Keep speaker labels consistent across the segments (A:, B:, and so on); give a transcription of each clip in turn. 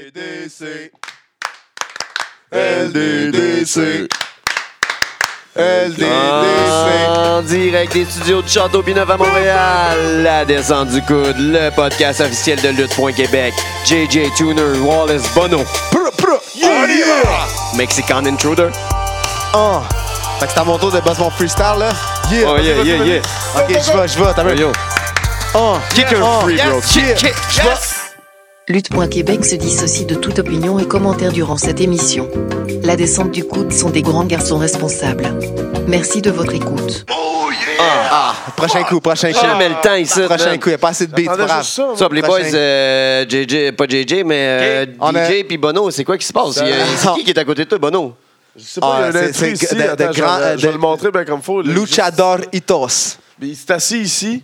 A: LDDC. LDDC. LDDC.
B: En direct des studios du Château Pinot à Montréal, la descente du coude, le podcast officiel de Lutte.Québec, JJ Tuner, Wallace Bono,
A: Prou, prou,
B: On y
A: yeah!
B: Mexican Intruder.
C: Oh! Fait que c'est à mon tour de boss mon freestyle là. Yeah!
B: Oh
C: vas-y,
B: yeah,
C: vas-y,
B: yeah,
C: vas-y.
B: yeah.
C: Ok, je vais, je vais, t'as vu.
B: Yo,
C: Oh!
B: kick
C: oh,
B: her free, bro.
C: Ah, yes, yeah.
B: Kick, kick,
C: Je vais-
D: Lutte.Québec se dissocie de toute opinion et commentaire durant cette émission. La descente du coude sont des grands garçons responsables. Merci de votre écoute.
C: Ah! Prochain coup, prochain coup.
B: Jamais le temps ici.
C: Ah. Prochain
B: man.
C: coup, il n'y a pas assez de beats,
A: Attendez
C: bravo.
A: juste ça, moi.
B: What's up, les
C: Prochain.
B: boys? euh, JJ, pas JJ, mais euh,
C: On a-
B: DJ puis Bono, c'est quoi qui se passe? Il y a- C'est qui qui est à côté de toi, Bono?
A: Je sais
C: Ah,
A: pas, il y a un
C: c'est-
A: intrus
C: c'est
A: ici.
C: de- de
A: Attends, je
C: grand- euh,
A: vais- je vais
C: de-
A: le montrer bien comme il faut. là.
C: Luchador Itos.
A: Mais Il s'est assis ici.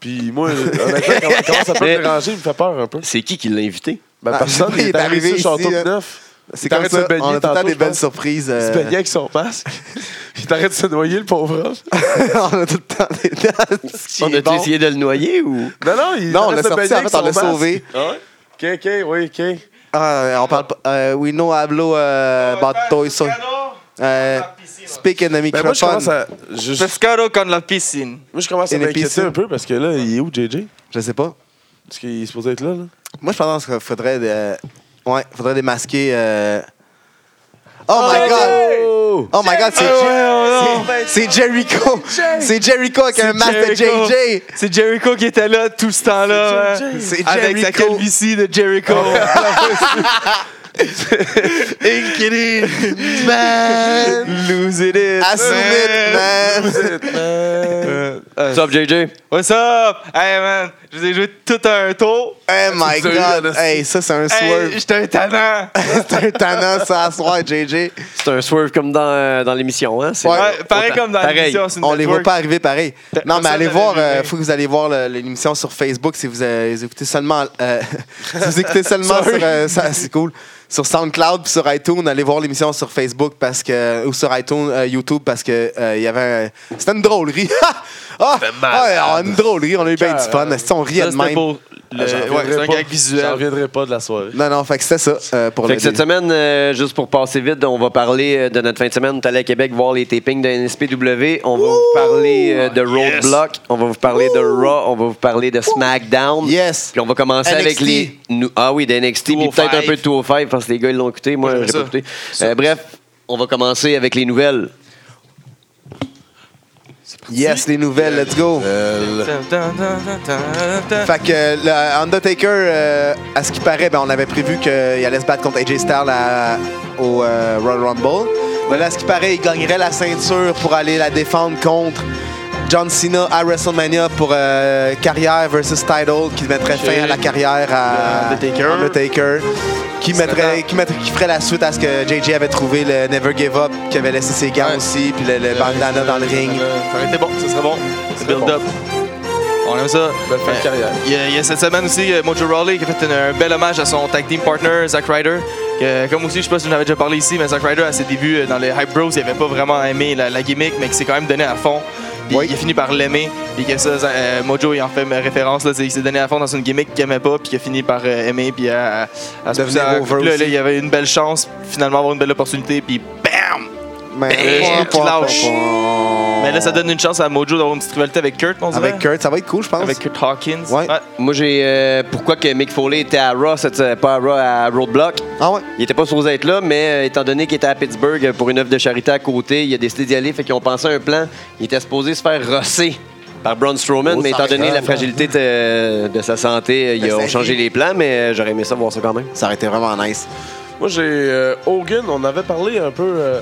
A: Puis moi, euh, honnêtement, comment- comment ça peut
B: Mais-
A: me déranger? Il me fait peur un peu.
B: C'est qui qui l'a invité?
A: Ben,
C: Ah,
A: personne
C: il
A: il est
C: est arrivé
A: arrivé
C: ici,
A: ici au château
C: là.
A: de neuf.
C: C'est
A: Il
C: comme
A: arrête de
C: ça,
A: se baigner
C: on a tout le temps
A: tantôt,
C: des
A: je
C: belles
A: pense.
C: surprises.
A: Il
C: euh,
A: se baignait avec son masque. Il t'arrête de se noyer, le pauvre homme.
C: on a tout le temps des
B: On a-tu
C: bon. Euh,
B: essayé de le noyer ou?
A: Non, non, il
C: Non, on l'a
A: arrête de se
C: sorti,
A: baigner
C: en
A: avec
C: fait, on
A: son
C: l'a
A: masque.
C: sauvé.
A: Ah ouais? OK, OK, oui, OK.
C: Ah, on parle pas. euh, we know hablo euh, about toy so. Euh, speak in the
A: Ben, moi, je
C: microphone.
A: commence à... je- je-
E: Pescado con la piscine.
A: Moi, je commence à
C: Et les
A: m'inquiéter
C: piscines.
A: un peu parce que là, il est où, JJ?
C: Je sais pas.
A: Parce qu'il est supposé être là, là.
C: Moi, je pense qu'il faudrait. de- Ouais, faudrait démasquer. euh, Oh, my god!
A: Oh!
C: Oh my god, c'est C'est Jericho! C'est Jericho avec un masque de
E: Jericho.
C: JJ!
E: C'est Jericho qui était là tout ce temps-là. hein.
C: C'est
E: Avec sa
C: Jericho!
E: calvitie de Jericho.
C: Inquiétez! Man!
E: Lose it. in.
C: Assume it, man!
E: Ah, Euh, euh,
B: What's up, JJ?
E: What's up? Hey man, je vous ai joué tout un tour.
C: Oh my
A: Tu l'as eu,
C: god! Hey, ça, c'est un
E: Hey,
C: swerve!
E: j'étais un tannant.
C: C'est un tannant, ça, à soir, JJ!
B: C'est un swerve comme dans, euh, dans l'émission, hein? C'est-
C: Ouais,
E: Ouais, pareil
B: autant-
E: comme dans
B: pareil.
E: l'émission. Ah, c'est une
C: On les voit
E: network.
C: pas arriver pareil.
E: Personne
C: Non, mais allez
E: l'a
C: voir,
E: vu
C: euh,
E: venir.
C: faut que vous allez voir le- l'émission sur Facebook si vous euh, écoutez seulement. euh, si vous écoutez seulement sur. euh, ça, c'est cool. Sur SoundCloud puis sur iTunes, allez voir l'émission sur Facebook parce que, ou sur iTunes, euh, YouTube parce que euh, il y avait. un- C'était une drôlerie. ah, ah, une drôlerie, on a eu bien du fun. Si on riait
E: Ça,
C: de
E: c'était
C: même. Euh,
E: pour le-
A: Ah, j'en
E: ouais,
A: reviendrai
E: c'est un
A: pas.
E: gag
A: J'en
E: visuel.
A: reviendrai pas de la soirée.
C: Non, non, fait que c'était ça euh, pour
B: Fait
C: le
B: que cette
C: début.
B: semaine, euh, juste pour passer vite, on va parler euh, de notre fin de semaine. On est allé à Québec voir les tapings de NSPW. On va vous parler euh, de Roadblock. On va vous parler de Raw. On va vous parler de SmackDown.
C: Yes.
B: Puis on va commencer
C: NXT.
B: avec les. nou- ah oui, de NXT. Puis
E: 205.
B: peut-être un peu de 205 parce que les gars, ils l'ont écouté. Moi,
E: Moi,
B: j'ai
E: oh j'aime
B: pas
E: ça.
B: écouté. Euh, bref, on va commencer avec les nouvelles.
C: Yes, les nouvelles, let's go.
E: Dun, dun, dun, dun, dun, dun.
C: Fait que euh, le Undertaker, euh, à ce qui paraît, ben, on avait prévu qu'il allait se battre contre AJ Styles à- au euh, Royal Rumble. Mais là, à ce qui paraît, il gagnerait la ceinture pour aller la défendre contre John Cena à WrestleMania pour euh, carrière versus title qui mettrait fin à la carrière à
E: Undertaker.
C: Undertaker, qui, mettrait,
E: Snappant.
C: qui, mettrait- qui ferait la suite à ce que JJ avait trouvé, le Never Give Up, qui avait laissé ses gants
E: Ouais.
C: aussi, puis le, le bandana dans le ring.
E: Ça aurait été bon, ça serait bon.
A: serait
E: Build up. On aime ça.
A: Belle fin de
E: Euh,
A: carrière.
E: Il y, a, il y a cette semaine aussi euh, Mojo Rawley qui a fait une- un bel hommage à son tag team partner Zack Ryder. Que, comme aussi, je sais pas si je n'avais déjà parlé ici, mais Zack Ryder à ses débuts euh, dans les Hype Bros, il avait pas vraiment aimé la, la gimmick, mais qui s'est quand même donné à fond. Puis
C: Oui.
E: il a fini par l'aimer. Puis que ça, euh, Mojo, il en fait référence. Là, c'est- il s'est donné à fond dans une gimmick qu'il aimait pas, puis qu'il a fini par euh, aimer, puis à, à- à se
C: Devenir
E: pousser à-
C: over
E: Puis là,
C: aussi.
E: là, il y avait une belle chance, finalement avoir une belle opportunité, puis BAM!
C: Mais, Pouah,
E: Ben,
C: pouah,
E: lâche.
C: pouah.
E: Mais là, ça donne une chance à Mojo d'avoir une petite rivalité avec Kurt, on dirait.
C: Avec Kurt, ça va être cool, je pense.
E: Avec Kurt Hawkins.
C: Ouais.
B: Moi, j'ai. euh, pourquoi que Mick Foley était à Raw, cette, euh, pas à Raw, à Roadblock?
C: Ah ouais?
B: Il était pas supposé être là, mais euh, étant donné qu'il était à Pittsburgh euh, pour une œuvre de charité à côté, il a décidé d'y aller, fait qu'ils ont pensé à un plan. Il était supposé se faire rosser par Braun Strowman,
C: Oh,
B: mais
C: ça
B: étant donné
C: rigole.
B: la fragilité de, de sa santé, euh, ils
C: Ben,
B: ont
C: c'est-
B: changé les plans, mais euh, j'aurais aimé ça voir ça quand même.
C: Ça aurait été vraiment nice.
A: Moi, j'ai euh, Hogan, on avait parlé un peu. euh,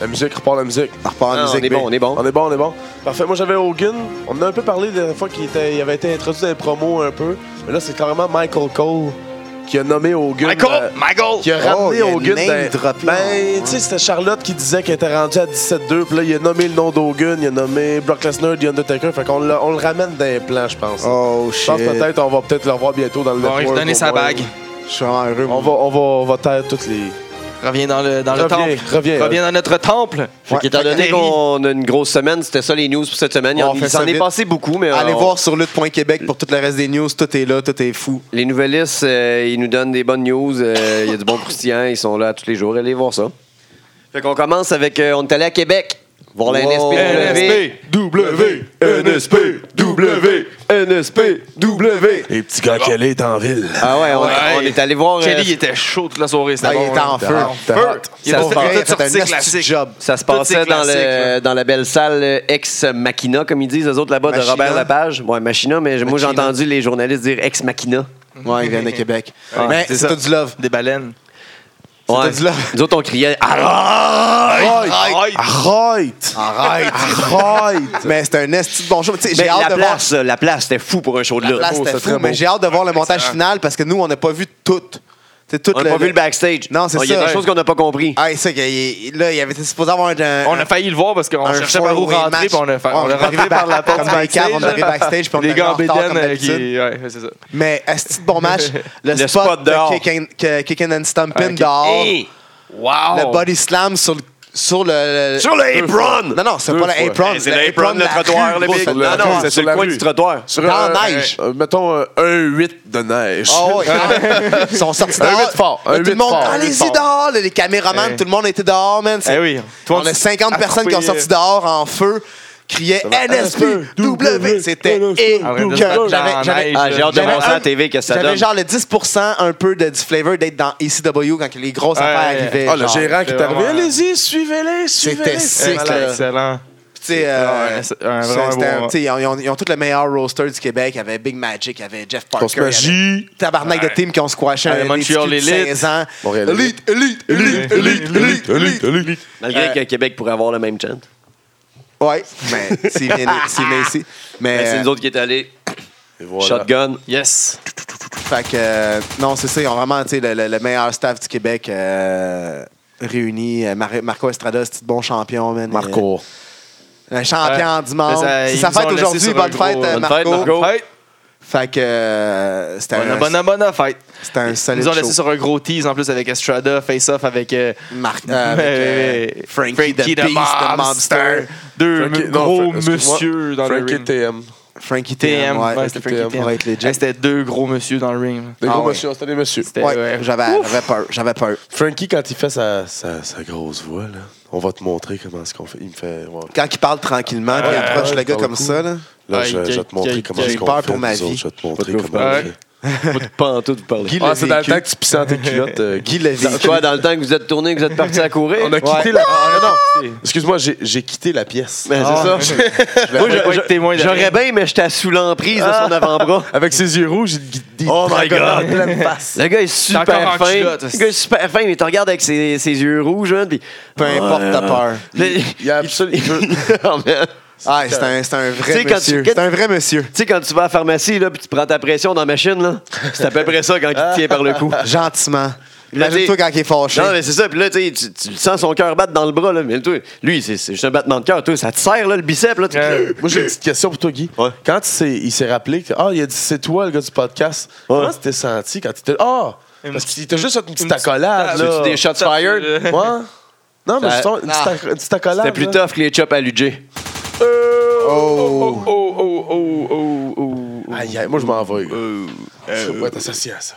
A: la musique, repart la musique.
C: On repart en
B: Ah, on
C: musique.
B: est
C: B.
B: bon, on est bon.
A: On est bon, on est bon. Parfait. Moi, j'avais Hogan. On en a un peu parlé la dernière fois qu'il était, il avait été introduit dans les promos un peu. Mais là, c'est clairement Michael Cole qui a nommé Hogan. euh,
E: Michael! Michael!
A: qui a
C: Oh,
A: ramené
C: il a
A: Hogan.
C: name
A: dans-
C: droppé, ouais.
A: ben, tu sais, c'était Charlotte qui disait qu'elle était rendue à 17-2. Puis là, il a nommé le nom d'Hogan, il a nommé Brock Lesnar, The Undertaker. Fait qu'on l'a- on le ramène dans les plans, je pense.
C: Oh
A: Je
C: shit.
A: pense peut-être on va peut-être le revoir bientôt dans le
E: Bon, il
A: network,
E: va donner
A: au
E: sa
A: moins.
E: bague.
C: Je suis vraiment heureux. moi.
A: On va, on va, on va taire toutes les.
E: Reviens dans le, dans
A: Reviens,
E: le temple.
A: reviens.
E: Reviens dans notre temple.
B: Fait
C: Ouais,
B: qu'étant
C: fait
B: donné
E: que-
B: qu'on a une grosse semaine, c'était ça les news pour cette semaine.
C: On
B: Il
C: fait
B: s'en
C: ça
B: est
C: vite.
B: passé beaucoup, mais
C: Allez
B: on-
C: voir sur lutte.québec pour tout le reste des news. Tout est là, tout est fou.
B: les nouvellistes, euh, ils nous donnent des bonnes news. euh, Il y a du bon croustillant. Ils sont là tous les jours. Allez voir ça. Fait qu'on commence avec. euh, on est allé à Québec voir la
C: Wow.
B: NSPW.
A: W, NSP, W, NSP, W. Les petits gars Kelly est en ville.
B: Ah ouais, on, on est allé voir. euh,
E: Kelly il était chaud toute la soirée. c'était
C: Ah, il
E: bon,
C: était
E: là.
C: en feu.
E: feu. Il
B: Ça
E: a
B: se
E: fait-
B: passe.
E: il
C: Il a
E: a
C: fait un
E: sorti
C: nasty
E: classique.
C: job.
B: Ça se
E: Tout
B: passait
E: est
B: dans,
E: classique,
B: le,
E: là.
B: dans la belle salle euh, ex Machina, comme ils disent eux autres là-bas, de
C: Machina.
B: Robert Lepage. Ouais, Machina, mais moi j'ai
C: Machina.
B: entendu les journalistes dire ex Machina.
C: Mhm. Ouais, il vient de Québec.
B: Ouais,
C: Mais
E: c'est
C: c'est
E: ça.
C: tout du love.
E: Des baleines.
C: C'était du love.
B: Nous autres on criait Ah, Arrête!
A: Arrête! Arrête!
C: Arrête!
A: Arrête!
C: Mais c'est un esti de bon show. Tu sais,
B: Mais
C: J'ai
B: la
C: hâte de voir.
B: place, euh, la place, c'était fou pour un show de
C: La
B: lutte.
C: place,
A: beau,
C: c'était
A: c'est
C: fou,
A: très
C: mais
A: beau.
C: j'ai hâte de voir le montage final parce que nous, on n'a pas vu tout. Tu sais, tout
B: On n'a pas vu le backstage.
C: Non, c'est
B: Il y a
C: ça.
B: des choses qu'on n'a pas compris.
C: Ah, c'est ça, qu'il y a- là, il y avait été supposé avoir un.
E: On a failli le voir parce qu'on
C: un
E: cherchait par où
C: four-way
E: rentrer,
C: match.
E: puis on a fa-
C: Ouais,
E: on est
C: arrivé
E: rentré par la porte
C: comme des
E: backstage.
C: caves, on est arrivé backstage, puis on
E: Les
C: est
E: gars en
C: arrivé en retard,
E: bédaine
C: comme
E: euh, qui.
C: d'habitude.
E: Ouais, c'est ça.
C: Mais esti de bon match. Le,
B: Le
C: spot,
B: spot dehors.
C: de kick and, que- kick and Stompin'
E: Ok.
C: dehors.
B: Hey!
C: Le body slam sur le. Sur le.
B: Sur le apron!
C: Non, non, c'est
A: Deux
C: pas
A: fois.
C: le apron.
B: Hey, C'est l'apron de
C: la
B: trottoir,
C: rue,
B: le
C: gros,
B: big.
C: sur
B: Non,
C: le
A: trottoir.
B: non, c'est sur
A: Sur
B: le
A: la
B: coin
A: rue.
B: du trottoir.
A: Sur
C: Dans
A: un-
C: la neige.
A: un- mettons un, un 8 de neige.
C: Ah ouais, ils sont sortis
A: Un
C: dehors.
A: huit fort, un
C: Là, tout le
A: huit
C: monde,
A: fort, un huit
C: allez-y
A: fort.
C: dehors. là, Les caméramans,
E: Eh.
C: tout le monde était dehors, man. C'est-
E: Eh oui. Toi,
C: On a
E: tu- euh,
C: 50
E: à
C: personnes
E: couper,
C: qui ont sorti dehors en feu, criaient NSPW. C'était
E: Arrête
C: écœurant.
E: de se battre
C: J'avais-
E: dans la
C: j'avais-
E: neige,
B: Ah, j'ai hâte de
C: J'avais
B: voir ça à
C: un-
B: la TV, qu'est-ce que ça
C: J'avais
B: donne.
C: genre le 10% un peu de, du flavor d'être dans ECW quand les grosses
E: Ouais.
C: affaires arrivaient.
A: Ah, le
C: genre.
A: gérant qui
E: c'est
A: est arrivé.
E: vraiment-
A: Allez-y, suivez-les, suivez-les.
C: C'était sick,
A: malade.
E: C'était euh, excellent. Ah
C: Tu sais, euh,
E: Ouais, c'est un
C: c'est-
E: vraiment
C: c'était
E: bon
C: un-
E: moment.
C: tu sais, ils ont- ils ont- ils ont tout le meilleur roster du Québec. Il y avait Big Magic, il y avait Jeff Parker.
A: Pense
C: il y avait-
A: magie.
C: tabarnak de team qui ont squashé
E: Ouais,
C: un
E: Montreal
C: LDQ de
E: Elite.
C: 16 ans.
A: Montréal
C: Elite, elite, elite, elite, elite, elite.
B: Malgré
C: Euh,
B: que Québec pourrait avoir le même chant.
C: Ouais, mais c'est bien c'est bien ici.
B: Mais c'est
C: Mais euh,
B: nous autres qui est allés.
A: Et voilà.
B: Shotgun.
E: Yes.
C: fait que euh, non, c'est ça, ils ont vraiment tu sais, le, le- le meilleur staff du Québec euh, réuni. Euh, Mar- Marco Estrada, c'est un bon champion, man.
A: Marco.
C: Euh, Un champion du monde.
E: Mais ça,
C: C'est
E: ils
C: sa
E: nous ont
C: fête
E: laissé
C: aujourd'hui,
E: sur un
C: bonne
E: gros-
C: fête euh,
B: bonne fête,
C: Marco.
B: Marco. Go.
E: Fight.
C: Fait que euh, c'était
E: Bonne,
C: un
E: bonne, bonne fight.
C: c'était un
E: Ils
C: solide
E: nous ont laissé
C: show.
E: sur un gros tease en plus avec Estrada, face-off avec. euh,
C: Marc- euh, avec, euh,
E: euh,
C: Frankie, the, Beast, the Mobster.
E: Deux
A: Frankie- non,
E: gros
A: Fra- excuse-moi.
E: monsieur dans le
A: Frankie
E: ring.
A: TM.
C: Frankie
E: TM, ouais, c'était
A: TM,
E: Frankie TM.
C: on va être legit.
E: Hey, C'était deux gros monsieur dans le ring.
A: Des
C: Ah
A: gros
C: ouais.
A: monsieur, c'était des messieurs.
E: C'était-
C: Ouais,
E: ouais.
C: j'avais j'avais peur, j'avais peur.
A: Frankie, quand il fait sa, sa, sa grosse voix, là, on va te montrer comment ce qu'on fait. Il me fait. ouais.
C: Quand il parle tranquillement, puis il approche
A: ouais,
C: le gars
A: pour le
C: comme
A: coup.
C: ça, là.
A: Là,
E: Ah,
A: je,
E: il-
A: je vais
E: il-
A: te montrer
E: il-
A: comment
E: il-
A: ce
C: j'ai
A: qu'on
C: peur
A: fait.
C: pour ma
A: nous
C: vie.
A: autres, je vais te
B: te
A: montrer
B: couvrir.
A: comment on
E: Ouais.
A: fait.
B: Pas en tout vous parler.
C: le
A: hein. Ah, c'est dans le
C: véhicule.
A: temps que tu pissais en tes culottes. euh, Guy.
C: Guy le
B: Dans,
C: véhicule.
B: quoi, dans le temps que vous êtes tourné, que vous êtes parti à courir?
A: On a
B: Ouais.
A: quitté la. Ah, non, non. Excuse-moi, j'ai- j'ai quitté la pièce.
B: Ben, c'est ça. Moi,
E: voulais pas
B: je-
E: être témoin de
B: j'aurais
E: rien.
B: bien, mais j'étais sous l'emprise de son avant-bras.
A: Avec ses yeux rouges, il gui- des
B: Oh my
A: dragons
B: God.
A: en pleine face.
B: Le gars est
E: T'es encore
B: super
E: en
B: fin.
E: culotte.
B: Le gars est super fin, mais t'en regardes avec ses, ses yeux rouges. Hein, puis-
C: Peu importe
B: Ouais.
C: ta peur.
B: Le-
A: Il y a absolument.
B: Oh, man.
C: Ah, c'est un, c'est un
B: Tu sais,
C: vrai
B: quand
C: monsieur.
B: tu-
C: C'est un vrai monsieur.
B: Tu sais, quand tu vas à la pharmacie, là, puis tu prends ta pression dans la machine, là, c'est à peu près ça quand il te tient par le cou.
C: Gentiment.
B: Mais
C: Imagine-toi
B: t'sais-
C: quand il est fâché.
B: Non, mais c'est ça. Puis là, tu, sais, tu- tu le sens son cœur battre dans le bras. Là. Mais toi, lui, c'est c'est juste un battement de cœur. Toi, ça te serre là, le bicep. Là, tu-
E: Ouais.
A: Moi, j'ai une petite question pour toi, Guy.
B: Ouais.
A: Quand il s'est- il s'est rappelé que. Ah, il a dit c'est toi le gars du podcast.
B: Ouais.
A: Comment tu t'es senti quand il t'a. Ah!
E: Une
A: Parce
E: petite-
A: qu'il t'a juste fait une petite
E: une petite-
A: accolade,
E: Ah,
A: là.
B: tu des shots fired.
E: euh,
A: Ouais. Non, mais
B: Ça-
A: c'est une petite acc- une petite accolade.
B: C'était plus
A: là.
B: tough que les chops à l'UJ.
E: Oh, oh, oh, oh, oh, oh, oh.
A: Aïe, aïe, moi, je m'en vais. gars.
C: Euh,
A: Je vais pas être associé à ça.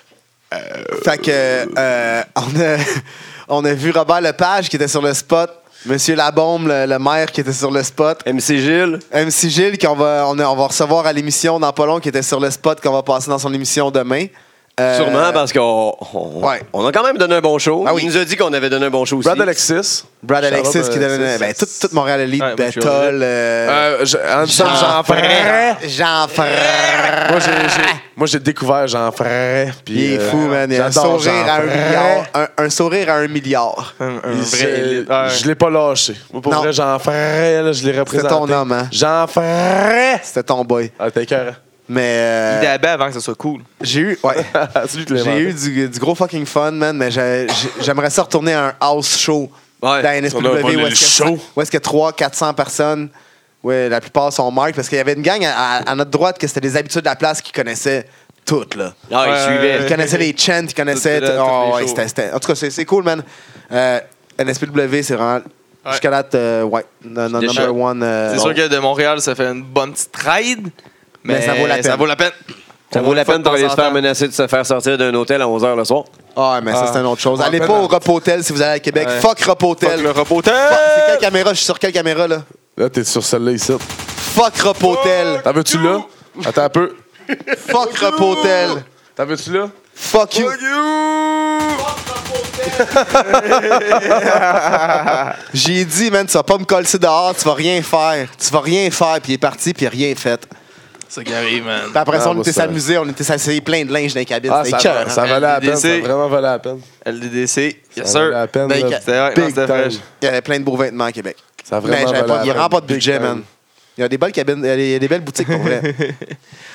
C: Fait que, euh, on, a, on a vu Robert Lepage qui était sur le spot. Monsieur Labombe, le, le maire qui était sur le spot.
B: MC Gilles.
C: MC Gilles qu'on va, on, a- on va recevoir à l'émission dans pas long qui était sur le spot qu'on va passer dans son émission demain. Euh,
B: Sûrement ben, parce qu'on on,
C: Ouais.
B: on a quand même donné un bon show.
C: Ah oui.
B: Il nous a dit qu'on avait donné un bon show aussi.
A: Brad Alexis.
C: Brad Alexis qui
A: Shout out,
C: donne...
A: euh,
C: Ben, tout, tout Montréal Elite,
E: Ouais, moi, je suis
C: Battle...
E: heureux.
C: euh,
A: Euh, je- Hanson Jean Frère.
C: Jean Frère.
A: Moi, j'ai- j'ai- Moi, j'ai découvert Jean Frère. puis,
C: Il est
A: euh,
C: fou, man. Il a un sourire
A: j'adore Jean
C: à un
A: Frère.
C: milliard. Un, un sourire à un milliard.
E: Un, un
A: Il
E: vrai
A: s'est-
E: élite. Ouais.
A: Je l'ai pas lâché. Moi, pour
C: Non.
A: vrai, Jean Frère, là, je l'ai représenté.
C: ton homme, hein?
A: Jean Frère!
C: C'était ton boy.
A: Ah, t'es cœur.
C: Mais
E: Il
C: euh,
E: était abat avant que ça soit cool.
C: j'ai eu, ouais,
A: Celui que
C: j'ai eu du, du gros fucking fun, man. Mais j'ai- j'ai- j'aimerais ça retourner à un house show
B: Ouais,
C: dans NSPW
A: on a volé
C: où
A: le
C: est-ce que,
A: show.
C: où est-ce que 300-400 personnes, ouais, la plupart sont marques. Parce qu'il y avait une gang à, à- à notre droite que c'était des habitudes de la place qui connaissaient toutes, là.
B: Ah, il
E: Ouais,
B: suivait.
E: ouais,
C: Ils
E: ouais.
C: connaissaient les chants, ils connaissaient.
E: Euh, Tout- tout-
C: oh,
E: tous les
C: ouais,
E: shows.
C: c'était- c'était- En tout cas, c'est c'est cool, man. Euh, NSPW, c'est vraiment. Jusqu'à date, euh, ouais, no- no-
B: Déjà.
C: number one. euh,
E: C'est
C: bon.
E: sûr que de Montréal, ça fait une bonne petite ride, mais,
C: Mais ça vaut la peine.
E: Ça vaut la peine.
B: Ça
E: On
B: vaut
E: va
B: la
E: une fois
B: peine
E: de
B: pour
E: temps
B: aller
E: en
B: se faire
E: temps.
B: menacer de se faire sortir d'un hôtel à 11h le soir.
C: Ah, mais ça, c'est une autre chose.
A: Ah,
C: Allez
A: ben,
C: pas
A: ben.
C: au Repotel si vous allez à Québec.
E: Ouais.
C: Fuck Repotel.
E: Fuck le repotel!
C: Fuck, C'est quelle caméra? Je suis sur quelle caméra, là?
A: Là, t'es sur celle-là ici.
C: Fuck Repotel.
A: T'en veux-tu là? Attends un peu.
C: Fuck Repotel.
A: T'en veux-tu là?
C: Fuck you. J'ai dit, man, tu vas pas me coller dehors, tu vas rien faire. Tu vas rien faire, puis il est parti, puis il a rien fait.
E: C'est ça qui arrive, man.
C: Puis après ça,
A: Ah,
C: on
A: bah,
C: était
A: ça-
C: s'amuser, on était s'asseoir plein de linge dans les cabines.
A: Ah,
C: C'était
A: ça,
C: écœurant.
A: va- ça valait la peine. Ça
E: LDDC.
A: vraiment valait la peine.
E: LDDC, yes
A: Ça valait
E: sir.
A: la peine.
C: Ben,
A: là.
E: C'est vrai, non,
A: Big
E: c'était
A: time.
E: fresh.
C: Il y avait plein de beaux vêtements à Québec.
A: Ça a
C: Mais
A: vraiment
C: j'avais
A: valait
C: pas-
A: la
C: il n'y a
A: peine.
C: vraiment pas de budget,
A: Big time.
C: man. Il y a des belles cabines, il y a des, il y a des belles boutiques pour vrai.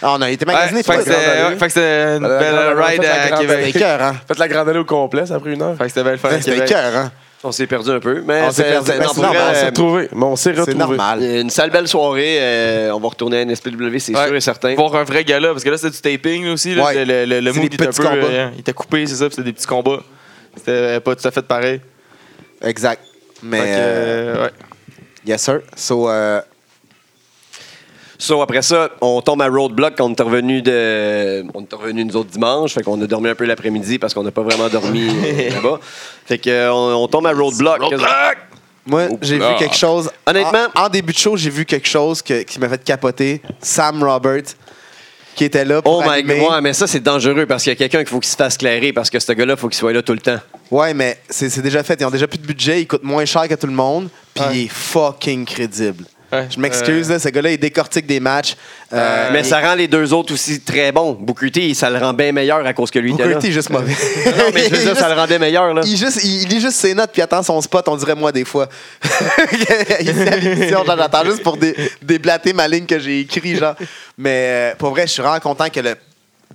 C: ah, on a été
E: Ouais,
C: magasiné
E: fait que
A: la grande
E: c'était-
A: allée.
E: ouais, fait que c'était une
A: La grande allée,
E: belle
A: on a
E: ride
A: fait la
E: à
A: grande allée.
E: Québec.
C: C'était
E: Fait
C: cœur, hein?
A: Faites la grande allée au complet, ça a pris une heure.
E: que c'était belle fun à
C: C'était
E: Québec.
C: cœur, hein?
B: On s'est perdu un peu, mais
C: On s'est
B: c'est-
C: perdu,
B: c'est-
C: mais
B: non,
C: c'est
B: pour
C: normal,
A: On
B: vrai,
A: s'est retrouvés, mais on s'est
C: C'est
A: retrouvés.
C: normal.
B: euh, Une sale belle soirée. euh, on va retourner à NSPW, c'est
E: Ouais.
B: sûr et certain.
E: Voir un vrai gala, parce que là, c'était du taping là, aussi. Là,
C: Ouais.
E: Le, le, le
C: C'est
E: move,
C: des
E: il était un
C: petits
E: peu.
C: combats.
E: euh, il était coupé, c'est ça, puis c'était des petits combats. C'était pas tout à fait pareil.
C: Exact. Mais,
E: Fait que,
C: euh,
E: euh, ouais.
C: yes, sir. So, euh,
B: So, après ça, on tombe à Roadblock. On est revenu de, on est revenu nous autres dimanche. Fait qu'on a dormi un peu l'après-midi parce qu'on n'a pas vraiment dormi euh, là-bas. Fait qu'on on on tombe à Roadblock.
E: Roadblock!
C: moi, j'ai vu quelque chose.
B: Honnêtement-
C: En, en début de show, j'ai vu quelque chose que- qui m'a fait capoter. Sam Roberts, qui était là pour
B: Oh my
C: animer.
B: god, ouais, mais ça c'est dangereux parce qu'il y a quelqu'un qu'il faut qu'il se fasse clairer parce que ce gars-là, il faut qu'il soit là tout le temps.
C: Ouais, mais c'est c'est déjà fait. Ils ont déjà plus de budget. Ils coûtent moins cher que tout le monde. Puis
E: Ouais.
C: il est fucking crédible.
E: Ouais,
C: Je m'excuse,
E: euh,
C: là, ce gars-là, il décortique des matchs. Euh,
B: mais ça rend les deux autres aussi très bons. Booker T, ça le rend bien meilleur à cause que lui était
C: Booker
B: là.
C: T est juste mauvais.
B: Non, mais je veux dire, ça le rendait meilleur là.
C: Il, juste, il, il lit juste ses notes puis attend son spot, on dirait moi des fois. il fait la l'émission, genre, j'attends juste pour dé- déblater ma ligne que j'ai écrit, genre. Mais euh, pour vrai, je suis vraiment content que le,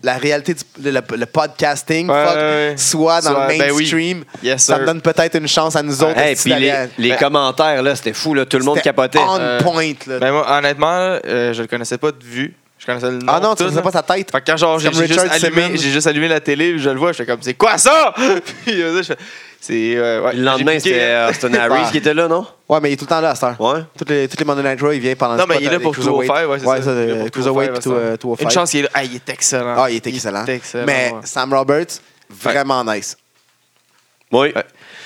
C: la réalité du le, le- le podcasting
E: Ouais,
C: fuck,
E: ouais, ouais.
C: soit dans
E: Soit-
C: le
E: ben oui.
C: mainstream.
E: Yes,
C: ça
E: sir.
C: me donne peut-être une chance à nous autres.
B: Hey,
C: aussi,
B: puis
C: d'aller
B: les,
C: à-
B: les commentaires là, c'était fou là, tout le monde
C: Ben, C'était
B: capotait.
C: On
E: Euh,
C: point, là.
E: Ben, moi, honnêtement, là, euh, je le connaissais pas de vue. Je connaissais le nom.
C: ah non, tu
E: tout,
C: ne
E: là.
C: sais pas sa tête.
E: Fait que quand genre,
C: C'est
E: j'ai
C: comme
E: j'ai juste,
C: Richard Simmons.
E: allumé- j'ai juste allumé la télé, puis je le vois, je fais comme, c'est quoi ça? Puis euh, je fais, c'est. euh, ouais.
B: Le lendemain,
E: J'ai piqué,
B: c'était
E: hein.
B: euh, Austin
C: Ah.
B: Harris qui était là, non
C: Ouais, mais il est tout le temps là à cette heure.
B: Ouais.
C: Toutes les, toutes les Monday Night Raw, il vient pendant
E: Non,
C: le
E: mais
C: spot,
E: il est là
C: euh,
E: pour
C: les
E: tout
C: cruiserweight.
E: faire, ouais, c'est
C: Ouais,
E: ça. Il est
C: euh,
E: pour
C: Cruiserweight,
E: tout faire,
C: tout, tout
E: Une chance, il est là. Ah, il est excellent.
C: Ah, il était excellent.
E: Il est excellent.
C: Mais
E: ouais.
C: Sam Roberts, vraiment nice.
B: Oui.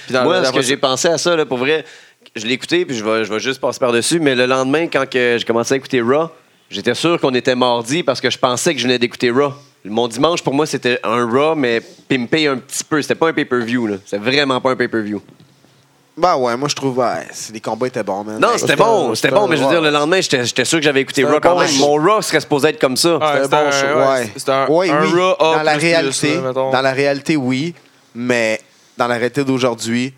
E: Puis dans-
B: Moi,
E: dans-
B: ce que j'ai pensé à ça, là, pour vrai, je l'ai écouté, puis je vais, je vais juste passer par-dessus, mais le lendemain, quand que j'ai commencé à écouter Raw, j'étais sûr qu'on était mardi parce que je pensais que je venais d'écouter Raw. Mon dimanche, pour moi, c'était un Raw, mais pimpé un petit peu. C'était pas un pay-per-view, là. C'était vraiment pas un pay-per-view.
C: Ben ouais, moi je trouve ouais, c'est- les combats étaient bons, man.
B: Non,
C: Hey,
B: c'était
A: c'était
B: bon,
A: un-
B: c'était
A: c'était
B: bon,
A: un
B: mais je veux
A: Raw.
B: dire, le lendemain, j'étais j'étais sûr que j'avais écouté
C: C'était un
B: Raw quand
C: bon
B: même.
C: show.
B: Mon Raw serait supposé être comme ça.
E: Ouais,
C: c'était
E: c'était
C: un bon
E: un-
C: show.
E: ouais,
C: Ouais.
E: C'était un
C: Ouais,
E: un
C: oui.
E: Raw A
C: Dans la
E: plus plus,
C: réalité,
E: là, mettons.
C: dans la réalité, oui, mais dans la réalité d'aujourd'hui,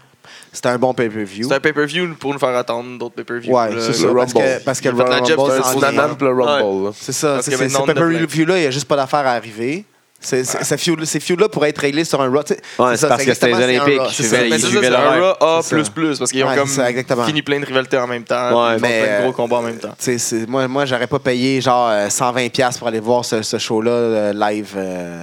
C: c'était un bon pay-per-view.
E: C'est un pay-per-view pour nous faire attendre d'autres pay-per-views.
C: Ouais,
E: là.
C: c'est
A: le
C: ça. Parce
A: Rumble.
C: que, parce que
E: Il
C: le
E: a fait la
C: Royal
E: job,
C: Rumble,
E: c'est
C: c'est
E: un
C: en
E: tsunami.
C: ligne.
A: Tsunami pour le Rumble. là.
C: C'est ça,
E: Parce
C: c'est
E: que
C: c'est-
E: maintenant,
C: ce
E: on a plein.
C: pay-per-view-là, il n'y a juste pas d'affaire à arriver. C'est- c'est- ce feud- Ces feuds-là pourraient être réglés sur un Raw. tu sais.
B: Ouais,
C: C'est
B: c'est
C: ça,
B: parce que c'était les
C: exactement, c'est un
B: Olympiques.
C: Raw,
B: Je
C: c'est ça.
B: vais-
E: Mais
B: Ils
E: c'est ça,
B: suivaient
E: c'est
B: leur
E: un Raw
C: C'est
E: A++,
C: ça.
E: parce qu'ils ont
C: Ouais,
E: comme
C: c'est ça, exactement.
E: fini plein de rivalités en même temps.
B: Ouais,
E: ils ont
C: mais,
E: plein de
C: euh,
E: gros combats en même temps.
C: Tu sais, c'est- moi, moi j'aurais pas payé genre euh, 120$ pour aller voir ce, ce show-là euh, live. euh.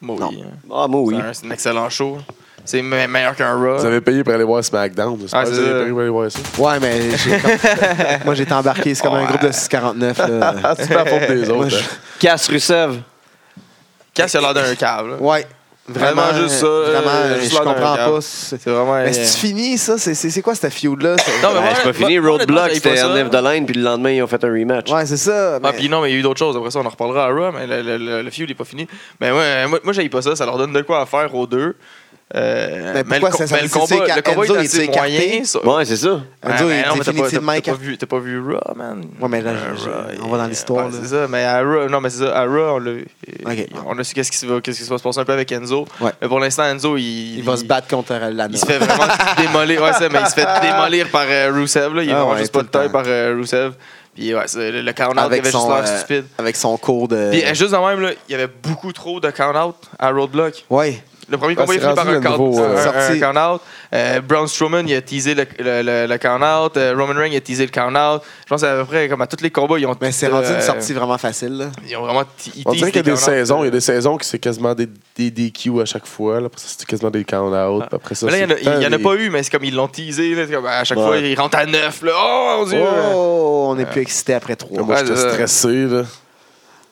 E: Moi,
C: non.
E: oui, hein.
B: Ah, moi, oui.
E: C'est un- C'est un excellent show. C'est me- meilleur qu'un Raw.
A: Vous avez payé pour aller voir SmackDown.
E: Ah,
A: J'espère que
E: c'est
A: vous avez
E: ça.
A: payé pour aller voir ça.
C: Ouais, mais j'ai comme- moi, j'ai été embarqué. C'est comme un groupe de 649. là.
A: Ah, c'est pas la faute des
C: Moi, je-
A: autres. hein.
B: Cass Rusev.
E: Cass, il a l'air d'un câble. là.
C: Ouais. Vraiment,
E: Vraiment juste ça, euh,
C: Vraiment, euh,
E: juste
C: je
E: là dans
C: comprends
E: le câble.
C: pas. C'est-
E: C'est vraiment.
C: Mais
E: euh,
C: c'est fini, ça? C'est- C'est c'est quoi cette feud-là? C'est-
E: Non, mais
B: Ouais,
E: moi,
B: c'est pas
E: moi,
B: fini.
E: moi, honnêtement,
B: Roadblock,
E: j'avais
B: c'était
E: pas ça.
B: en de line, puis le lendemain, ils ont fait un rematch.
C: Ouais, c'est ça.
E: Ah,
C: mais-
E: puis non, mais il y a eu d'autres choses. Après ça, on en reparlera à Raw, mais le, le, le, le feud n'est pas fini. Mais moi, euh, moi, moi j'aille pas ça. Ça leur donne de quoi à faire aux deux. Euh,
C: Mais pourquoi
E: le, co-
C: ça- ça-
E: mais le
C: c'est-
E: combat,
C: c'est
E: le combat
C: qu'Enzo,
E: est
C: il s'est
E: assez
C: écarté.
E: moyen. ça-
B: Ouais, c'est ça.
C: Enzo,
E: Ah,
C: il
E: mais
C: est
E: non, mais t'as pas-
C: définitivement
E: t'as pas
C: écarté.
E: vu- T'as pas vu Raw, man.
C: Ouais, mais là,
E: Euh,
C: je- je-
E: Raw,
C: on va dans
E: il-
C: l'histoire,
E: ouais,
C: là.
E: C'est ça, mais à Raw, non, mais c'est ça. À Raw, on l'a vu.
C: Ok.
E: On a su qu'est-ce qui, se va- qu'est-ce qui va se passer un peu avec Enzo.
C: Ouais.
E: Mais pour l'instant, Enzo, il.
C: Il va se battre contre euh, Lana.
E: Il se fait vraiment démolir. Ouais, ça, mais il se fait démolir par euh, Rusev. Là. Il est
C: Ah
E: vraiment
C: ouais,
E: juste
C: tout
E: pas
C: le
E: de taille
C: temps.
E: par euh, Rusev. Puis ouais, c'est le, le count-out avait
C: avec
E: juste
C: son,
E: l'air
C: euh,
E: stupide.
A: Euh,
C: avec son cours de.
E: Puis euh, juste de même, là, il y avait beaucoup trop de count-out à Roadblock.
C: Ouais.
E: Le premier
A: Ah,
E: combat est
A: c'est
E: fini par
A: rendu
E: un,
A: le nouveau,
E: count- un-
A: euh,
E: un
C: sorti.
E: count-out. Euh, Braun Strowman, il a teasé le, le, le- le count-out. Euh, Roman Reigns, il a teasé le count-out. Je pense à peu près comme à tous les combats, ils ont
C: Mais c'est
E: tout,
C: rendu une
E: euh,
C: sortie vraiment facile. là.
E: Ils ont vraiment te- ils
A: On
E: teasent
A: dirait qu'il y a
E: les
A: des
E: count-outs.
A: saisons. Il y a des saisons que c'est quasiment des, des DQ à chaque fois. là. Après ça, c'est quasiment des count-out. Puis Après ça,
E: Ah. Mais là, il n'y en, a-
A: c'est tant
E: il y en a
A: des-
E: pas eu, mais c'est comme ils l'ont teasé. là, c'est comme à chaque
B: Ouais.
E: fois, ils rentrent à neuf. Là. Oh mon dieu!
C: Oh, on est plus excité après trois.
A: Moi, j'étais
E: Ouais, c'est ça.
A: stressé. Là.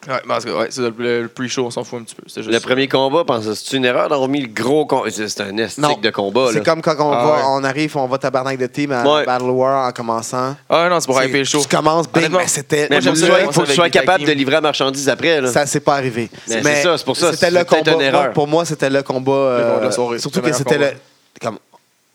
E: Ouais, mais en tout cas, ouais, c'est le, le pre-show, on s'en fout un petit peu. C'était juste
B: Le premier combat, pense c'est une erreur d'avoir mis le gros combat. C'est un
C: Non.
B: esthétique de combat.
C: C'est
B: Là.
C: comme quand on,
E: Ah
C: va-
E: ouais.
C: on arrive, on va tabarnak de team à
B: Ouais.
C: Battle War en commençant.
E: Ah non, c'est pour
C: C'est-
E: hyper le show.
C: Tu commences big,
E: Honnêtement,
C: mais c'était.
B: Mais
E: Moi,
B: faut
E: j'aime
B: que
E: ça,
B: tu sois-
E: ouais,
B: faut
E: ça
B: que tu
E: avec
B: sois
E: les tag
B: capable de
E: teams.
B: livrer la marchandise après. Là.
C: Ça s'est pas arrivé.
B: Mais c'est ça, c'est pour ça,
C: C'était
B: c'est
C: le
B: peut-être
C: combat.
B: une erreur.
C: moi, pour moi, c'était le combat. euh,
E: combat de la soirée.
C: Surtout
E: C'est le
C: que c'était le.
E: meilleur
C: Comme,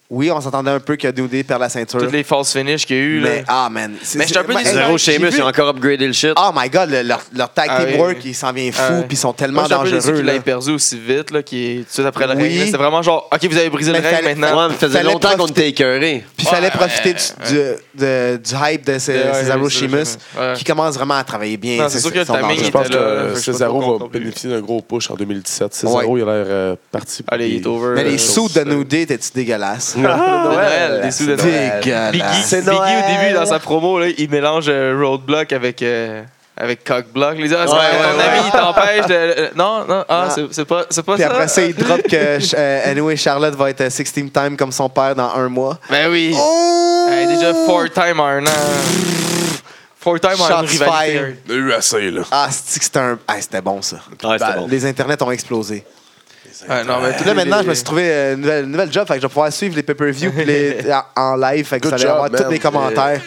C: oui, on s'entendait un peu que Doudé perd la ceinture.
E: Toutes les false finish qu'il y a eu.
C: Mais
E: là.
C: ah man. c'est-
E: Mais j'étais un peu
C: c'est-
E: déçu.
B: Zéro
E: j'ai
B: Sheamus,
E: vu-
B: ils ont encore upgradé le shit.
C: Oh my god, le- leur, leur tag
E: Ah
C: team
E: oui.
C: work, il s'en vient fou,
E: Ah oui.
C: puis ils sont tellement
E: Moi, j'étais un peu déçu
C: dangereux.
E: qu'il
C: là.
E: l'ait perdu aussi vite, là, qui est tout de suite après le
C: Oui.
E: règle. là. C'était vraiment genre, OK, vous avez brisé le
C: Mais
E: règle
C: fallait-
E: maintenant.
B: Ouais, mais ça faisait
C: Fallait
B: longtemps qu'on
C: profiter.
B: était écœurés.
C: Puis il fallait
E: Ouais,
C: profiter
E: ouais,
C: du, du- de- du hype de ce-
E: Ouais,
C: Cesaro
E: ouais,
C: Sheamus,
E: ouais.
C: qui commence vraiment à travailler bien.
E: Non, c'est sûr que le
C: son
E: timing
C: enjeu.
A: Je
E: était
A: pense
E: là, là, fait
A: que
E: que je suis pas trop
A: Cesaro
E: content
A: va
E: non plus.
A: bénéficier d'un gros push en 2017. Cesaro,
C: Ouais.
A: il a l'air euh, parti.
E: Allez, il est over.
C: Mais
E: euh,
C: les sauts de
E: euh,
C: New Day, t'es-tu dégueulasse?
E: de Noël, des sous de Noël.
C: Dégueulasse.
E: Biggie,
A: C'est
E: Biggie,
A: Noël.
E: au début, dans sa promo, là, il mélange euh, Roadblock avec. euh, avec Cockblock, les gars, ah, c'est
B: Ouais,
E: vrai,
B: ouais,
E: ton
B: ouais.
E: ami, il t'empêche de. euh, Non, non, ah,
C: Non.
E: c'est- c'est pas, c'est pas
C: Puis
E: ça.
C: après ça, il drop que euh, Anyway Charlotte va être 16 time comme son père dans un mois.
E: Ben oui.
C: Oh!
E: Elle est déjà four time en un an. Four time en une
C: Shots
E: rivalité.
C: fired.
A: Il a eu assez, là.
C: Ah, c'est que c'était un. Ah, c'était bon ça.
B: Ouais, c'était bon.
C: Les internets ont explosé.
E: Ouais, non, mais
C: Puis là, maintenant, je me suis trouvé euh, une nouvelle, une nouvelle job, fait que je vais pouvoir suivre les pay-per-views puis les- en- en live, fait que
A: Good
C: vous allez avoir
A: job, man.
C: tous les commentaires.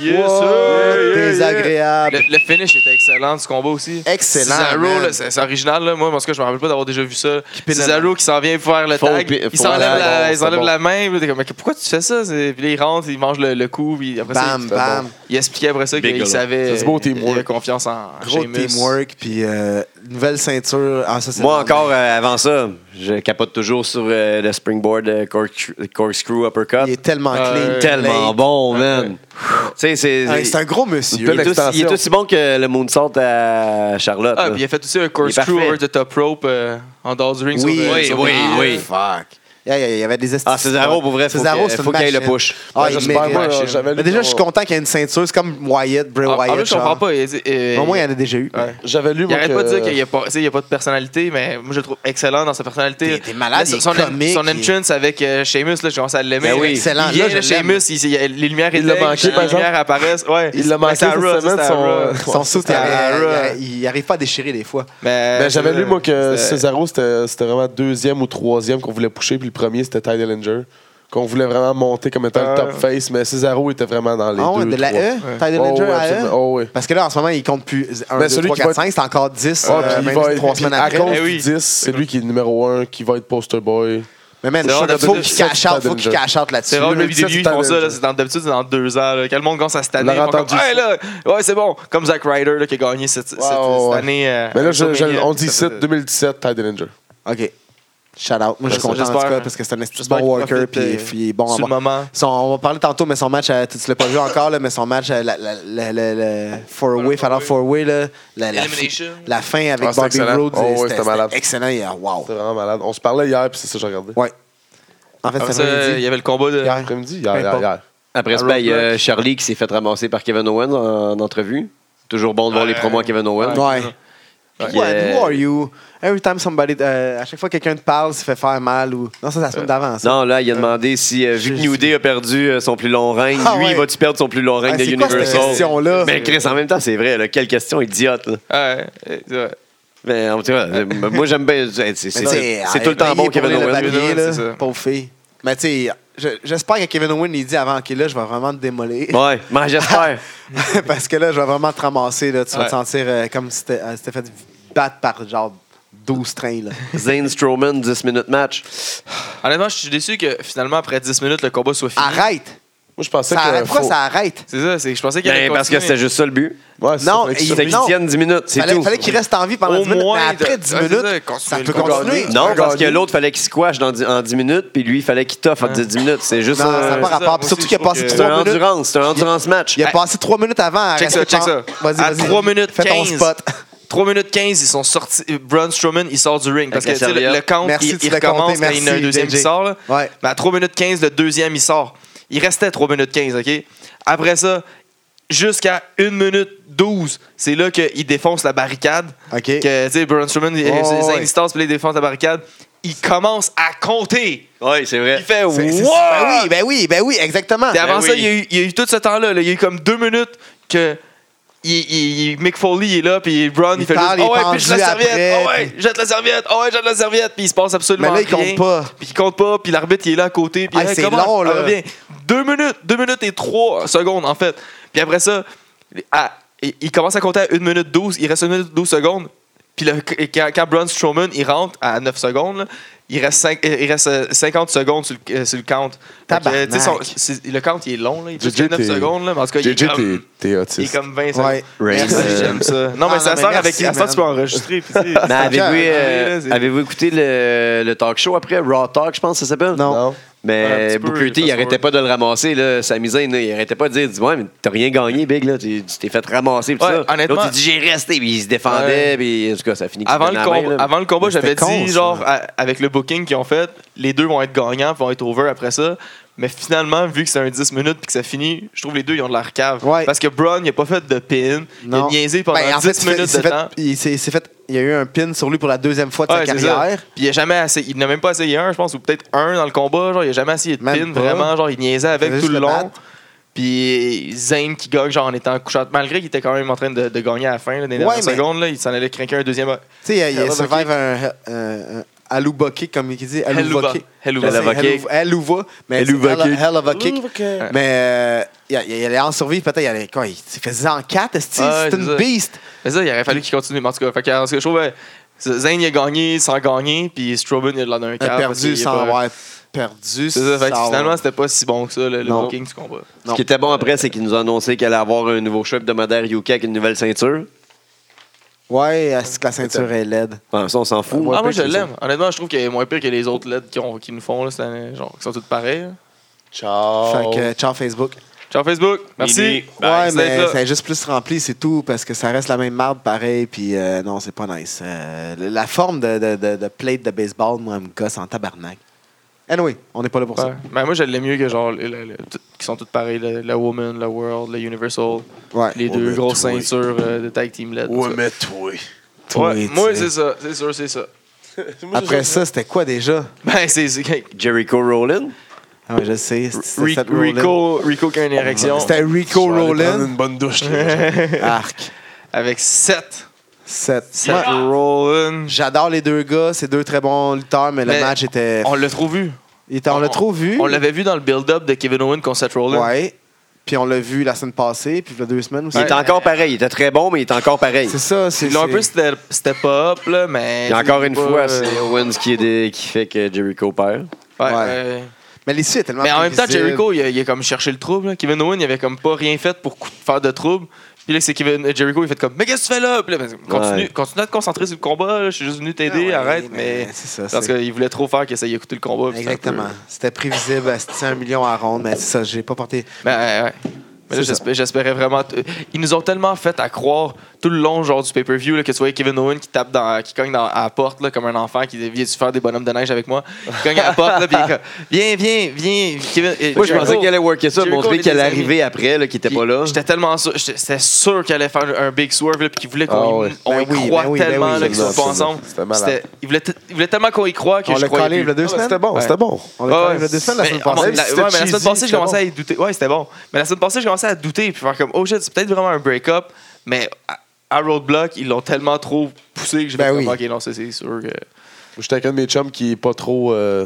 E: Yes,
C: Wow,
E: sir. Yeah, yeah,
C: désagréable.
E: Le, le finish était excellent du combat aussi.
C: Excellent,
E: Cesaro,
C: man.
E: là, c'est c'est original. Là. Moi, parce que je me rappelle pas d'avoir déjà vu ça.
C: pile
E: Cesaro qui s'en vient faire le
B: Faux
E: tag.
B: pi-
E: Il
B: faux
E: s'enlève
B: tag.
E: la,
A: Bon,
E: il
A: c'est
E: s'enlève
A: bon.
E: la main. Puis t'es comme, mais pourquoi tu fais ça? C'est- Puis là, il rentre, il mange le, le coup. Puis après ça,
C: Bam,
E: il-
C: bam.
E: il expliquait après ça
B: Big
E: qu'il
B: gars.
E: savait.
A: C'est du beau
E: euh, Il avait
A: teamwork.
E: confiance en
C: Gros
E: Sheamus.
C: teamwork, puis euh, nouvelle ceinture. Ah, ça, c'est
B: Moi
C: bon.
B: encore, euh, avant ça, je capote toujours sur euh, le springboard euh, cork- corkscrew
C: Il
B: uppercut.
C: est tellement
E: Ah,
C: clean.
E: ouais.
B: Tellement
C: Late.
B: bon, man. Tu sais, c'est...
C: Ah, c'est un gros
B: il,
C: monsieur.
A: Belle
B: est aussi, il est
A: extension.
B: aussi bon que le moonsault à Charlotte.
E: Ah,
B: là.
E: puis il a fait aussi un corkscrew
B: parfait.
E: over the top rope euh, en dehors du ring.
C: Oui,
E: sur le-
B: Oui,
E: sur le-
B: oui,
E: Ah,
B: oui.
C: Fuck. Yeah, yeah, Il y avait des
B: Ah, Cesaro, pour vrai, faut
C: Cesaro,
B: qu'il-
C: c'est une
B: faut qu'il aille le
C: machine.
B: push.
C: Ah,
A: Ouais,
C: il
A: j'espère,
C: mérite.
A: moi, j'avais
C: Mais
A: lu
C: déjà,
A: ton-
C: je suis content qu'il y ait une ceinture. C'est comme Wyatt, Bray
E: Ah, En- En
C: Wyatt.
E: plus, je comprends
C: genre.
E: pas. il- il-
C: Au moins, il y en a déjà eu.
E: Ouais.
A: J'avais lu.
E: Il
A: moi,
E: arrête
A: que-
E: pas de dire qu'il n'y a, pas- tu sais, il y a pas de personnalité, mais moi je le trouve excellent dans sa personnalité.
C: T'es- t'es malade, il est
E: son,
C: comique,
E: son
C: il est-
E: entrance avec euh, Sheamus, là, je commence à l'aimer.
B: Ben
E: là.
B: oui.
C: Excellent,
E: Il vient,
C: là, je
E: là, Sheamus, il- il- les lumières
A: Il l'a
E: éteignent,
A: manqué, par
E: les
A: exemple.
E: lumières apparaissent. Ouais.
A: Il l'a manqué
E: Mais c'est à
A: cette
E: Raw,
A: semaine,
E: c'est à Raw.
A: son-
C: Son sou, il
E: à Raw.
C: n'arrive pas à déchirer des fois.
E: Mais,
A: Ben, j'avais lu, moi, que
E: c'est-
A: Cesaro, c'était c'était vraiment deuxième ou troisième qu'on voulait pusher, puis le premier, c'était Ty Dillinger. Qu'on voulait vraiment monter comme étant
E: Ah.
A: le top face, mais Cesaro était vraiment dans les
C: Ah ouais,
A: deux.
C: de la
A: trois.
C: E, Tyler
A: Oh,
C: Ledger
A: ouais,
C: à E.
A: absolument. Oh, ouais.
C: Parce que là, en ce moment, il compte plus 1,
A: Ben,
C: 2,
A: celui
C: 3,
A: qui
C: 4,
A: va
C: 5. C'est encore 10,
A: Ah,
C: euh,
A: puis il
C: même
A: va être-
C: 3 semaines
A: puis à
C: après.
A: cause
E: Eh oui. Ah,
A: du 10, c'est lui qui est numéro 1, qui va être poster boy.
C: Mais man,
E: C'est rare
C: faut
E: d'habitude,
C: qu'il
A: ça,
C: cash out,
A: c'est
C: faut qu'il cash out là-dessus.
E: C'est rare que
A: le
E: les vidéos
A: 2017,
E: ils font
A: c'est
E: ça,
A: à
E: là, c'est dans- d'habitude c'est dans deux ans. là, Quand le monde commence à cette année,
A: l'a
E: ils font comme,
A: entendu,
E: Hey, là, ouais c'est bon, comme Zack Ryder là, qui a gagné cette, cette-
A: ouais.
E: cette année. euh,
A: Mais là,
E: à
A: je- je-
E: WrestleMania.
A: on dit
E: Ça,
A: site
E: c'est-
A: 2017, Ty Dillinger.
C: OK. Shout out. Moi, je suis
E: ça,
C: content en tout
E: j'espère.
C: cas parce que c'est un esti de
E: J'espère
C: bon
E: qu'il
C: worker
E: profite,
C: puis
E: euh,
C: puis il est bon à
E: sur le
C: voir.
E: moment.
C: Son- on va parler tantôt, mais son match, euh, tu ne l'as pas vu encore, là, mais son match, euh, la- la- la- la- la- four-way, Fallout four-way, là, la, la,
E: Elimination.
C: la fin avec
A: Ah, c'était
C: Bobby
A: excellent.
C: Rhodes,
A: Oh, ouais,
C: c'était-
A: c'était
C: c'était
A: malade.
C: excellent. il a- Wow.
A: C'était vraiment malade. On se parlait hier, puis c'est ça que j'ai regardé.
C: Ouais. En fait,
E: Après
C: c'est
E: Ah, ça, Il y
C: vrai.
E: avait le combat de.
C: Hier.
A: Après-midi,
C: Peu
A: hier, hier,
C: importe.
A: hier.
B: Après ça,
E: À
B: ben, il y a
E: Roadblock.
B: Charlie qui s'est fait ramasser par Kevin Owens en, en entrevue. Toujours bon de voir les
E: Ouais.
B: promos à Kevin Owens.
C: Ouais.
B: Puis,
C: What,
B: euh,
C: Who are you? Every time somebody. euh, à chaque fois que quelqu'un te parle, ça fait faire mal ou. Non, ça, c'est la semaine d'avant. ça.
B: Non, là, il a demandé si, euh, vu que New Day a perdu euh, son plus long règne,
C: Ah
B: lui,
C: ouais.
B: il va-tu perdre son plus long règne
C: Ah,
B: de
C: c'est quoi cette
B: Universal?
C: question-là?
B: Mais Chris, en même temps, c'est vrai. là, quelle question idiote. là.
E: Ouais, c'est vrai.
B: Mais en tout cas, euh, moi, j'aime bien. C'est c'est-
C: Mais
B: c'est-
C: tu sais,
B: c'est
C: elle
B: tout le temps
C: est
B: bon,
C: payée
B: Kevin
C: pour
E: le
B: Owens.
E: Kevin
C: balayer,
E: Owens,
C: là,
E: c'est ça.
C: Pauvre fille. Mais tu sais, je- j'espère que Kevin Owen, il dit avant, OK, là, je vais vraiment te démolir.
B: Ouais, mais j'espère.
C: Parce que là, je vais vraiment te ramasser. Là. Tu vas
E: Ouais.
C: te sentir euh, comme si t'es- euh, c'était fait battre par genre 12 trains. Là.
B: Zane Strowman, 10 minutes match.
E: Honnêtement, je suis déçu que finalement, après 10 minutes, le combat soit fini.
C: Ah. Arrête!
A: Moi, je pensais
C: Ça
A: que.
C: arrête. Pourquoi
A: faut-
C: ça arrête?
E: C'est ça, c'est que je pensais qu'il allait
B: Ben, parce que
E: continuer.
B: c'était juste ça le but.
A: Ouais, c'est ça,
C: Non,
A: fallait que
C: et-
A: tu-
B: C'était qu'ils
C: non.
B: tiennent 10 minutes, c'est
C: Fallait,
B: tout.
C: fallait qu'il reste en vie pendant
E: Au
C: 10 minutes, mais
E: moins
C: après
E: de-
C: 10
E: ouais,
C: minutes,
E: c'est ça,
C: ça
E: continuer
C: peut
E: le combat.
C: continuer.
B: Non, parce que
A: gagné.
B: l'autre, fallait qu'il squash dans dix- en 10 minutes, puis lui, il fallait qu'il toffe en 10 minutes. C'est juste.
C: Non,
B: un-
C: ça n'a
E: c'est
C: pas
E: ça,
C: rapport.
E: moi
C: Puis surtout
E: aussi,
C: qu'il a
E: je trouve
C: passé
E: que-
B: C'est
C: 3
B: un
C: minutes.
B: endurance, c'est un endurance match.
C: Il a passé 3 minutes avant à
E: Check ça,
C: rester
E: check
C: pen-
E: ça.
C: Vas-y,
E: À
C: vas-y.
E: trois minutes
C: Fais ton
E: 15.
C: spot.
E: 3 minutes 15, ils sont sortis. Braun Strowman, il sort du ring. Parce que
B: Avec
E: tu
B: la
E: sais, le,
B: serviette.
E: le count,
C: Merci
E: il,
C: de te
E: il
C: le
E: recommence
C: compter.
E: quand il y en a un
C: Merci,
E: deuxième qui
C: JJ.
E: sort. là.
C: Ouais.
E: Mais à 3 minutes 15, le deuxième, il sort. Il restait 3 minutes 15, OK? Après ça, jusqu'à 1 minute 12, c'est là qu'il défonce la barricade.
C: OK.
E: Que, tu sais, Braun Strowman, il-
C: Ouais,
E: c'est
C: ouais.
E: une distance, puis là, il défonce la barricade. Il commence à compter.
B: Oui, c'est vrai.
E: Il fait « Wow! »
C: C'est- c'est- Ben oui, ben oui, ben oui, exactement.
E: Puis avant
B: Ben
E: ça,
B: oui.
E: il y, a eu, il y a eu tout ce temps-là. là. Il y a eu comme deux minutes que il, il- il- Mick Foley il est là, puis Brown, il,
C: Il
E: fait
C: parle, il est
E: juste Oh ouais, pitch la
C: pendu
E: serviette!
C: après,
E: oh ouais, jette la serviette! Oh ouais, jette la serviette! Puis il se passe absolument
C: Mais là, il
E: rien.
C: compte pas.
E: Puis il compte pas, puis l'arbitre, il est là à côté. Puis
C: Ah,
E: hey,
C: c'est
E: comment?
C: long, là.
E: Ah, reviens. Deux minutes, deux minutes et trois secondes, en fait. Puis après ça, à- il- il commence à compter à 1 minute 12, il reste 1 minute 12 secondes. Puis le- quand, quand Braun Strowman, il rentre à 9 secondes, là, il, reste cinq- il reste euh, 50 secondes sur le, euh, sur le count. Fait que, euh, tu sais, son-
C: Tabarnak.
E: c'est- Le count, il est long, là. il fait
A: JJ,
E: 9
A: t'es-
E: secondes, là, mais en tout cas, il est,
A: JJ,
E: comme,
A: t'es- t'es
E: il est
A: autiste.
E: comme 20 secondes.
C: Ouais.
B: Raise,
E: Merci,
B: euh,
E: j'aime ça. Non,
C: Ah,
E: mais ça
C: non, mais
E: sort avec.
C: merci,
E: À ce temps,
C: man.
E: tu peux enregistrer. puis tu sais,
B: Mais avez-vous,
C: cœur,
B: euh,
E: là, c'est-
B: avez-vous écouté le, le talk show après, Raw Talk, je pense que ça s'appelle?
C: Non.
A: Non.
B: Mais
E: Ouais, un petit peu,
B: Booker T, il
E: parce
B: arrêtait
E: qu'on-
B: pas de le ramasser, là, s'amuser. Il arrêtait pas de dire, dis-moi, mais t'as rien gagné, Big, là. Tu tu t'es fait ramasser, pis
E: Ouais,
B: ça.
E: honnêtement-
B: L'autre, il dit, j'ai resté, puis il se défendait,
E: Ouais.
B: puis en tout cas, ça finit qu'il
E: Avant
B: se
E: le,
B: donne la main,
E: combat,
B: là.
E: avant le combat,
C: Mais
E: j'avais
C: c'était con,
E: dit,
C: ça.
E: genre, à- avec le booking qu'ils ont fait, les deux vont être gagnants, vont être over après ça. Mais finalement, vu que c'est un 10 minutes puis que ça finit, je trouve les deux, ils ont de la recave.
C: Ouais.
E: Parce que Braun, il a pas fait de pin.
C: Non.
E: Il a niaisé pendant
C: Ben, en
E: 10
C: fait, il s'est- il
E: minutes
C: s'est
E: de
C: fait-
E: temps.
C: Il s'est s'est fait. Il y a eu un pin sur lui pour la deuxième fois de
E: Ouais,
C: sa
E: c'est ça.
C: carrière.
E: Puis il a jamais essayé- il n'a même pas essayé un, je pense, ou peut-être un dans le combat. Genre, il a jamais essayé de
C: Même
E: pin
C: pas.
E: vraiment. Genre, il niaisait
C: Il
E: avec
C: faisait juste
E: tout
C: le
E: le long.
C: battre.
E: Puis Zayn qui gagne, genre, en étant couchant. Malgré qu'il était quand même en train de, de gagner à la fin, là, dans les dernières
C: Ouais, mais-
E: secondes, là, il s'en allait craquer un deuxième.
C: Tu sais, il- il,
E: Hello,
C: survive un, un, un Aluba kick, comme il dit.
E: Helluva.
C: Aluba kick.
E: Helluva.
C: Helluva
B: kick.
C: Helluva. Mais c'est
B: Helluva
C: Hella-
B: kick.
C: Helluva kick.
A: Ok.
C: Mais euh, il, a- il allait en survivre, peut-être. Il allait. Quoi, il s'est fait en quatre, esti,
E: Ouais,
C: c'est
E: c'est
C: une
E: ça.
C: beast.
E: Mais ça, il aurait fallu qu'il continue. Mais en tout cas, fait que, en tout cas, je trouve euh, Zayn il a gagné sans gagner, puis Strowman il a de l'air d'un
C: Il a
E: cave, Ah, parce qu'il
C: perdu
E: est
C: sans
E: pas-
C: avoir perdu.
E: C'est ça, fait que
C: sans
E: finalement,
C: avoir-
E: c'était pas si bon que ça, le, le
C: Non.
E: booking du combat.
B: Ce qui était bon après, c'est qu'il nous a annoncé qu'il allait avoir un nouveau show hebdomadaire UK avec une nouvelle ceinture.
C: Ouais, est-ce que la ceinture est laide?
B: Enfin, ça, on s'en fout.
E: ah, moi,
B: Moins
E: je
B: pire que ça.
E: l'aime. Honnêtement, je trouve qu'il est moins pire que les autres lettres qui, ont- qui nous font, là, cette année, genre, qui sont toutes pareilles. là.
A: Ciao.
C: Fait que, ciao Facebook.
E: Ciao Facebook, merci.
B: Minuit.
C: ouais,
E: Bye, Oh. Ben, c'est d'être
C: mais
E: là.
C: c'est juste plus rempli, c'est tout, parce que ça reste la même marde pareil, puis euh, non, c'est pas nice. Euh, la forme de, de, de, de plate de baseball, moi, elle me gosse en tabarnak. Anyway, on n'est pas là pour
E: Ouais. Mais moi, je l'aime mieux que genre, le- le- le- tout- qui sont toutes pareilles, le- la Woman, la World, la Universal,
C: ça. Ouais.
E: les
A: Ouais,
E: deux
A: mais
E: grosses
A: toi.
E: ceintures euh, de tag team LED.
A: Ouais, mais toi.
C: Toi,
E: Ouais,
C: tu
E: moi,
C: sais.
E: c'est ça, c'est sûr, c'est ça.
C: Après ça, c'était quoi déjà?
E: Ben, c'est. c'est-
B: Jericho Rowland.
C: Ah, ouais, je sais. c'était
E: Ri-
C: Seth Rollins.
E: Rico, Rico qui a une érection
C: C'était Rico
A: Je vais aller prendre
C: Rollins.
A: une bonne douche. là.
C: Arc.
E: avec 7.
C: Seth.
E: Seth
C: Moi,
E: Rollins.
C: J'adore les deux gars, c'est deux très bons lutteurs, mais,
E: Mais
C: le match était.
E: On l'a trop vu.
C: il était- on l'a trop vu.
E: On l'avait vu dans le build-up de Kevin Owens contre Seth Rollins.
C: Ouais. Puis on l'a vu la semaine passée, puis il y a deux semaines aussi.
B: Il est encore pareil. Il était très bon, mais il est encore pareil.
C: C'est ça, c'est.
E: Ils l'ont un
C: c'est-
E: peu step, step up, là, mais.
B: Et encore une
E: pas,
B: fois,
E: euh,
B: c'est Owens qui, est des- qui fait que Jericho perd.
E: ouais,
C: Ouais.
E: euh,
C: Mais l'issue est tellement.
E: Mais en même temps,
C: prévisible.
E: Jericho, il a, il a comme cherché le trouble. là. Kevin Owens, il avait comme pas rien fait pour cou- faire de trouble. Puis là, c'est Kevin euh, Jericho, il fait comme Mais qu'est-ce que tu fais là Puis là, ben, continue,
B: Ouais.
E: continue à te concentrer sur le combat. là. Je suis juste venu t'aider,
C: Ah Ouais,
E: arrête. Mais.
C: C'est ça.
E: Parce
C: c'est-
E: qu'il voulait trop faire qu'il essayait d'écouter le combat. puis c'est un
C: Exactement.
E: peu-
C: C'était prévisible. C'était un million à ronde, mais c'est ça. J'ai pas porté.
E: Ben, ouais, ouais. Mais là,
C: C'est ça.
E: j'espé- j'espérais vraiment. t- Ils nous ont tellement fait à croire tout le long genre, du pay-per-view là, que tu voyais Kevin Owen qui tape dans, qui cogne dans, à la porte là, comme un enfant qui dit Viens-tu faire des bonhommes de neige avec moi Il cogne à la porte, là, puis il est comme, Viens, viens, viens. Kevin, euh,
B: Moi, je
E: Jericho.
B: pensais qu'il allait worker ça,
E: Jericho,
B: montrer
E: les
B: qu'il allait
E: amis.
B: arriver après, là, qu'il était pas là.
E: J'étais tellement sûr, j'étais c'était sûr qu'il allait faire un big swerve, là, puis qu'il voulait qu'on
A: Ah
E: y-
A: ouais.
E: on y
C: Ben oui,
E: croit
C: ben oui, ben
E: tellement
C: oui.
E: là, qu'ils soient
A: C'était
E: pas
A: malade.
E: ensemble.
A: C'était malade.
E: C'était- Il voulait, t- il voulait tellement qu'on y croit que
C: On
E: je
C: l'a
E: croyais
C: collé il y a
E: plus.
C: deux
A: Ah, mais
C: semaines.
A: C'était bon,
E: Ouais.
A: c'était bon.
C: On l'a collé il y a
E: ouais.
C: deux semaines la
E: Mais
C: semaine
E: en-
C: passée.
E: la-
A: c'était
E: ouais, mais la semaine
A: cheesy,
E: passée, je
A: c'était
E: commençais
A: bon.
E: à y douter. Ouais, c'était bon. Mais la semaine passée, je commençais à douter. Puis faire comme, oh shit, c'est peut-être vraiment un break-up. Mais à, à Roadblock, ils l'ont tellement trop poussé que j'ai
C: Ben
E: fait comme,
C: oui.
E: ok, non, ça, c'est sûr que.
A: J'étais avec un de mes chums qui est pas trop. euh,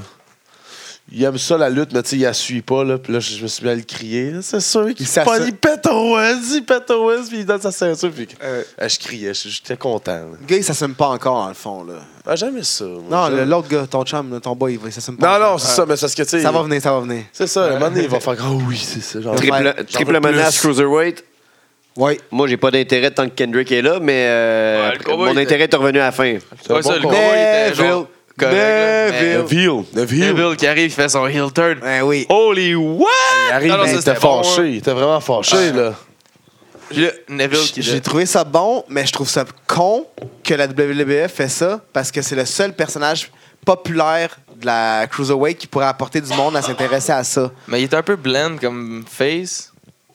A: Il aime ça la lutte, mais tu sais, il la suit pas. Là, puis là, je me suis mis à le crier. C'est sûr qu'il
C: Il s'assure.
A: pas- il pète au Wes, il pète au Wes, puis il donne sa ceinture. Puis...
E: Euh.
A: Ah, je criais, je- j'étais content. là.
C: Le gars, il s'assume pas encore, dans le fond. Là.
A: Ah, J'aimais ça. moi.
C: Non,
A: J'aime-
C: le- l'autre gars, ton chum, là, ton boy, il s'assume pas.
A: Non,
C: encore.
A: non, c'est ça, mais c'est ce que tu sais.
C: Ça va venir, ça va venir.
A: C'est ça, à un moment donné, il va faire Ah oui, c'est ça. Genre,
C: Tri-
B: Triple,
C: Ouais, j'en
B: triple
C: veux plus.
B: menace cruiserweight.
C: Oui.
B: Moi, j'ai pas d'intérêt tant que Kendrick est là, mais euh,
E: Ouais, le combat,
B: mon
E: il
B: intérêt est revenu à la fin.
A: C'est un
E: Ouais, ça,
A: bon
E: le
A: combat.
E: combat, il était genre.
C: Neville.
E: correct, là. Mais
C: Neville.
A: Neville, Neville.
E: Neville qui arrive, il fait son heel turn.
C: Ben oui.
E: Holy what? Ah
A: Il arrive,
E: Non, non, ça,
A: il
E: c'était
A: était
E: bon,
A: fâché.
E: hein.
A: Il était vraiment fâché, là.
E: Puis là, Neville qui
C: J'ai
E: dit
C: trouvé ça bon, mais je trouve ça con que la WWE fait ça parce que c'est le seul personnage populaire de la Cruiserweight qui pourrait apporter du monde à s'intéresser à ça.
E: Mais il était un peu blend comme face.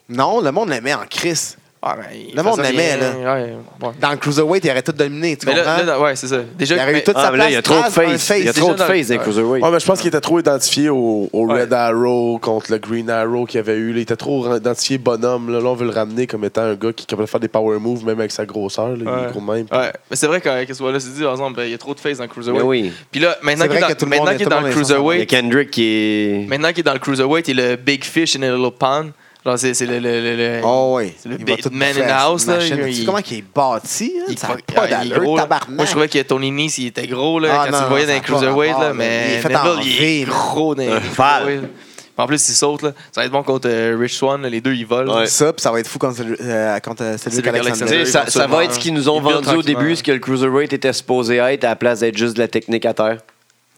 C: Non, le monde l'aimait en crise.
E: Ah, mais il
C: Le monde
E: faisait
C: l'aimait,
E: rien. Ouais, ouais.
C: Dans le Cruiserweight, il aurait tout dominé, tu
E: Mais
C: comprends?
E: là, là, ouais, c'est ça. Déjà,
C: Il aurait eu
E: mais-
C: tout
B: Ah,
C: sa
B: mais là, il y a
C: place
B: trop de
C: prend un
B: face.
C: face.
B: Il y a
E: Déjà
B: trop de
E: dans-
B: face dans
E: ouais.
B: Cruiserweight.
A: Ouais, Ah, mais je pense qu'il était trop identifié au, au Red
E: Ouais.
A: Arrow contre le Green Arrow qu'il avait eu. là. Il était trop identifié bonhomme. Là. Là, on veut le ramener comme étant un gars qui est capable de faire des power moves, même avec sa grosseur. Là. Il est
E: Ouais. Ah.
A: gros de même.
E: Ouais, mais c'est vrai que, que ce soit-là, c'est dit, par exemple, euh, il y a trop de face dans le
B: Mais
E: Cruiserweight.
B: Ben oui.
E: Puis là, maintenant
C: C'est
E: qu'il est
C: vrai
E: dans,
C: que tout le
E: maintenant
C: monde-
E: qu'il est
C: tout le
E: dans
C: monde
E: le
C: est censé avoir-
B: Il y a
E: Cruiserweight,
B: Kendrick qui est.
E: maintenant qu'il est dans le Cruiserweight, il est le big fish in a little pond. Genre, c'est c'est le, le, le, le-
C: Oh oui.
E: C'est le
C: Il va
E: big
C: tout
E: man
C: faire,
E: in the house,
C: cette
E: là,
C: machine.
E: il-
C: Tu sais
E: il-
C: comment qu'il est bâti, hein?
E: il-
C: ça n'a
E: il-
C: pas
E: il est gros,
C: d'allure,
E: là.
C: tabarnak.
E: Moi, je trouvais que Tony Nice, il était gros, là,
C: Ah,
E: quand
C: non,
E: tu le voyais
C: non,
E: dans les
C: ça a pas
E: Cruiserweight,
C: rapport,
E: là,
C: là. Il est
E: mais
C: fait en
E: Neville, il est
C: rire.
E: gros dans les
B: Un phare.
E: Cruiserweight, là. En plus, il saute, là. Ça va être bon contre euh, Rich Swan, là, les deux, ils volent.
B: Ouais.
C: Ça, puis ça va être fou contre, euh, contre euh, Cedric
E: Cedric
C: Alexander.
B: Tu sais,
E: Alexander.
B: ça, ça va être ce qu'ils nous ont
E: Ils build
B: vendu au début,
E: tranquillement.
B: ce que le Cruiserweight était supposé être, à la place d'être juste de la technique à terre.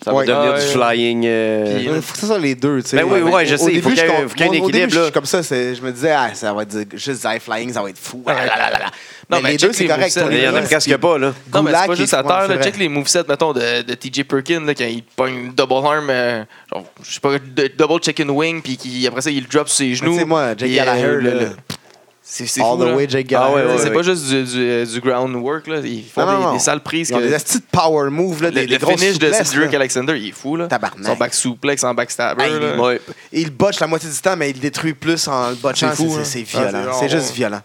B: Ça va
C: Ouais.
B: devenir
E: Ah,
B: du
E: ouais.
B: flying. euh,
E: Puis-
C: Il faut que ça soit les deux, tu sais.
B: Ben oui, ouais, je
C: Au-
B: sais,
C: Au
B: il
C: début,
B: faut qu'il y ait-
C: je comp-
B: faut qu'il y ait un
C: au début,
B: équilibre,
C: je
B: là.
C: suis comme ça, c'est- je me disais, ah, ça va être juste Zay Flying, ça va être fou. ah, là, là, là, là.
E: Non,
C: mais
E: mais
C: les
E: check
C: deux, c'est
E: les
C: correct.
E: moves,
B: mais Il y en a
E: Goulac,
B: presque pas, là.
E: Non, mais c'est pas
C: Goulac,
E: juste
C: il-
E: à
C: ouais,
E: terre.
C: c'est
E: Là,
C: vrai.
E: check les movesets, mettons, de, de TJ Perkin, là, quand il pogne une double arm, euh, genre, je sais pas, de- double chicken wing, puis qu'il- après ça, il le drop sur ses genoux.
C: Tu sais, moi, Jake
E: Puis, euh,
C: Gallagher, là, là.
E: C'est c'est
C: All
E: fou,
C: the
E: là.
C: way, Jake
B: Ah, ouais,
C: Gallagher.
B: ouais,
E: c'est
B: ouais.
E: pas juste du, du, euh, du ground work, là. Ils font
C: Non, non,
E: des,
C: non.
E: des sales prises.
C: Ils ont
E: que-
C: des petits power moves, là,
E: le
C: des, des
E: le
C: grosses
E: finish de
C: souplesses,
E: Cedric
C: là.
E: Alexander, il est fou, là.
C: Tabarnak.
E: Son back suplex en backstabber,
C: Hey, il est
E: là.
B: Ouais.
C: Il botche la moitié du temps, mais il détruit plus en le botchant.
E: C'est fou,
C: C'est
E: hein.
C: c'est
E: Ah,
C: violent.
E: c'est-
C: C'est
E: oh.
C: juste violent.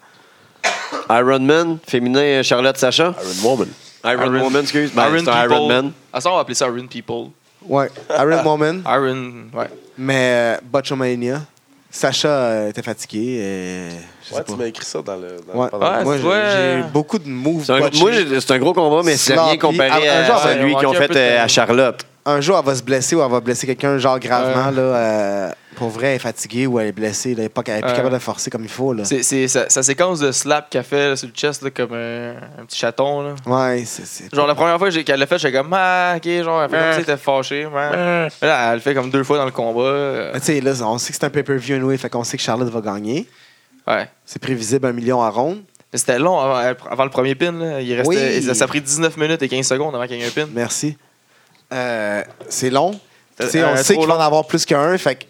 B: Iron Man, féminin euh, Charlotte Sacha.
A: Iron Woman.
B: Iron, Woman, excuse. Ben,
E: Iron
B: c'est un Iron
E: People.
B: Man.
E: À ça, on va appeler ça Iron People.
C: Ouais. Iron Woman,
B: Ah.
E: Iron, ouais.
C: mais euh, Botchomania. Sacha euh, était fatigué. euh, je sais
A: Ouais,
C: pas.
A: tu m'as écrit ça dans le. Dans
C: Ouais.
A: pendant le-
E: Ouais,
C: Moi,
E: c'est
C: j'ai-
E: vrai.
C: j'ai beaucoup de moves
B: C'est un,
C: botchés.
B: moi, j'ai- c'est un gros combat, mais c'est rien
C: Sloppy.
B: comparé
C: Ah, un
B: à,
C: genre,
B: celui
E: ouais,
B: qu'ils ont
E: manquait un
B: fait
E: peu de-
B: euh, à Charlotte.
C: un jour, elle va se blesser ou elle va blesser quelqu'un, genre gravement,
E: Ouais.
C: là, euh, pour vrai, elle est fatiguée ou elle est blessée, là, elle est, pas, elle est plus
E: Ouais.
C: capable de forcer comme il faut, là.
E: C'est c'est sa, sa séquence de slap qu'elle fait là, sur le chest, là, comme euh, un petit chaton, là.
C: Ouais, c'est. c'est-
E: Genre, la première fois j'ai- qu'elle l'a fait, j'étais comme, ah, ok, genre, elle fait comme ça, elle était fâchée, man. Mais Là, elle le fait comme deux fois dans le combat. euh,
C: Mais Tu sais, là, on sait que c'est un pay-per-view anyway, fait qu'on sait que Charlotte va gagner.
E: Ouais.
C: C'est prévisible, un million à ronde.
E: Mais c'était long avant, avant le premier pin, là. Il restait,
C: Oui.
E: Ça a pris 19 minutes et 15 secondes avant qu'il y ait un pin.
C: Merci. Euh, c'est long.
E: Euh,
C: Tu sais, on
E: euh,
C: sait
E: trop
C: qu'il va en avoir plus qu'un, fait que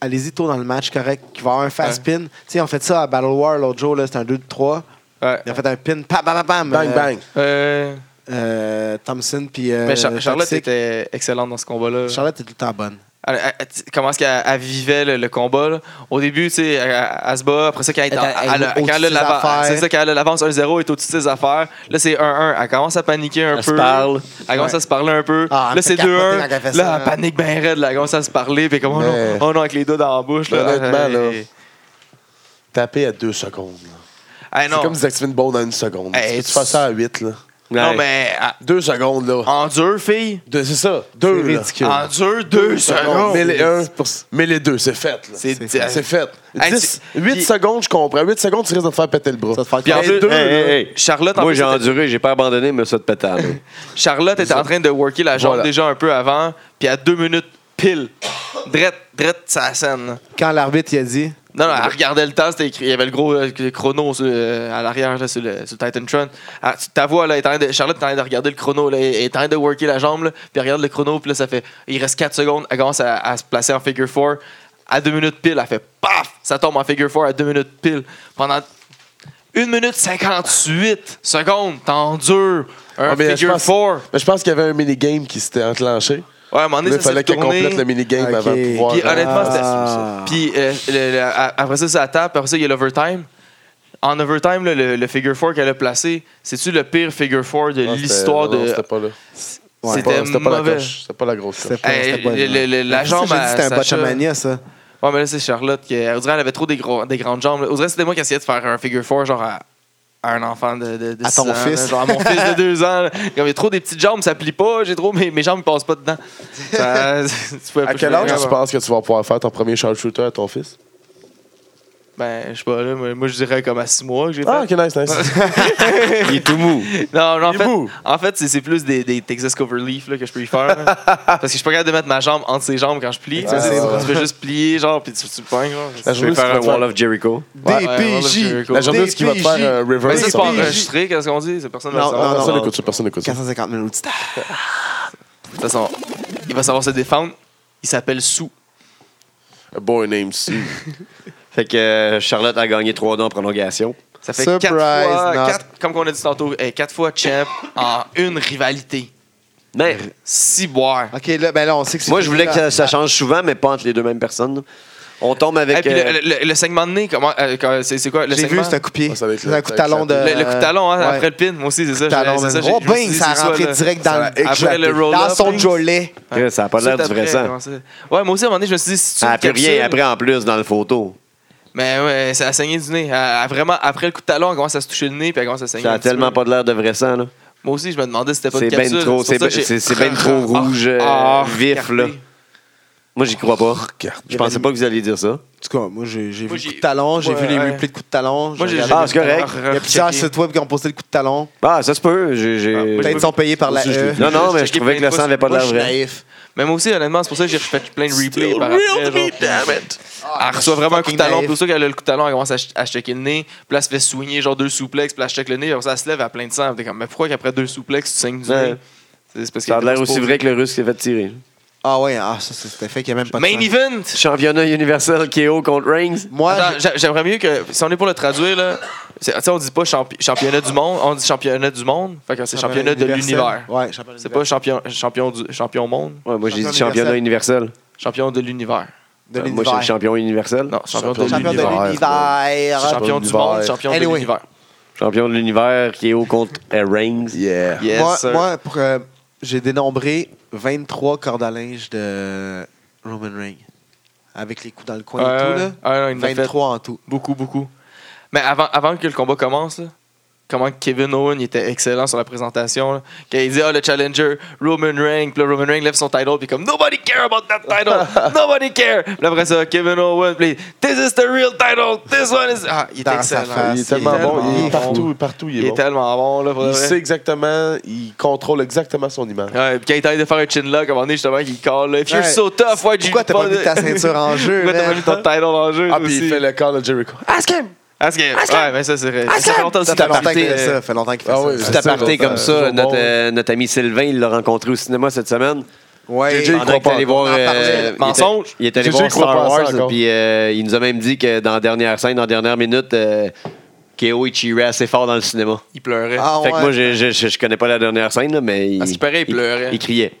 C: allez-y tôt dans le match, correct, qu'il va y avoir un fast pin. Tu sais, on fait ça à Battle War l'autre jour, là, c'était un 2-3.
E: Ouais.
C: Ils ont fait un pin, pam, pam, pam, pam.
A: Bang,
C: euh,
A: bang.
E: Euh,
C: euh, Thompson, puis. euh,
E: mais Char- Charlotte
C: Toxic.
E: était excellente dans ce combat-là.
C: Charlotte est tout le temps bonne.
E: Elle- elle- elle- comment est-ce qu'elle elle vivait le, le combat? là. Au début, tu sais, elle, elle- elle se bat. Après ça, quand elle, est
C: Elle-
E: en-
C: elle-
E: elle a-
C: au-dessus
E: quand elle a
C: de ses
E: l'avance-
C: affaires.
E: c'est ça, quand elle a l'avance 1-0, elle est au-dessus de ses affaires. Là, c'est 1-1. Elle commence à paniquer un
B: Elle se
E: peu.
B: parle.
E: Elle commence à se parler un peu.
C: Ah, elle me
E: là,
C: fait
E: c'est
C: capoter
E: 2-1.
C: quand elle fait ça,
E: Là,
C: hein.
E: elle panique bien raide. Là, elle commence à se parler. Puis comment
A: Mais-
E: on, non, avec les doigts dans la bouche. Là,
A: Honnêtement,
E: Hey,
A: là. Tapé à deux secondes. là.
E: hey,
A: C'est
E: non.
A: comme désactiver une bombe dans une seconde.
E: Hey, tu- Ah.
A: tu peux faire ça à huit, là.
E: non,
B: Ouais.
E: mais à-
A: Deux secondes, là.
E: en dur, fille.
A: Deux, c'est ça. Deux,
C: C'est
A: là.
C: ridicule.
E: En dur, deux secondes.
A: Mais les, un, mais les deux, c'est fait. là.
E: C'est-
A: c'est fait.
E: Hey,
A: 10,
E: tu-
A: 8
E: puis-
A: secondes, je comprends. 8 secondes, tu risques de te faire péter le bras.
C: Ça te fait
E: Puis en
B: Hey,
E: plus-
B: hey, hey, hey.
E: Charlotte, en
B: Moi,
E: plus,
B: j'ai
E: était-
B: enduré, j'ai pas abandonné, mais ça de pétard.
E: Charlotte était en train de worker la jambe
A: Voilà.
E: déjà un peu avant, puis à deux minutes pile, drette, drette, ça scène. là.
C: Quand l'arbitre il a dit
E: Non, non, elle regardait le temps, c'était écrit. Il y avait le gros euh, le chrono sur, euh, à l'arrière, là, sur le, sur le Titan Tron. Ah, tu- ta voix, là, est en train de, Charlotte est en train de regarder le chrono, là, elle est en train de worker la jambe, là, puis elle regarde le chrono, puis là, ça fait. Il reste 4 secondes, elle commence à, à se placer en figure 4. À 2 minutes pile, elle fait paf Ça tombe en figure 4 à 2 minutes pile. Pendant 1 minute 58 secondes, t'endures un
A: Ah, mais je
E: figure
A: pense-
E: 4.
A: Mais je pense qu'il y avait un minigame qui s'était enclenché.
E: Ouais, à un moment
A: Là,
E: donné,
A: il
E: ça s'est
A: fallait qu'elle
E: tourné.
A: complète le minigame
C: Ok.
A: avant de pouvoir.
E: Puis
A: euh,
E: honnêtement,
C: Ah.
E: c'était. Puis euh, le- le- a- après ça, ça tape. Après ça, il y a l'overtime. En overtime, là, le, le figure 4 qu'elle a placé, c'est-tu le pire figure 4 de
A: non, Ah, c'était-
E: l'histoire
A: non,
E: de.
A: C'était pas là.
C: Ouais.
E: C'était
A: Pas- C'était pas la
E: mauvais.
A: coche. C'était pas la grosse coche.
C: C'était pas-
E: Hey,
C: c'était pas-
E: le- le- le- la
C: C'est ça,
E: jambe
C: j'ai dit,
E: à
C: C'était un
E: Sacha.
C: botchamania, ça.
E: Ouais, mais là, c'est Charlotte qui. On dirait elle avait trop des, gros- des grandes jambes. là. On dirait que c'était moi qui essayais de faire un figure 4 genre à, à un enfant de. de, de
C: À
E: six
C: ton
E: ans, là,
C: fils.
E: genre à mon fils de 2 ans. là. Comme il y a trop des petites jambes, ça plie pas. J'ai trop. Mes, mes jambes ne passent pas dedans. Ça- tu pouvais
A: À
E: pas-
A: quel âge
E: Ouais,
A: tu penses que tu vas pouvoir faire ton premier sharpshooter à ton fils?
E: Ben, je sais pas, là, moi, moi, je dirais comme à six mois que j'ai
A: Ah,
E: fait.
A: ok, nice, nice.
B: Il est tout mou.
E: Non, non, en
A: Il est
E: fait,
A: beau.
E: en fait c'est c'est plus des, des Texas Cover Leaf là, que je peux y faire. là. Parce que je suis pas capable de mettre ma jambe entre ses jambes quand je plie. tu sais,
A: c'est
E: c'est-
A: vrai.
E: tu peux juste plier, genre, puis tu, tu le pognes. genre.
A: La
B: Je vais
A: journée,
B: faire un
A: c'est
B: Wall of Jericho.
E: Ouais, ouais, Wall of
C: DPJ.
E: Jericho.
A: La journée, ce qui va te faire un
E: Mais
A: reverse.
E: ça, c'est
A: ça
E: pas
A: va-
C: DPJ.
E: enregistré, qu'est-ce qu'on dit? C'est personne ne le
C: Non,
E: sait.
C: non, non.
A: Personne n'écoute ça, personne n'écoute ça.
C: 450 000 auditeurs.
E: De toute façon, il va savoir se défendre. Il s'appelle Sou.
A: A boy named Sue.
B: Fait que euh, Charlotte a gagné 3-2 en prolongation.
E: Ça fait
C: Surprise,
E: quatre fois,
C: not.
E: quatre- comme on a dit tantôt, eh, quatre fois champ en une rivalité.
B: Mais
E: Ben, Ciboire.
C: OK, là, ben là, on sait que c'est...
B: moi, je voulais que ça, ça change souvent, mais pas entre les deux mêmes personnes. On tombe
E: Et
B: avec.
E: Eh, puis le-
B: euh,
E: le, le segment de nez, comment, euh, quand- c'est c'est quoi? Le
C: J'ai vu,
E: segment?
C: c'est un coup de pied.
A: Ouais, ça va être
C: C'est
A: le-
C: un coup de talon de...
E: Le, le coup de talon, hein,
C: Ouais.
E: après le pin, moi aussi, c'est ça.
C: Euh, talon,
E: je- c'est
C: man.
E: ça, j'ai-
C: Oh,
E: je me suis
C: bing,
E: dit,
C: ça
E: c'est
C: a rentré
E: là.
C: direct
E: Ça
C: dans,
E: l'a
C: le-
E: éclaté. le roll-up,
C: dans son
E: bing.
C: jollet.
B: euh, ça n'a pas
E: Tout
B: l'air du
E: après,
B: vrai sang.
E: comment ça- Ouais, moi aussi, à un moment donné, je me suis dit, si tu
B: Ah, plus rien après en plus dans le photo.
E: Mais ouais, ça a saigné du nez. Elle a vraiment, après le coup de talon, elle commence à se toucher le nez, puis elle commence à saigner.
B: Ça
E: un
B: a
E: petit
B: tellement
E: peu.
B: pas de l'air de vrai sang, là.
E: Moi aussi, je me demandais si c'était pas une
B: C'est ben
E: capsule.
B: trop-
E: pour ça
B: c'est
E: que j'ai-
B: ben- c'est- c'est ben trop rouge, euh,
E: Ah,
B: vif,
E: regardez.
B: là. Moi, j'y crois pas. Je pensais pas que vous alliez dire ça.
C: En tout cas, moi, j'ai j'ai vu
E: Moi,
C: le coup
E: j'ai-
C: de talon, j'ai
E: Ouais,
C: vu les
E: ouais.
C: replays de coup de talon.
E: Moi, j'ai
C: regardé.
B: Ah, c'est correct.
C: Il y a plusieurs
E: Checké.
C: sites web qui ont posté le coup de talon.
B: Ah, ça se peut. j'ai- j'ai-
E: Ah, moi,
C: Peut-être
E: veux-
C: sont payés par la
A: Aussi, je l'ai
C: E.
A: vu.
B: Non, non, mais je
E: checké
B: trouvais
E: plein
B: que
E: de
B: le
E: fois
B: sang n'avait pas de
C: Moi,
B: l'air
C: je suis
B: vrai.
C: naïf.
E: Mais moi aussi, honnêtement, c'est pour ça que j'ai refait plein de replays. par après, genre.
C: Ah,
E: Elle reçoit vraiment un coup de
C: fucking
E: talon.
C: naïf.
E: Puis ça qu'elle a le coup de talon, elle commence à, ch- à checker le nez. Puis là, elle se fait soigner genre deux souplexes. Puis là, elle check le nez. Puis ça, elle se lève à plein de sang. Puis t'es comme, mais pourquoi qu'après deux souplexes, tu saignes du
B: Ouais.
E: nez? C'est c'est parce
B: Ça a
E: qu'elle
B: l'air
E: était
B: aussi
E: pas
B: vrai que le russe s'est fait tirer.
C: Ah ouais, ah, ça, ça, c'était fait qu'il n'y a même pas de
E: Main
C: sang.
E: event!
B: Championnat universel KO contre Reigns.
C: Moi,
E: Attends, j'a- J'aimerais mieux que. Si on est pour le traduire, là. c'est- Tu sais, on dit pas champi- championnat du monde, on dit championnat du monde. Fait que c'est
C: j'ai-
E: championnat de l'univers.
C: Ouais, championnat
E: C'est pas champion, champion, du, champion monde,
B: Ouais, moi, j'ai dit
C: Championnat
B: championnat universel.
E: champion de l'univers.
C: de
B: Euh, Moi, je
C: l'univers.
B: suis champion universel.
E: Non, champion,
A: Champion
E: de
C: Champion de
E: l'univers.
C: l'univers.
E: C'est Champion du monde, champion de
C: Anyway.
E: l'univers.
B: Champion de l'univers KO contre euh, Reigns.
A: Yeah.
E: Yes,
C: moi,
E: sir.
C: moi, pour, euh, j'ai dénombré 23 cordes à linge de Roman Reigns. Avec les coups dans le coin et
E: Ouais,
C: tout, là.
E: ouais, ouais, Euh, ah, il en a fait
C: 23 en tout.
E: Beaucoup, beaucoup. Mais avant, avant que le combat commence, là, comment Kevin Owen il était excellent sur la présentation. là. Quand il dit Ah, le challenger, Roman Reigns, puis là, Roman Reigns lève son title, puis comme Nobody care about that title, nobody care. Puis après ça, Kevin Owen, puis This is the real title, this one is. Ah, il est
C: Dans sa
E: excellent.
C: face.
A: Il est tellement bon. Il est partout, partout, il
E: Il
A: est
E: est
A: bon.
E: tellement bon, là, pour de
A: Il
E: vrai.
A: sait exactement, il contrôle exactement son image.
E: Ouais, puis quand il tente de faire un chin-lock, à un moment donné, justement, il call, là, If you're
C: Ouais.
E: so tough, why did you
C: Pourquoi t'as pas
E: put
C: mis
E: it-
C: ta ceinture en jeu,
E: Pourquoi t'as pas
C: man?
E: mis ton title en jeu?
A: Ah, puis
E: aussi?
A: il fait le corps de Jericho.
B: Ask him!
E: Parce que, ouais, mais ça, c'est vrai. Ça fait longtemps aussi
C: Ça
E: qu'il
C: fait
E: a
C: longtemps qu'il
E: quitté,
C: fait
E: euh,
C: ça. fait longtemps qu'il fait
A: Ah
C: ça.
A: oui,
B: Petit aparté
A: toujours,
B: comme
A: euh,
B: ça,
A: toujours
B: notre,
A: bon.
B: euh, notre ami Sylvain, il l'a rencontré au cinéma cette semaine.
C: Ouais,
A: JJ, il
B: Pendant qu'il
A: croit
B: est
A: pas.
B: allé voir,
C: On en parlait.
B: euh, il était-
E: Mensonge.
B: Il est allé
A: JJ
B: voir
A: croit pas à
B: Star
A: ça
B: Wars,
A: encore.
B: puis euh, il nous a même dit que dans la dernière scène, dans la dernière minute, euh, KO, il cheerait assez fort dans le cinéma.
E: Il pleurait.
C: Ah
B: fait que
C: ouais.
B: moi, je, je, je, je connais pas la dernière scène, là, mais il,
E: À ce qui paraît, il pleurait.
B: Il, criait.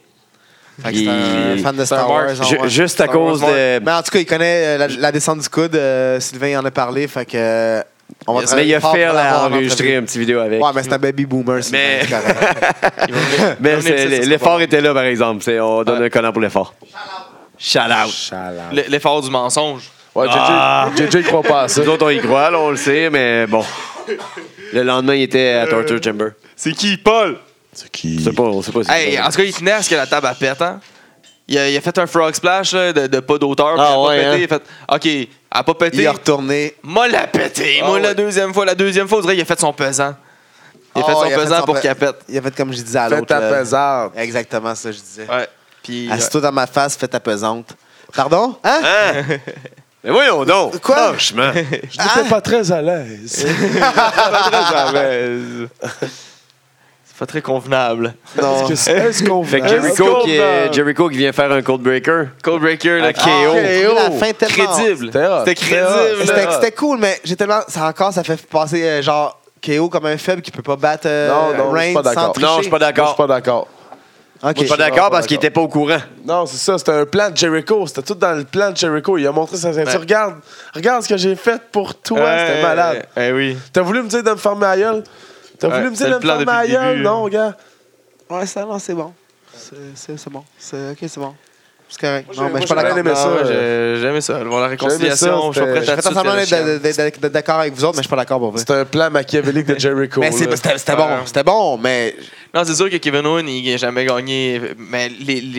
C: Fait que c'est un
B: il-
C: fan de
E: c'est un
C: Star Wars.
E: marque.
C: genre,
B: Ju-
C: ouais.
B: juste à
E: Star Wars,
B: cause
E: ouais.
B: de...
C: Mais en tout cas, il connaît euh, la, la descente du coude. euh, Sylvain en a parlé, fait que. euh, on va
B: Mais il a
C: travailler fort
B: fait
C: pour l'avoir
B: la
C: en
B: enregistrer une petite vidéo avec.
C: entrevue. Ouais, mais c'est un baby boomer, Sylvain,
B: Mais-
C: c'est correct.
E: Il va venir. Il va
B: Mais
E: venir
B: c'est-
E: ici, ça sera
B: l'effort
E: pas
B: était là, par exemple. C'est- On donne
E: Ouais.
B: un collant pour l'effort. Shout out.
E: bon. Le- L'effort du mensonge.
A: Ouais,
B: Ah.
A: JJ, JJ, il croit pas à ça.
B: Nous autres, on y croit, là, on le sait, mais bon. Le lendemain, il était à Torture Chamber.
E: C'est qui, Paul?
A: C'est qui?
B: Je sais pas, on sait pas si
E: Hey, en tout cas, il tenait à ce que la table à pète, hein? Il a, il a fait un frog splash là, de, de pas d'auteur. puis
B: Ah,
E: elle a
B: ouais,
E: pas pété.
B: hein?
E: Il a fait OK, elle a pas
C: Il
E: pété.
C: a retourné.
E: Moi, l'a pété. Moi,
A: Ah,
E: la
A: ouais.
E: deuxième fois. La deuxième fois, on dirait qu'il a fait son pesant. Il a fait
C: Oh,
E: son
C: il a fait
E: pesant
C: son
E: pour
C: pe-
E: qu'elle pète.
C: Il a fait comme je disais à
A: Fais
C: l'autre. euh,
A: ta
C: là.
A: pesante.
C: Exactement ça, je disais.
E: Ouais. Puis. euh,
C: Assis-toi dans ma face, fais ta pesante. Pardon? Hein?
B: Hein? Mais voyons donc.
C: Quoi?
B: Franchement.
A: Je n'étais pas très à l'aise.
E: C'est pas très convenable.
C: Non.
A: Est-ce que c'est- Est-ce qu'on
B: Fait que
A: Est-ce
B: Jericho
A: qu'on
B: qui,
A: a-
B: est- Jericho qui vient faire un cold breaker.
E: Cold Breaker, là,
B: Ah,
E: qui est
C: Ah,
B: KO.
C: j'ai trouvé la fin tellement-
E: crédible.
A: C'était hot.
E: C'était crédible.
C: C'était
E: là.
C: c'était cool, mais j'ai tellement. Ça encore, ça fait passer euh, genre KO comme un faible qui peut pas battre euh,
A: Non, non, je suis
C: Reigns
A: pas d'accord.
C: sans
B: Non, je suis pas
A: Moi, Je suis
B: d'accord.
A: pas d'accord.
C: Ok.
B: Je suis pas d'accord parce qu'il était pas au courant.
A: Non, c'est ça, c'était un plan de Jericho. C'était tout dans le plan de Jericho. Il a montré sa ceinture.
E: Ouais.
A: Regarde, regarde ce que j'ai fait pour toi. C'était
E: Ouais,
A: malade.
E: Eh oui.
A: T'as voulu me dire de me fermer la gueule? T'as
E: Ouais,
A: voulu me
E: c'est
A: dire
E: le
A: de
E: plan
A: me fermer
E: depuis
A: la
E: le
A: gueule?
E: début,
A: Non, regarde.
C: Ouais, ça, non, c'est bon. C'est- C'est c'est bon. C'est ok, c'est bon. C'est correct. non, mais je suis
A: moi,
C: pas
A: j'ai bien
C: d'accord.
A: aimé ça.
E: Non,
A: euh,
E: Ah j'ai- J'aimais ça. Voir la réconciliation, je
A: J'aimais ça,
E: suis prêt
A: c'était-
E: à
C: Je fais
E: tout
C: semblant
E: de suite,
C: d'être- d'être d'être d'accord avec vous autres, mais je suis pas d'accord pour vrai.
A: C'était un plan machiavélique de Jericho.
C: Mais c'est-
A: là.
C: c'était c'était
E: Ouais.
C: bon, c'était bon, mais
E: Non, c'est sûr que Kevin Owens, il n'a jamais gagné. Mais les, E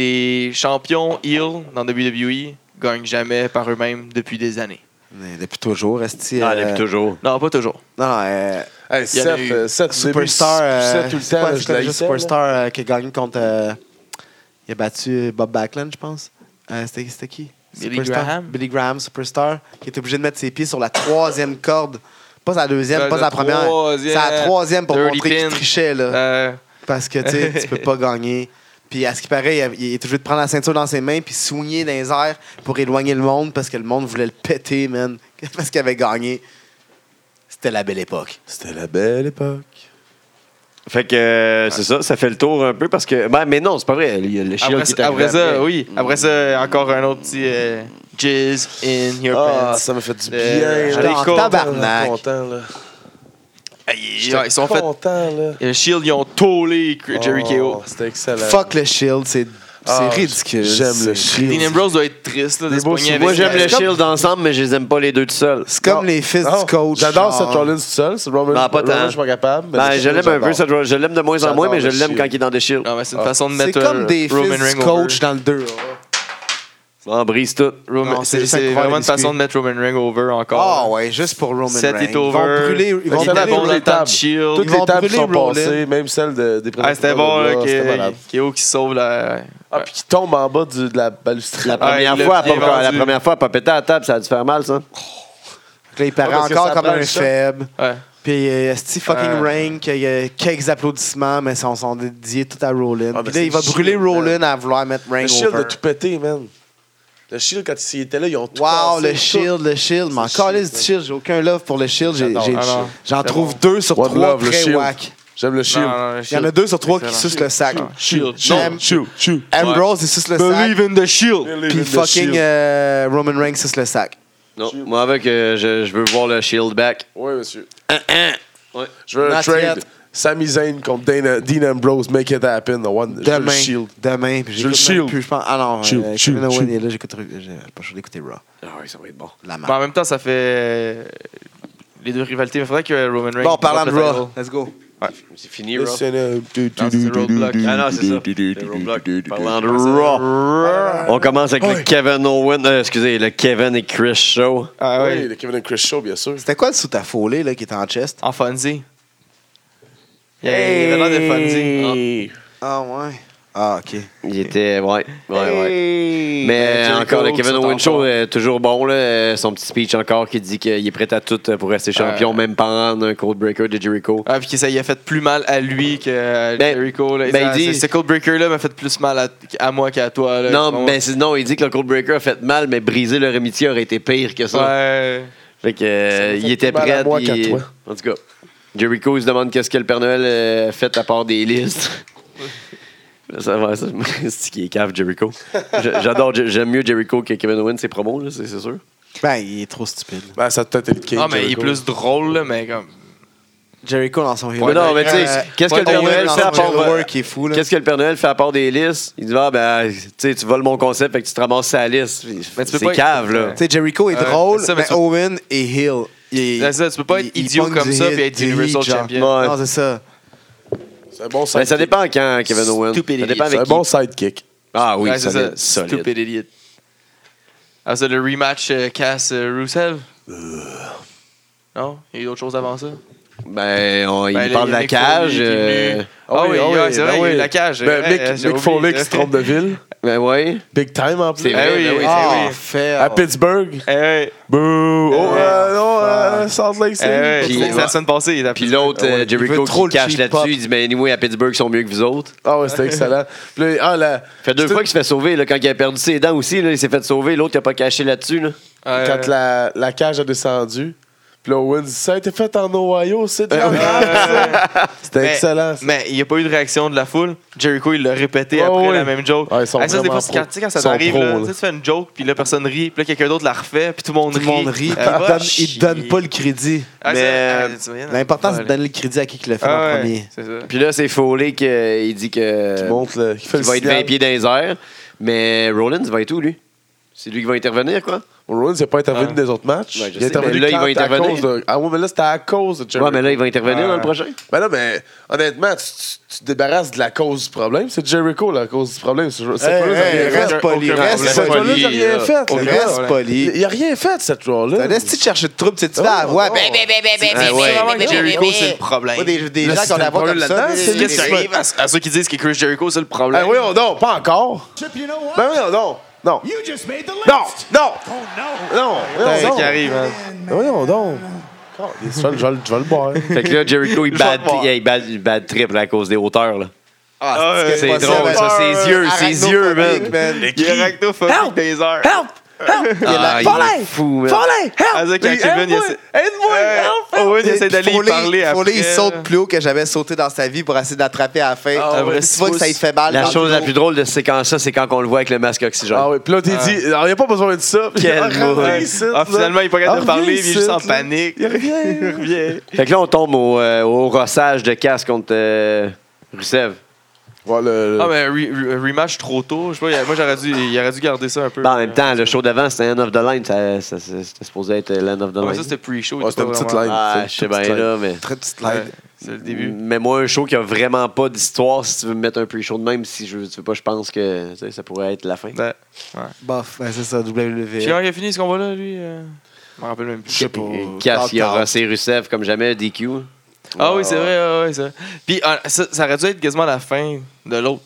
E: les champions heel dans WWE gagnent jamais par eux-mêmes depuis des années.
C: Mais Depuis toujours, Esti.
B: Ah,
C: euh,
B: depuis toujours.
E: Non, pas toujours.
C: Non, euh,
A: Hey,
E: Il y en a
A: 7,
E: eu.
C: Superstar. euh,
A: tout le
C: c'est
A: temps,
C: quoi-
A: là,
C: c'est
A: je
C: quoi
A: la
C: le jeu
A: haïssais, là.
C: Superstar euh, qui a gagné contre. euh, il a battu Bob Backlund, je pense. Euh, c'était, c'était qui
E: Billy
C: Superstar.
E: Graham?
C: Billy Graham, Superstar, qui était obligé de mettre ses pieds sur la troisième corde. Pas sa deuxième,
E: Le-
C: pas
E: le
C: sa première.
E: troisième.
C: C'est la troisième pour
E: Dirty
C: montrer qu'il
E: pin.
C: trichait, là.
E: Euh,
C: Parce que tu sais, tu peux pas gagner. Puis à ce qui paraît, il a- il est obligé de prendre la ceinture dans ses mains puis soigner dans les airs pour éloigner le monde parce que le monde voulait le péter, man. Parce qu'il avait gagné. C'était la belle époque.
A: C'était la belle époque.
B: Fait que euh, c'est ça, ça fait le tour un peu parce que. Ben, mais non, c'est pas vrai. Il y a le chien
E: après,
B: qui est
E: ça-
B: arrivé
E: après ça,
B: après.
E: oui. Après ça, encore un autre petit euh, jizz in your
A: Ah,
E: pants.
A: ça m'a fait du bien.
E: Euh,
A: là.
E: j'étais
A: J'étais
E: en
A: content,
C: tabarnak.
A: content, là.
E: Ah, Ils ils sont fait.
A: content, là.
E: Le Shield, ils ont tôlé Jerry
A: Oh,
E: K.O.
A: C'était excellent.
C: Fuck le Shield, c'est c'est
A: Ah,
C: ridicule.
A: J'aime le
C: C'est-
E: Dean
A: shield.
E: Ambrose doit être triste là, de
A: Des
E: se
A: beaux
E: pogner
A: souvenirs.
E: avec
B: Moi, j'aime le
E: C'est comme-
B: Shield ensemble, mais je les aime pas les deux tout seuls.
C: C'est comme
A: Non.
C: les fils
A: Non,
C: du coach.
A: Oh,
C: Oh.
A: J'adore
C: genre.
A: cette Rollins tout seul. C'est Roman,
B: Ben, pas tant.
A: Roman, je suis pas capable. mais
B: Ben,
A: le
B: je
A: Shield,
B: l'aime un peu,
A: j'adore.
B: cette- je l'aime de moins en
A: J'adore
B: moins, mais je
A: le
B: l'aime
A: Shield.
B: quand il est dans The Shield.
E: Non, mais c'est une façon de
C: C'est
E: mettre
C: comme
E: euh,
C: des
E: Roman
C: fils
E: Reigns
C: du
E: over.
C: coach dans le 2.
B: On brise tout.
E: Roman-
C: Non, c'est
E: c'est
C: juste
E: c'est
C: un couvert
E: vraiment une
C: biscuit.
E: façon de mettre Roman Reigns over
C: Ah
E: encore.
C: ouais, juste pour Roman
E: Seth
C: Reigns.
E: est
C: Ils vont
E: over.
C: brûler. Ils
E: Fait
C: vont
E: qu'il
A: brûler
E: était bon
A: les
E: dans le temps
A: tables.
E: de Shield.
A: Toutes
C: Ils
A: les
C: vont
A: tables
C: brûler
A: sont
C: Rollins.
A: passées, même celle de, des
E: Ah, c'était bon, là,
A: présentateurs de là, c'était
E: que
A: malade.
E: K.O. qui sauve la.
A: Ah, puis qui tombe en bas du- de la balustrade.
B: La
E: Ah,
B: première,
E: il l'a
B: fois, elle a
E: bien
B: pas- la
E: vendu.
B: première fois, elle a pas pété à la table, ça a dû faire mal, ça.
C: Là, il paraît
A: Ah, parce que
C: encore
A: ça
C: comme
A: prend
C: un
A: le choc.
C: faible.
E: Ouais.
C: Puis euh, Steve fucking
E: Euh.
C: Rain, qu'il y a quelques applaudissements, mais sont, sont dédiés tout à Rollin.
A: Ah, ben
C: Puis là,
A: c'est
C: il va
A: chill,
C: brûler
A: man.
C: Rollin à vouloir mettre Rain
A: Le shield
C: over.
A: a tout pété, man. Le shield, quand il était là, ils ont tout
C: Wow,
A: cassé,
C: le shield, le shield. Mais
A: C'est
C: encore là,
A: chill,
C: du shield, j'ai aucun love pour le shield. J'ai-
A: J'adore.
C: j'ai-
E: Ah, non.
C: J'en
E: C'est
C: trouve
E: bon.
C: deux sur
A: One
C: trois
A: love, le
C: très
A: shield.
C: whack.
A: J'aime le shield.
E: Non, non, le
C: Il y en
E: Shield.
C: a deux sur trois qui
E: Excellent.
C: sucent le sac.
E: Shield.
C: J'aime-
A: Chou, chou.
C: Ambrose, il suce le sac.
E: Believe in the Shield.
C: Puis fucking euh, Roman Reigns suce le sac.
B: Non, moi, avec, euh, je, je veux voir le Shield back.
A: Oui, monsieur.
B: Ouais.
A: Je veux un
C: Not
A: trade.
C: yet.
A: Sami Zayn contre Dana- Dean Ambrose. Make it happen. The one- Je veux le
C: Demain.
A: shield.
C: Demain. Puis
A: Je le
C: j'écoute
A: shield.
C: même plus, je pense. Ah non,
A: Shield,
C: euh,
A: shield,
C: Kevin Owens
A: shield.
C: il est là, j'écoute- j'ai j'ai pas chaud d'écouter Raw.
B: Ah oui, ça va être bon.
C: La
E: Mais
A: Bah,
E: en
C: merde.
E: même temps, ça fait euh, les deux rivalités. Il faudrait que Roman Reigns.
C: Bon, parlant de
E: porte le title.
C: Raw, let's go.
B: C'est fini, Raw.
E: Non, c'est Roadblock.
B: Ah non, c'est ça. C'est Roadblock. Parlant de Raw. On commence avec le
A: Ouais.
B: Kevin Owen, euh, excusez, le Kevin et Chris Show.
E: Ah
A: Oui,
E: oui.
A: le Kevin and Chris Show, bien sûr.
C: C'était quoi le sous affolé là, qui était en chest?
E: En Fonzie. Il y avait il avait l'air de Fonzie.
C: Ah ouais. Ah, ok.
B: Il était, ouais, ouais, ouais. Mais
E: Jericho
B: encore, le
E: qui
B: Kevin
E: sont en
B: Owen Show
E: forme.
B: est toujours bon. Là. Euh, Son petit speech encore qui dit qu'il est prêt à tout euh, pour rester champion,
E: Euh.
B: même pendant un cold breaker de Jericho.
E: Ah, puis que ça il a fait plus mal à lui que à
B: Ben,
E: Jericho. Là.
B: ben, il
E: Ça,
B: dit-
E: ce- Ce Cold Breaker là m'a fait plus mal à, à moi qu'à toi. Là,
B: non,
E: Bon.
C: ben,
B: mais sinon, il dit que le cold breaker a fait mal, mais briser leur amitié aurait été pire que ça.
E: Ouais.
B: Fait que, euh,
A: Ça me fait
B: il était
A: plus mal
B: prêt.
A: à moi
B: puis- euh,
A: qu'à toi.
B: En tout cas, Jericho il se demande qu'est-ce que le Père Noël euh, fait à part des listes. ça va, ça. C'est qui est cave, Jericho. Je- J'adore, j'aime mieux Jericho que Kevin Owen, ses promos, là, c'est c'est sûr.
C: Ben, il est trop stupide.
A: Ben, ça te tête le King.
E: Ah, mais il est
A: Jericho.
E: plus drôle, là, mais comme.
C: Jericho dans son heel.
B: Ouais, non, mais tu sais,
C: Euh,
B: qu'est-ce que le Père Noël fait à part- euh,
C: qui est fou, là?
B: Qu'est-ce que le Père Noël fait à part des listes? Il dit, ah, ben, tu sais, tu voles mon concept, fait que tu te ramasses sa liste.
E: Mais tu peux
B: C'est
E: pas-
B: cave, là.
E: Ouais.
C: Tu sais, Jericho est
E: Euh,
C: drôle,
E: ça, mais
C: mais
E: tu-
C: Owen est heel. Il est-
E: Là, ça, tu peux pas être
C: il- il
E: idiot
C: pogne
E: comme
C: du
E: ça
C: hit,
E: puis être
C: du hit,
E: Universal
C: genre.
E: Champion.
B: Ouais.
C: Non, c'est ça.
A: C'est un bon
B: Ben, ça
A: sidekick.
B: dépend quand, Kevin Owen. Ça
E: Stupid idiot.
B: dépend
A: C'est
B: avec
A: un
B: qui.
A: bon sidekick.
B: Ah oui,
E: Ouais, c'est
B: solide.
E: ça.
B: solide.
E: Stupid idiot. Ah, c'est le rematch euh, Cass euh, Rusev? Non? Il y a eu d'autres choses avant ça?
B: Ben, on- il
E: Ben, là,
B: parle de
E: il y a
B: la
E: Mick
B: cage.
E: Foley qui est
B: euh,
E: venu. Ah oui, ouais, c'est vrai,
A: ben
E: il y a eu
A: oui.
E: la cage.
A: Ben,
E: Ouais,
A: Mick,
E: euh, j'ai
A: Mick
E: oublié
A: Foley
E: ça.
A: qui se trompe de ville.
B: ben ouais.
A: Big time en plus.
B: C'est vrai,
E: Eh oui,
B: ben oui,
E: ah,
B: c'est
E: oui.
B: vrai.
C: fait.
A: À Pittsburgh.
E: Eh ouais,
A: Boo! Oh,
E: Ouais.
A: euh, non, euh, Salt Lake
E: eh
A: City.
E: ouais,
B: Puis-
E: c'est la semaine passée. il a
B: Puis
E: appris-
B: l'autre, euh, Jericho
C: Ah veut trop
B: qui
C: le
B: cache
C: cheap
B: là-dessus,
C: pop.
B: il dit Ben, anyway, à Pittsburgh, ils sont mieux que vous autres.
A: Ah ouais, c'était excellent. Puis là, ah, la-
B: Fait deux
A: C'était-
B: fois qu'il se fait sauver, là, quand il a perdu ses dents aussi, là, il s'est fait sauver, l'autre, il a pas caché là-dessus. Là.
E: Ouais,
A: quand la, la cage a descendu. Puis là, Owens dit Ça a été fait en Ohio, c'est de la merde, ça. C'était
E: Mais-
A: excellent. ça.
E: Mais il n'y a pas eu de réaction de la foule. Jericho, il l'a répété
A: Ouais,
E: après
A: ouais.
E: la même joke.
A: Ouais, ils sont
E: Ah, ça, des
A: vraiment
E: fois, c'est
A: pro.
E: quand, tu sais, quand ça
A: Ils sont
E: t'arrive,
A: pros,
E: là,
A: là.
E: tu sais, tu fais une joke, puis là, personne rit, puis là, quelqu'un d'autre la refait, puis tout le monde
C: Tout
E: rit.
C: le monde rit, puis
E: Ah,
C: il
E: va
C: donne-
E: chier.
C: il donne pas le crédit.
E: Ah,
B: Mais,
E: ça,
B: euh,
E: ah, tu vois,
C: L'important, c'est
E: ouais.
C: de donner le crédit à qui qui l'a fait
E: Ah,
C: en
E: ouais,
C: premier.
E: C'est ça.
B: Puis là, c'est Foley qui euh, il dit que.
A: Il monte le- il fait
B: qu'il
A: le
B: va être
A: signal.
B: 20 pieds dans les airs. Mais Rollins va être où, lui C'est lui qui va intervenir, quoi.
A: Rollins n'a pas intervenu
E: Ah.
A: des autres matchs.
B: Ouais, je
A: il
B: sais,
A: a intervenu
B: mais là, il
A: quand,
B: va
A: à
B: intervenir.
A: cause de- Ah oui, mais là, c'était à cause de Jericho.
B: Ouais, mais là, il va intervenir
C: Euh,
B: dans le prochain.
A: Ben non, mais honnêtement, tu, tu- tu te débarrasses de la cause du problème. C'est Jericho, la cause du problème. C'est c'est
C: Hey,
A: pas là, j'ai
C: hey,
A: rien fait.
C: reste poli,
E: Aucun
C: reste
E: problème.
A: C'est pas là,
C: poli.
A: j'ai rien
B: là.
A: fait. le gars.
C: Reste poli.
A: Il a rien fait, cette
C: T'as
A: joie-là.
C: laissé de chercher de trouble, tu sais, tu vas
E: Oh,
A: Ah,
C: avoir.
A: non.
C: Ben, ben,
E: Eh,
B: Ah ouais.
E: Jericho, c'est le
C: ben,
E: problème.
C: des, des
A: Là,
C: gens
A: c'est
C: qui ont la
A: le
C: voix comme
A: problème
C: ça.
A: là-dedans,
C: des-
A: c'est
C: des-
E: Qu'est-ce qui arrive à, à ceux qui disent que Chris Jericho, c'est le problème?
A: Ben
C: Ah
A: oui,
C: oh,
A: on non, pas encore. Ben oui, on non. Non.
F: You just made the list.
A: Non, non,
F: Oh
A: non.
E: c'est
A: non.
E: ça qui arrive, hein.
A: Ben voyons donc. Il est seul, je vais le- je vais le boire.
B: Fait que là, Jericho, il
A: Je vais
B: bad,
A: le voir.
B: il, il bad, il bad trip là, à cause des hauteurs. là.
E: Ah,
C: ouais.
E: c'est-
B: C'est
C: possible,
B: drôle, ça.
A: ouais.
B: Ses yeux, ses yeux, man.
C: arachnophobique, man.
E: Il est arachnophobique des heures.
B: Ah, il est fou, man.
E: Ah, c'est quand Kevin, il essaie-
A: Aide-moi,
E: Euh, Owen, il essaie d'aller y
C: Foley-
E: parler après.
C: Foley, il saute plus haut que j'avais sauté dans sa vie pour essayer d'attraper à la fin.
E: Ah, ouais.
C: tu vois que ça lui fait mal.
B: La
C: dans le
B: chose la
C: dos.
B: plus drôle de ce séquence-là, c'est quand on le voit avec le masque oxygène.
A: Ah oui, puis là, t'es dit, alors, il n'y a pas besoin de ça. Puis
B: Quel
A: ah, reviens
B: mot.
A: ici,
E: Ah,
A: là.
E: finalement, il est pas capable de
A: Ah,
E: parler,
A: reviens
E: il est
A: ici,
E: juste en
A: là.
E: panique.
A: Il revient.
E: Revient.
B: Fait que là, on tombe au, euh, au rossage de casque contre euh, Rusev.
A: Ouais, le- le-
E: Ah, mais re- re- rematch trop tôt. Je sais pas, moi, j'aurais dû, il aurait dû garder ça un peu. euh.
B: Ben, en même temps, le show d'avant, c'était End of the Line. ça- ça- ça- C'était supposé être euh, Land of the
E: Ouais,
B: Line.
E: mais ça, c'était pre-show.
A: Ah, c'était une
E: pas
A: petite
E: vraiment-
A: line.
B: ah, je
A: C'est
B: sais
A: une petite
B: bien
A: line.
B: là, mais.
C: Très petite
E: Ouais,
C: line.
E: C'est le début.
B: Mais moi, un show qui a vraiment pas d'histoire, si tu veux me mettre un pre-show de même, si je tu veux pas, je pense que tu sais, ça pourrait être la fin.
E: Ouais.
C: Bof, ben, c'est ça,
E: Puis
C: WWE.
E: comment il a fini ce combat-là, lui euh, Je me rappelle même plus.
A: Je sais pas.
C: Ben,
B: Cass, il a
C: Knockout.
B: rossé Rusev comme jamais, DQ.
E: Ah oui, c'est vrai, ouais, ouais, c'est vrai. Puis ah, ça, ça aurait dû être quasiment la fin de l'autre.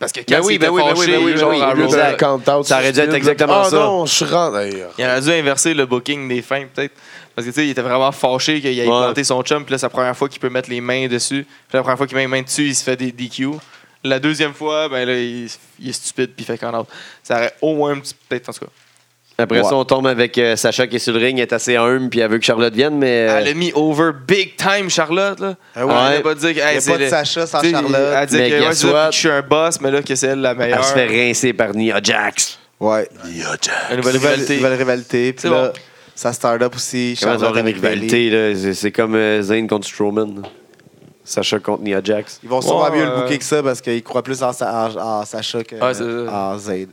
E: Parce que Cass
B: oui,
E: était
B: ben oui, ben
E: fâché,
B: oui, ben oui, ben
E: genre,
B: oui.
E: à
A: Au lieu
E: Raw.
A: d'un count-out,
B: Ça aurait dû être
A: stupide,
B: exactement
A: ah,
B: ça.
A: non, je rentre. Hey,
E: Il aurait dû inverser le booking des fins, peut-être. Parce que, tu sais, il était vraiment fâché qu'il ait
B: Ouais.
E: planté son chum. Puis là, c'est la première fois qu'il peut mettre les mains dessus. Puis la première fois qu'il met les mains dessus, il se fait des DQ. La deuxième fois, ben là, il, il est stupide puis il fait qu'un autre. Ça aurait au moins un petit. Peut-être, en tout cas.
B: Après
A: Ouais.
B: ça, on tombe avec euh, Sacha qui est sur le ring, elle est assez humble, puis elle veut que Charlotte vienne, mais. euh,
E: Elle a mis over big time, Charlotte. Là.
C: Ah ouais.
E: Elle a pas dit
C: Il
E: que. Hey,
C: n'y a
E: c'est
C: pas de
E: le-
C: Sacha sans
E: tu sais,
C: Charlotte.
E: Elle dit que
B: Mais
E: ouais,
B: guess
E: c'est ça,
B: what?
E: puis que je suis un boss, mais là, que c'est elle la meilleure.
B: elle se fait rincer par Nia Jax.
C: Ouais.
A: Nia Jax.
E: Une nouvelle rivalité.
C: Nouvelle rivalité. Puis
E: C'est
C: là,
E: bon.
C: ça start-up aussi.
B: Comment ça
C: Charlotte
B: va une
C: avec Bayley.
B: rivalité, là? C'est- C'est comme euh, Zayn contre Strowman. Sacha contre Nia Jax.
C: Ils vont sûrement
E: Ouais,
C: mieux le
E: euh,
C: booker que ça parce qu'ils croient plus en, Sa- en- en Sacha qu'en
E: Ouais, c'est ça.
C: Zayd.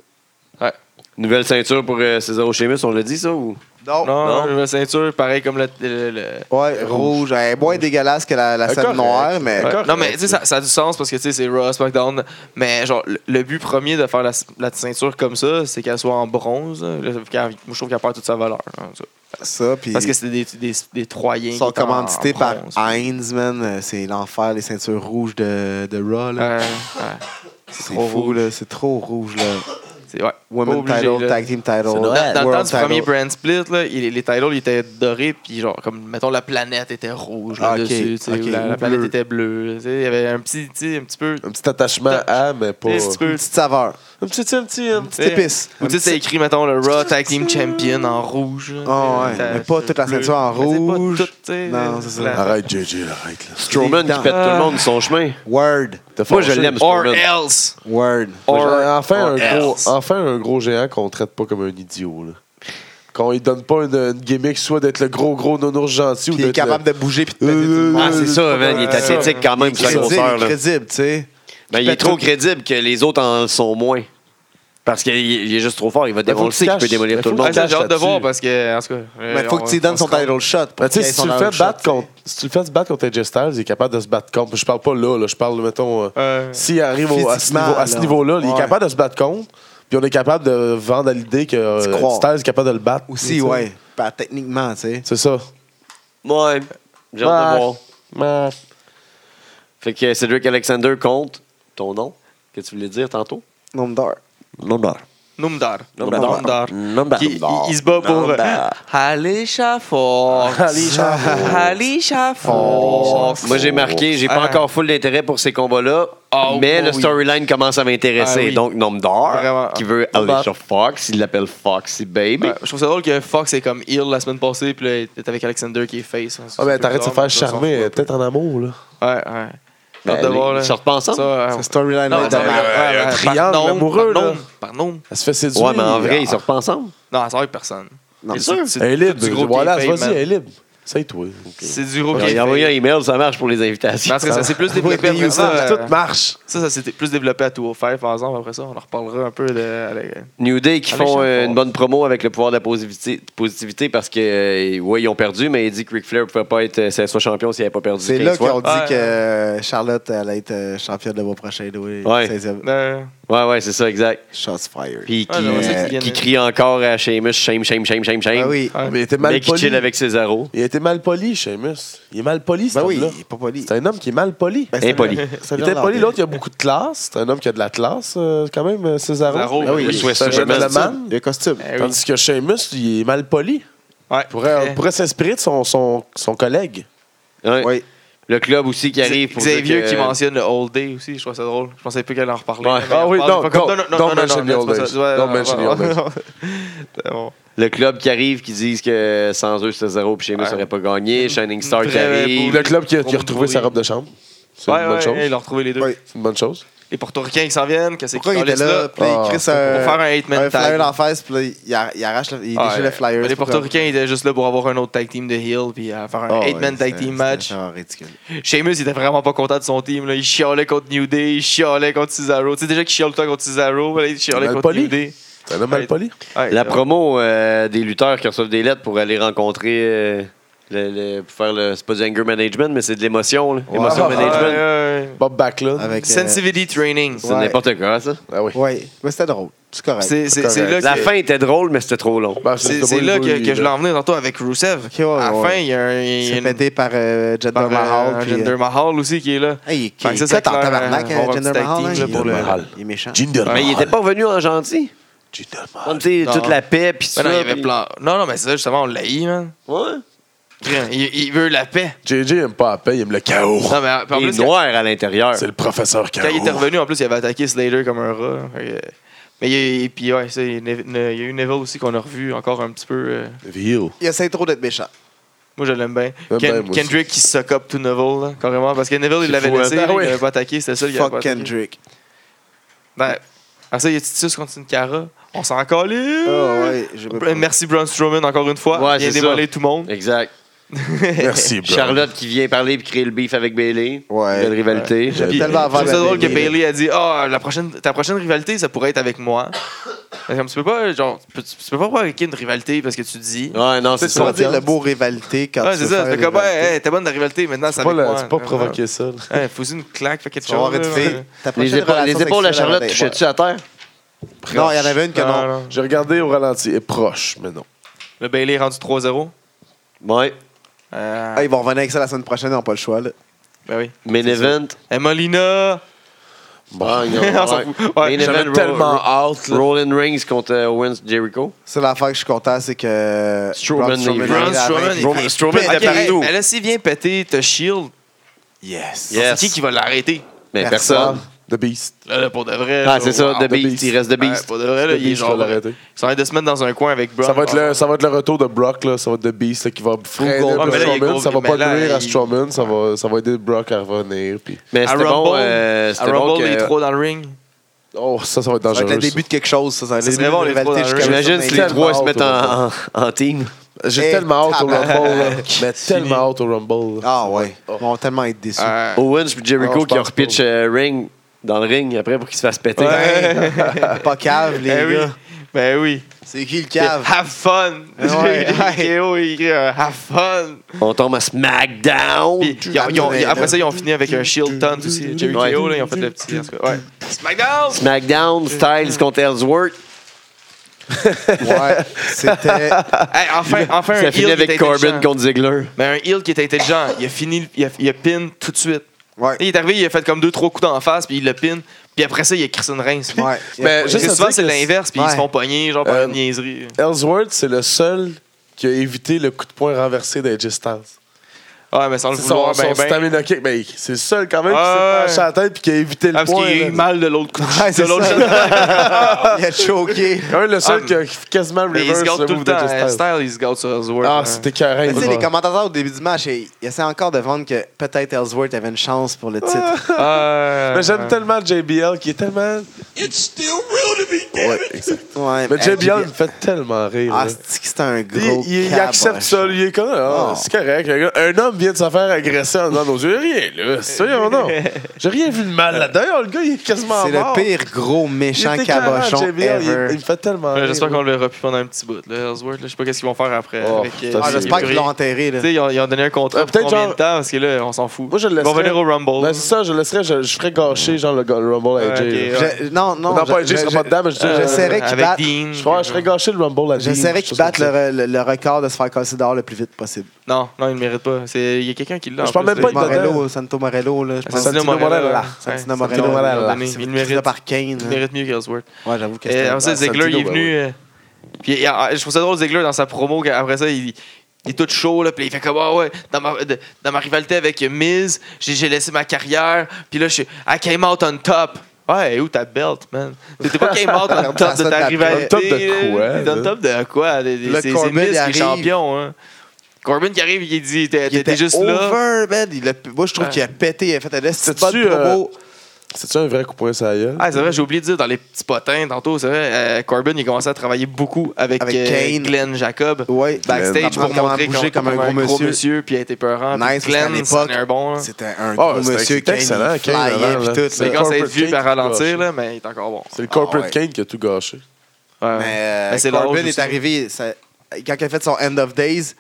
B: Nouvelle ceinture pour euh, César Ochemus, on l'a dit ça ou?
C: Non.
E: Non,
B: Non.
E: non, nouvelle ceinture, pareil comme le. le- le-
C: Ouais, rouge. Elle est moins dégueulasse que la, la
A: Euh,
C: scène
A: correct.
C: noire, mais.
E: Ouais.
A: correct.
E: Non, mais tu sais, ça, ça a du sens parce que tu sais, c'est Raw, SmackDown. Mais genre, le, le but premier de faire la, la ceinture comme ça, c'est qu'elle soit en bronze. là. Là, qu'elle- moi, je trouve qu'elle perd toute sa valeur. hein, ça.
C: Ça, puis.
E: Parce que c'est des, des, des Troyens.
C: Ils
E: qui
C: sont
E: étaient en-
C: commandités
E: en
C: par
E: bronze.
C: Heinz, man. Euh, C'est l'enfer, les ceintures rouges de, de Raw. là.
E: Ouais, ouais.
C: c'est
E: trop
C: fou,
E: rouge.
C: là. C'est trop rouge, là.
E: C'est- ouais.
C: Women
E: Obligé,
C: title,
E: là.
C: tag team title.
E: Dans, dans le temps
C: world
E: du
C: title.
E: premier brand split, là, il- les titles ils étaient dorés, puis genre, comme, mettons, la planète était rouge
C: Ah, ok,
E: là-dessus, tu sais,
C: ok,
E: ou la, la
C: ou
E: planète
C: bleu.
E: était bleue. tu sais, Il y avait un petit, tu sais, un petit peu...
A: Un petit attachement à, mais pas.
E: un petit peu-
C: Une petite saveur.
A: Un petit, un petit, un petit.
E: tu sais,
C: épice.
E: Ou tu sais, c'est écrit, mettons, le Raw Tag Team Champion en rouge. là,
C: Ah,
E: tu sais,
C: ouais, mais
E: ça-
C: pas toute la
E: bleu.
C: ceinture en
E: Mais c'est pas
C: rouge.
E: toute, tu sais,
C: Non, c'est ça.
E: la-
A: Arrête, JJ, arrête. Là.
B: Strowman qui
C: Évident.
B: pète tout le monde de son chemin.
C: Word.
B: Moi, je l'aime, Oh,
E: Or
B: Strowman.
E: else.
C: Word.
A: enfin,
E: or
A: un gros,
E: else.
A: enfin, un gros géant qu'on traite pas comme un idiot. Là. Qu'on lui donne pas une, une gimmick, soit d'être le gros, gros nounours gentil ou
C: Puis il est
A: d'être.
C: capable de bouger puis de péter
A: Euh,
C: tout le monde.
B: Ah, c'est ça, man. Il est
E: C'est ça.
B: athlétique quand même, pour sa
C: Crédible,
B: grosseur. là.
C: crédible, tu sais.
B: Ben, il est trop crédible que les autres en sont moins. Parce qu'il il est juste trop fort. Il va dé-
A: faut
B: on le
A: qu'il
B: sait qu'il
A: cache.
B: peut démolir
A: Mais
B: tout le
A: faut
E: Ah,
B: monde.
A: qu'il
E: ça, J'ai hâte de
A: là-dessus.
E: voir parce que, en tout cas...
C: Mais
E: euh,
C: faut que
E: on-
C: tu lui donnes
E: on
C: son
E: se rend-
C: title shot. pour
A: Ben, tu sais,
C: qu'il ait
A: si
C: son
A: tu le
C: title
A: fais
C: shot,
A: battre
C: tu sais.
A: contre. Si tu le fais se battre contre AJ Styles, il est capable de se battre contre. Je parle pas là, là je parle, mettons. euh,
E: Euh,
A: S'il arrive au- à ce
C: Physiquement,
A: niveau- à ce
C: là.
A: niveau-là, il
C: Ouais.
A: est capable de se battre contre, puis on est capable de vendre à l'idée que
C: D'y
A: euh,
C: croire.
A: Styles est capable de le battre. tu
C: Aussi,
A: sais.
C: ouais. Bah, techniquement, tu sais.
A: C'est ça.
B: Ouais. J'ai hâte de
A: Ouais.
B: voir.
A: Ouais.
B: Fait que Cedric Alexander compte ton nom que tu voulais dire tantôt.
C: Nombre d'heures.
B: Nom d'or.
E: Noumdar.
B: Noumdar.
E: Noumdar.
B: Noumdar.
E: Qui- Il il se bat pour...
B: Noumdar.
E: Halisha Fox.
A: Alicia
E: Halisha Fox.
B: Moi, j'ai marqué, j'ai pas
E: Ah.
B: encore full d'intérêt pour ces combats-là,
E: Oh,
B: mais
E: oui.
B: le storyline commence à m'intéresser.
E: Ah, oui.
B: Donc, nom
E: Vraiment.
B: d'or, qui veut
E: Nom d'or.
B: Alicia Fox, il l'appelle Foxy Baby.
E: Ouais, je trouve ça drôle que Fox est comme heel la semaine passée, puis là, il est avec Alexander qui est face. hein,
A: Ah, ben t'arrêtes de se faire charmer, elle est
E: Ouais,
A: peut-être en amour, là.
E: ouais.
B: Ben,
E: Hâte de voir,
B: ils
E: là.
B: sortent pas ensemble?
E: Ça, euh, ouais.
C: Ce storyline
E: Non,
C: là
E: ouais,
C: est dans
E: ouais,
C: ma-
E: ouais,
A: un
E: ouais,
A: triangle
E: par nombre,
A: amoureux,
E: Par
A: là.
E: nombre, par nombre.
A: Elle se fait séduire.
E: Ah.
B: Ouais, mais en vrai, ils sortent pas ensemble.
E: Non, ça va avec personne.
C: Non,
E: Et
C: c'est-
E: ça,
A: Elle est
E: tout du
A: libre.
E: groupe
A: Voilà,
E: qui est fade,
A: vas-y,
E: man.
A: elle est libre. C'est toi.
E: C'est du rock.
B: Il a envoyé un email, ça marche pour les invitations.
E: Parce que ça s'est plus
C: Oui,
E: développé
C: mais
E: après
C: you
E: ça.
C: suck.
E: euh,
A: Tout marche.
E: Ça, ça s'était plus développé à 205, par exemple. Après ça, on en reparlera un peu. De, avec-
B: New Day qui
E: Avec
B: font
E: Sean
B: euh,
E: Paul.
B: une bonne promo avec le pouvoir de la positivité, positivité parce que, euh, ouais, ils ont perdu, mais il dit que Ric Flair ne pouvait pas être euh, soit champion s'il n'avait pas perdu.
C: C'est
B: 15
C: là
B: fois.
C: qu'on dit
E: Ouais.
C: que euh, Charlotte allait être euh, championne le mois prochain, oui.
B: Ouais.
C: 16e.
E: Euh,
B: Ouais, ouais, c'est ça, exact.
C: Shots fired.
B: Puis
E: Ouais,
B: qui,
E: Ah, j'aimerais
C: ça qu'il
B: euh,
E: gagne.
B: qui crie encore à Sheamus, shame, shame, shame, shame, shame.
C: Ah oui.
E: ouais.
A: Mais il était mal
B: Mais qui
A: poli.
B: chill avec Cesaro.
A: Il était mal poli, Seamus. Il est mal poli, ce
C: Ben oui,
A: là
C: il est pas poli.
A: C'est un homme qui est mal poli.
C: Ben, c'est
B: Impoli.
C: un- c'est un
A: il était poli,
C: Irlandais.
A: l'autre, il a beaucoup de classe. C'est un homme qui a de la classe, euh, quand même, euh, Cesaro.
E: Cesaro,
A: Ben oui,
E: le
A: c'est un
B: Swiss
A: gentleman.
C: Le costume.
E: Eh oui.
A: Tandis que Seamus, il est mal poli.
E: Ouais.
A: On pourrait,
E: Eh.
A: on pourrait s'inspirer de son, son, son collègue.
B: Ouais.
C: Oui.
B: Le club aussi qui arrive pour. dire
E: Xavier
B: que-
E: qui mentionne le All Day aussi, je trouve ça drôle. Je pensais plus qu'elle en reparler.
B: Ouais.
E: Mais
A: Ah
E: on
A: oui,
E: parle
A: don't-
E: pas comme-
A: don't-
E: non, non,
A: don't
E: non,
A: mention
E: non,
A: the
E: c'est
A: Old
E: pas ça.
A: Days.
E: Ouais,
A: Don't
E: non,
A: mention
E: non,
A: the Old
E: non. C'est bon.
B: Le club qui arrive qui disent que sans eux, Cesaro et Sheamus
E: Ouais.
B: n'auraient pas gagné. Shining Star qui
E: Très
B: arrive.
E: beau.
A: Le club qui a, qui a
E: On
A: retrouvé
E: pourrait-
A: sa robe de chambre. C'est
E: Ouais,
A: une bonne
E: ouais,
A: chose.
E: ouais, ils l'ont retrouvé les deux.
C: Oui.
A: C'est une bonne chose.
E: Les Portoricains qui s'en viennent, qu'est-ce
C: Pourquoi
E: qu'ils
C: il était là? Puis
A: Ah,
C: il crée
E: Pour faire un hit man
C: un flyer
E: tag. Ah,
C: d'en face, puis là, il, a- il arrache, le, il
E: Ouais,
C: déchire le flyer.
E: mais
C: c'est
E: les
C: pour-
E: Portoricains étaient juste là pour avoir un autre tag team de heel puis à faire un
C: Ah,
E: 8-man
C: ouais,
E: tag
C: c'était-
E: team match.
C: c'était vraiment ridicule.
E: Sheamus il était vraiment pas content de son team. Là. Il chialait contre New Day, il chialait contre Cesaro. Tu sais déjà qu'il chiale tout le temps contre Cesaro, là, il chialait
A: Mal
E: contre
A: poli.
E: New Day.
A: C'est un homme mal
E: Ouais.
A: poli.
E: Ouais,
B: La
E: ouais.
B: promo euh, des lutteurs qui reçoivent des lettres pour aller rencontrer. euh, le, le- pour faire le. C'est pas du anger management, mais c'est de l'émotion. là.
C: Ouais.
B: Émotion
A: Ah,
E: Ouais,
B: management.
E: ouais, ouais.
A: Bob Backlund.
E: Ah,
C: Avec, euh,
E: Sensitivity Training.
B: C'est
C: Ouais.
B: n'importe quoi, ça.
A: Ah oui.
C: Oui, mais c'était drôle. C'est correct.
E: C'est c'est- c'est là
A: correct.
E: que-
B: La fin était drôle, mais c'était trop long.
A: Ben,
E: C'est
A: pas
E: c'est
A: une
E: là
A: bonne
E: que,
A: idée,
E: que je
A: là.
E: l'ai emmené tantôt avec Rusev.
C: Ok, ouais,
E: à la
C: ouais,
E: fin,
C: ouais.
E: il y a un.
C: Il
E: il y a
C: s'est
E: une-
C: pété par euh, Jinder
E: par, euh,
C: Mahal. puis,
E: Jinder
C: euh,
E: Mahal aussi qui est là.
C: hey, il est
E: Fait que ça,
C: cote
E: ça
C: en
E: éclaire,
C: tabarnak,
E: euh, avoir
C: hein,
E: un
C: Jinder
E: petit
C: Mahal. hein,
E: tag team, là,
C: il est-
E: pour le-
A: Mahal.
C: Il est méchant.
A: Jinder
B: Mais il était
A: Mahal.
B: pas revenu en gentil.
A: Jinder Mahal.
B: Comme, tu sais,
E: Non.
B: toute la paix, puis ça.
E: Ben non, il y avait
B: puis-
E: plein- non, non, mais c'est ça, justement, on l'a haï, man.
B: Ouais.
E: Il, il veut la paix.
A: JJ aime pas la paix, il aime le chaos.
E: Non, mais en- puis en
B: Il
E: plus,
B: est noir à l'intérieur.
A: C'est le professeur chaos.
E: Quand il était revenu, en plus, il avait attaqué Slater comme un rat. Fait que- Mais il, et puis, ouais, ça, il y a Nev- ne- il y a eu Neville aussi qu'on a revu encore un petit peu. euh,
A: View.
C: Il essaie trop d'être méchant.
E: Moi, je l'aime bien. Ken-
A: J'aime bien, moi aussi.
E: Kendrick qui se cope tout Neville, là, carrément. Parce que Neville, il
B: C'est
E: l'avait
B: fou, hein.
E: laissé,
A: Ben
E: là,
A: oui.
E: il l'avait pas attaqué. C'était ça, il l'avait pas
C: Fuck
E: attaqué.
C: Kendrick.
E: Ben, ah, ça, il y a Titus contre une cara. On s'en calisse.
C: Ah ouais, j'ai pas-
E: Merci Braun Strowman encore une fois.
B: Ouais,
E: il a
B: c'est
E: démolé tout le hein. monde.
B: Exact.
A: Merci, bro.
B: Charlotte qui vient parler puis créer le beef avec Bailey.
C: Ouais.
B: Belle rivalité.
A: J'aime
E: Puis, je
A: Tellement
E: trouve
C: envers
E: ça
C: la
E: drôle que
C: Bayley.
E: Bailey a dit Ah, la prochaine, ta prochaine rivalité, ça pourrait être avec moi. Comme tu peux pas, genre, tu peux, tu peux pas provoquer une rivalité parce que tu dis.
B: Ouais, non, c'est
C: Tu vas
B: ça.
C: dire le mot rivalité quand
E: Ah,
C: tu
E: c'est
C: veux
E: ça,
C: faire
E: c'est
C: une
E: comme,
C: rivalité.
E: hey, hey, t'es bonne dans la rivalité, maintenant, c'est
A: C'est pas,
E: avec
A: le-
E: moi.
A: c'est pas provoquer ça. là.
E: Hey, faut une claque, fais quelque
C: Tu vas
E: chose.
C: avoir une
E: là,
C: fille.
E: ouais.
C: Ta
B: Les
C: prochaine
B: épaules, les
C: relation
B: épaules à
C: sexuelle,
B: Charlotte
C: elle va être-
B: touchaient-tu à terre?
C: Non, il y en avait une que
E: Non,
C: Ah, non.
E: non.
A: J'ai regardé au ralenti. Elle est proche, mais non.
E: Le Bailey est rendu 3-0.
B: Ouais.
E: Euh,
C: Ah, ils vont revenir avec ça la semaine prochaine, ils n'ont pas le choix. Là.
E: ben oui. Eh,
B: Main event.
E: Emolina.
A: Bon.
B: Ah, non,
E: On s'en
B: ouais.
E: fout. Ouais,
B: Main
E: j'avais
B: event,
A: tellement
B: Ro-
A: hâte. là.
B: Rollin Rings contre euh, Owens Jericho.
C: C'est l'affaire que je suis content, c'est que.
B: Strowman,
C: Braun
B: il-
C: Strowman,
B: Braun
C: il est à
E: Strowman,
C: vingt-
E: il-
C: il est
B: Strowman,
C: pète.
B: il est
E: Ok,
B: partout.
E: Mais là, s'il vient péter ta shield,
C: Yes.
B: Yes.
E: c'est qui qui va l'arrêter?
B: Mais
C: Personne.
B: personne.
A: The Beast.
E: Là, là, pour de vrai.
B: Ah,
E: là,
B: c'est ça,
E: wow.
B: The
A: The Beast.
B: Beast. Il reste The
E: Ouais,
B: Beast.
E: pour de vrai, là,
A: The
E: il est
A: Beast,
E: genre.
A: faut l'arrêter.
E: Ils sont en train de se mettre dans un coin avec Brock.
A: Ça va, être le, ça va être le retour de Brock, là. ça va être The Beast là, qui va freiner
B: goal.
A: un peu
E: Ouais, mais là, il est
A: Strowman.
E: gros,
A: Ça va
E: mais
A: pas
E: là,
A: nuire à
E: il-
A: Strowman, ça va, ça va aider Brock à revenir. puis-
B: Mais
E: À
B: c'était
E: Rumble,
B: bon. euh,
E: à
B: C'était
E: Rumble,
B: bon.
E: il est
B: que-
E: trop dans le ring.
A: Oh, ça, ça va être
C: Ça va être
A: dangereux.
C: le début de quelque chose, ça. Ça va être
E: Ça
C: le
E: serait
C: début
E: bon,
C: de
E: les
C: rivalité
E: trois
C: jusqu'à
E: dans le
B: J'imagine
C: la
B: si
C: fin.
B: les
A: tellement
B: trois se
A: hâte
B: mettent
A: au
B: en, en- en team.
A: ça. J'ai
C: Hey,
A: tellement hâte au
C: tabarnak.
A: Rumble. là. Mais tellement hâte au Rumble. là.
C: Ah ouais. Ils vont tellement être déçus.
E: Euh,
B: Owens puis
A: Ah, je
B: Jericho qui
A: pense
B: repitch
A: pas.
B: euh, Ring dans le ring après pour qu'il se fasse péter.
E: ouais.
C: Pas cave, les
E: Ben oui.
C: gars.
E: Ben oui.
C: C'est qui le cave?
E: Have fun.
C: Ouais.
E: K.O. il écrit un euh, Have fun.
B: On tombe à SmackDown.
E: Puis, ils ont- ils ont- ils- après ça, ils ont fini avec un Shield Taunt aussi. Jerry
B: Ouais.
E: K.O. là, ils ont fait le petit. en tout cas, Ouais. SmackDown!
B: SmackDown, Styles contre Ellsworth.
C: Ouais. C'était.
E: Ah, Hey, enfin, enfin un
B: Ça
E: heel
B: finit
E: qui
B: avec
E: était
B: Corbin
E: intelligent.
B: contre Ziggler.
E: Mais un heel qui était intelligent. Il a fini, le- il a, il a pin tout de suite.
C: Ouais.
E: Il est arrivé, il a fait comme deux, trois coups d'en face, puis il le pin. Puis après ça, il a Christian Reigns.
C: Ouais.
A: Mais
E: Parce
A: Ben, juste
E: que
A: à
E: souvent,
A: dire
E: c'est
A: que-
E: l'inverse, puis ils se
C: Ouais.
E: font pogner, genre, par
A: Euh,
E: une niaiserie.
A: Ellsworth, c'est le seul qui a évité le coup de poing renversé d'AJ Styles.
E: Ouais, mais sans le
A: C'est Son,
E: vouloir,
A: son
E: ben, ben.
A: stamina kick, mais c'est le seul quand même qui
E: Ah,
A: s'est
E: ouais.
A: pas acheté la tête puis qui a évité le
E: Ah, parce
A: point.
E: qu'il a eu
A: là.
E: mal de l'autre coup.
C: Ouais, c'est
E: de l'autre
C: ça.
E: côté.
C: Il a choqué.
A: Quand même le seul
E: Ah,
A: qui a quasiment
E: Mais il se
A: reverse
E: gâte
A: le
E: tout le
A: move d'AJ
E: temps. hein.
A: Styles.
E: Style, il se gâte sur Ellsworth.
A: Ah,
E: hein.
A: c'était carré.
C: Mais tu sais, les commentateurs au début du match, ils ils essaient encore de vendre que peut-être Ellsworth avait une chance pour le titre.
E: Ah,
C: hein.
A: Mais j'aime tellement JBL qui est tellement.
F: It's still real to me.
A: Ouais, exact.
C: Ouais,
A: Mais Jay Bial
C: Bial-
A: me fait tellement rire.
C: Ah,
A: là.
C: c'est que c'est un gros.
A: Il, il- il
C: caboche.
A: accepte ça, lui, il est comme, Ah,
C: Oh.
A: c'est correct. le gars. Un homme vient de se faire agresser en disant, j'ai rien, là, c'est sûr, non? J'ai rien vu de mal là D'ailleurs, le gars, il est quasiment
C: C'est
A: mort.
C: le pire gros
A: Il
C: méchant
A: était écœurant,
C: cabochon
A: Jay Bial, il-
C: ever.
A: Il me fait tellement
E: Ouais,
A: rire.
E: J'espère qu'on le verra plus pendant un petit bout. Là, Ellsworth, là, je sais pas qu'est-ce qu'ils vont faire après.
A: Oh,
E: avec, euh,
A: putain,
C: Ah,
A: c'est-
C: j'espère qu'ils l'ont enterré, là.
E: Tu sais, ils ont, ils ont donné un contrat
A: Euh,
E: pour
A: peut-être
E: combien
A: genre-
E: de temps parce que là, on s'en fout.
A: Moi, je le
E: ils vont
A: laisserais.
E: venir au Rumble.
A: Ben, c'est ça, je laisserais, je, je ferais gâcher, genre, le, le Rumble à
E: Ouais,
A: AJ.
E: ok,
A: là.
E: ouais.
C: Je- non, non.
A: Non, pas
C: je-
A: AJ, je serais
C: je-
A: pas dedans, mais je
C: Euh, j'essaierais qu'ils
E: avec
C: battent.
E: Dean,
A: Je crois- je ferais gâcher le Rumble à
C: J'essaierais qu'ils battent le, le- le record de se faire casser dehors le plus vite possible.
E: Non, non, il ne mérite pas. C'est- Il y a quelqu'un qui l'a.
A: Je
E: en
A: pense
E: plus,
A: même
E: là.
A: pas dedans.
C: Morello, euh, Santo Morello, là. Je pense
A: Santino
E: Santino
A: Morella.
E: Morella. Ouais,
C: Santino
E: Santino
C: Morello.
A: Morella.
E: Il
C: C'est
E: le
C: mérite.
E: mérite.
C: par Kane.
E: Il
C: là.
E: mérite Eh, mieux qu'Ellsworth.
C: Ouais, j'avoue que
E: Et
C: c'était-
E: après ça,
A: Ah,
E: Ziggler, il est
A: Santino,
E: venu. euh, Puis il- ah, je trouve ça drôle, Ziggler, dans sa promo, qu'après après ça, il. il est tout chaud, là, puis il fait comme, ah ouais, dans ma, de- dans ma rivalité avec Miz, j'ai j'ai laissé ma carrière, puis là, je suis, I came out on top. Ouais, et où ta belt, man? T'es pas came out on top
C: Ça, ça,
E: de ta
C: t'as-
E: rivalité.
A: on top de quoi,
E: là?
A: là?
E: On top de quoi? Des- des-
C: Là,
E: C'est c'est
C: Corbin,
E: Miz
C: il
E: qui est
C: arrive.
E: champion, hein. Corbin qui arrive, il dit, t'es-
C: Il
E: t'étais
C: était
E: juste là.
C: over, man. Il a- Moi, je trouve
E: Ouais. euh,
C: qu'il a pété. Il a fait un esti de
A: C'est-tu,
C: bonne promo.
A: C'est-tu un vrai coup point ça gueule?
E: Ah, c'est vrai, j'ai oublié de dire dans les petits potins tantôt, c'est vrai, euh, Corbin, il commençait à travailler beaucoup avec,
C: Avec
E: euh,
C: Kane.
E: Glenn Jacob.
C: Ouais,
E: backstage
C: apprendre
E: pour
C: comment
E: montrer
C: bouger
E: qu'on-
C: comme un
E: comment
C: gros monsieur.
E: puis il a été peurant.
C: Nice,
E: puis Glenn,
C: parce qu'à
E: c'en
C: l'époque,
E: est un bon. hein.
C: C'était un
A: Oh,
C: gros
A: c'était-
C: monsieur
A: c'était
C: Kane.
A: excellent,
C: il
A: Kane,
C: flyait
A: avant, là.
C: pis tout,
A: C'est
E: Mais
C: là.
E: quand ça a
A: Corporate
E: vieux, puis
A: Kane
E: à
A: qui
E: ralentir,
A: gâché.
E: là, mais il est encore bon.
A: C'est le corporate
C: Ah ouais.
A: Kane qui a tout gâché.
E: Ouais, ouais.
C: Mais
E: Mais
C: euh,
E: c'est
C: Corbin
E: l'âge
C: est
E: aussi.
C: arrivé, ça- quand il a fait son End of Days,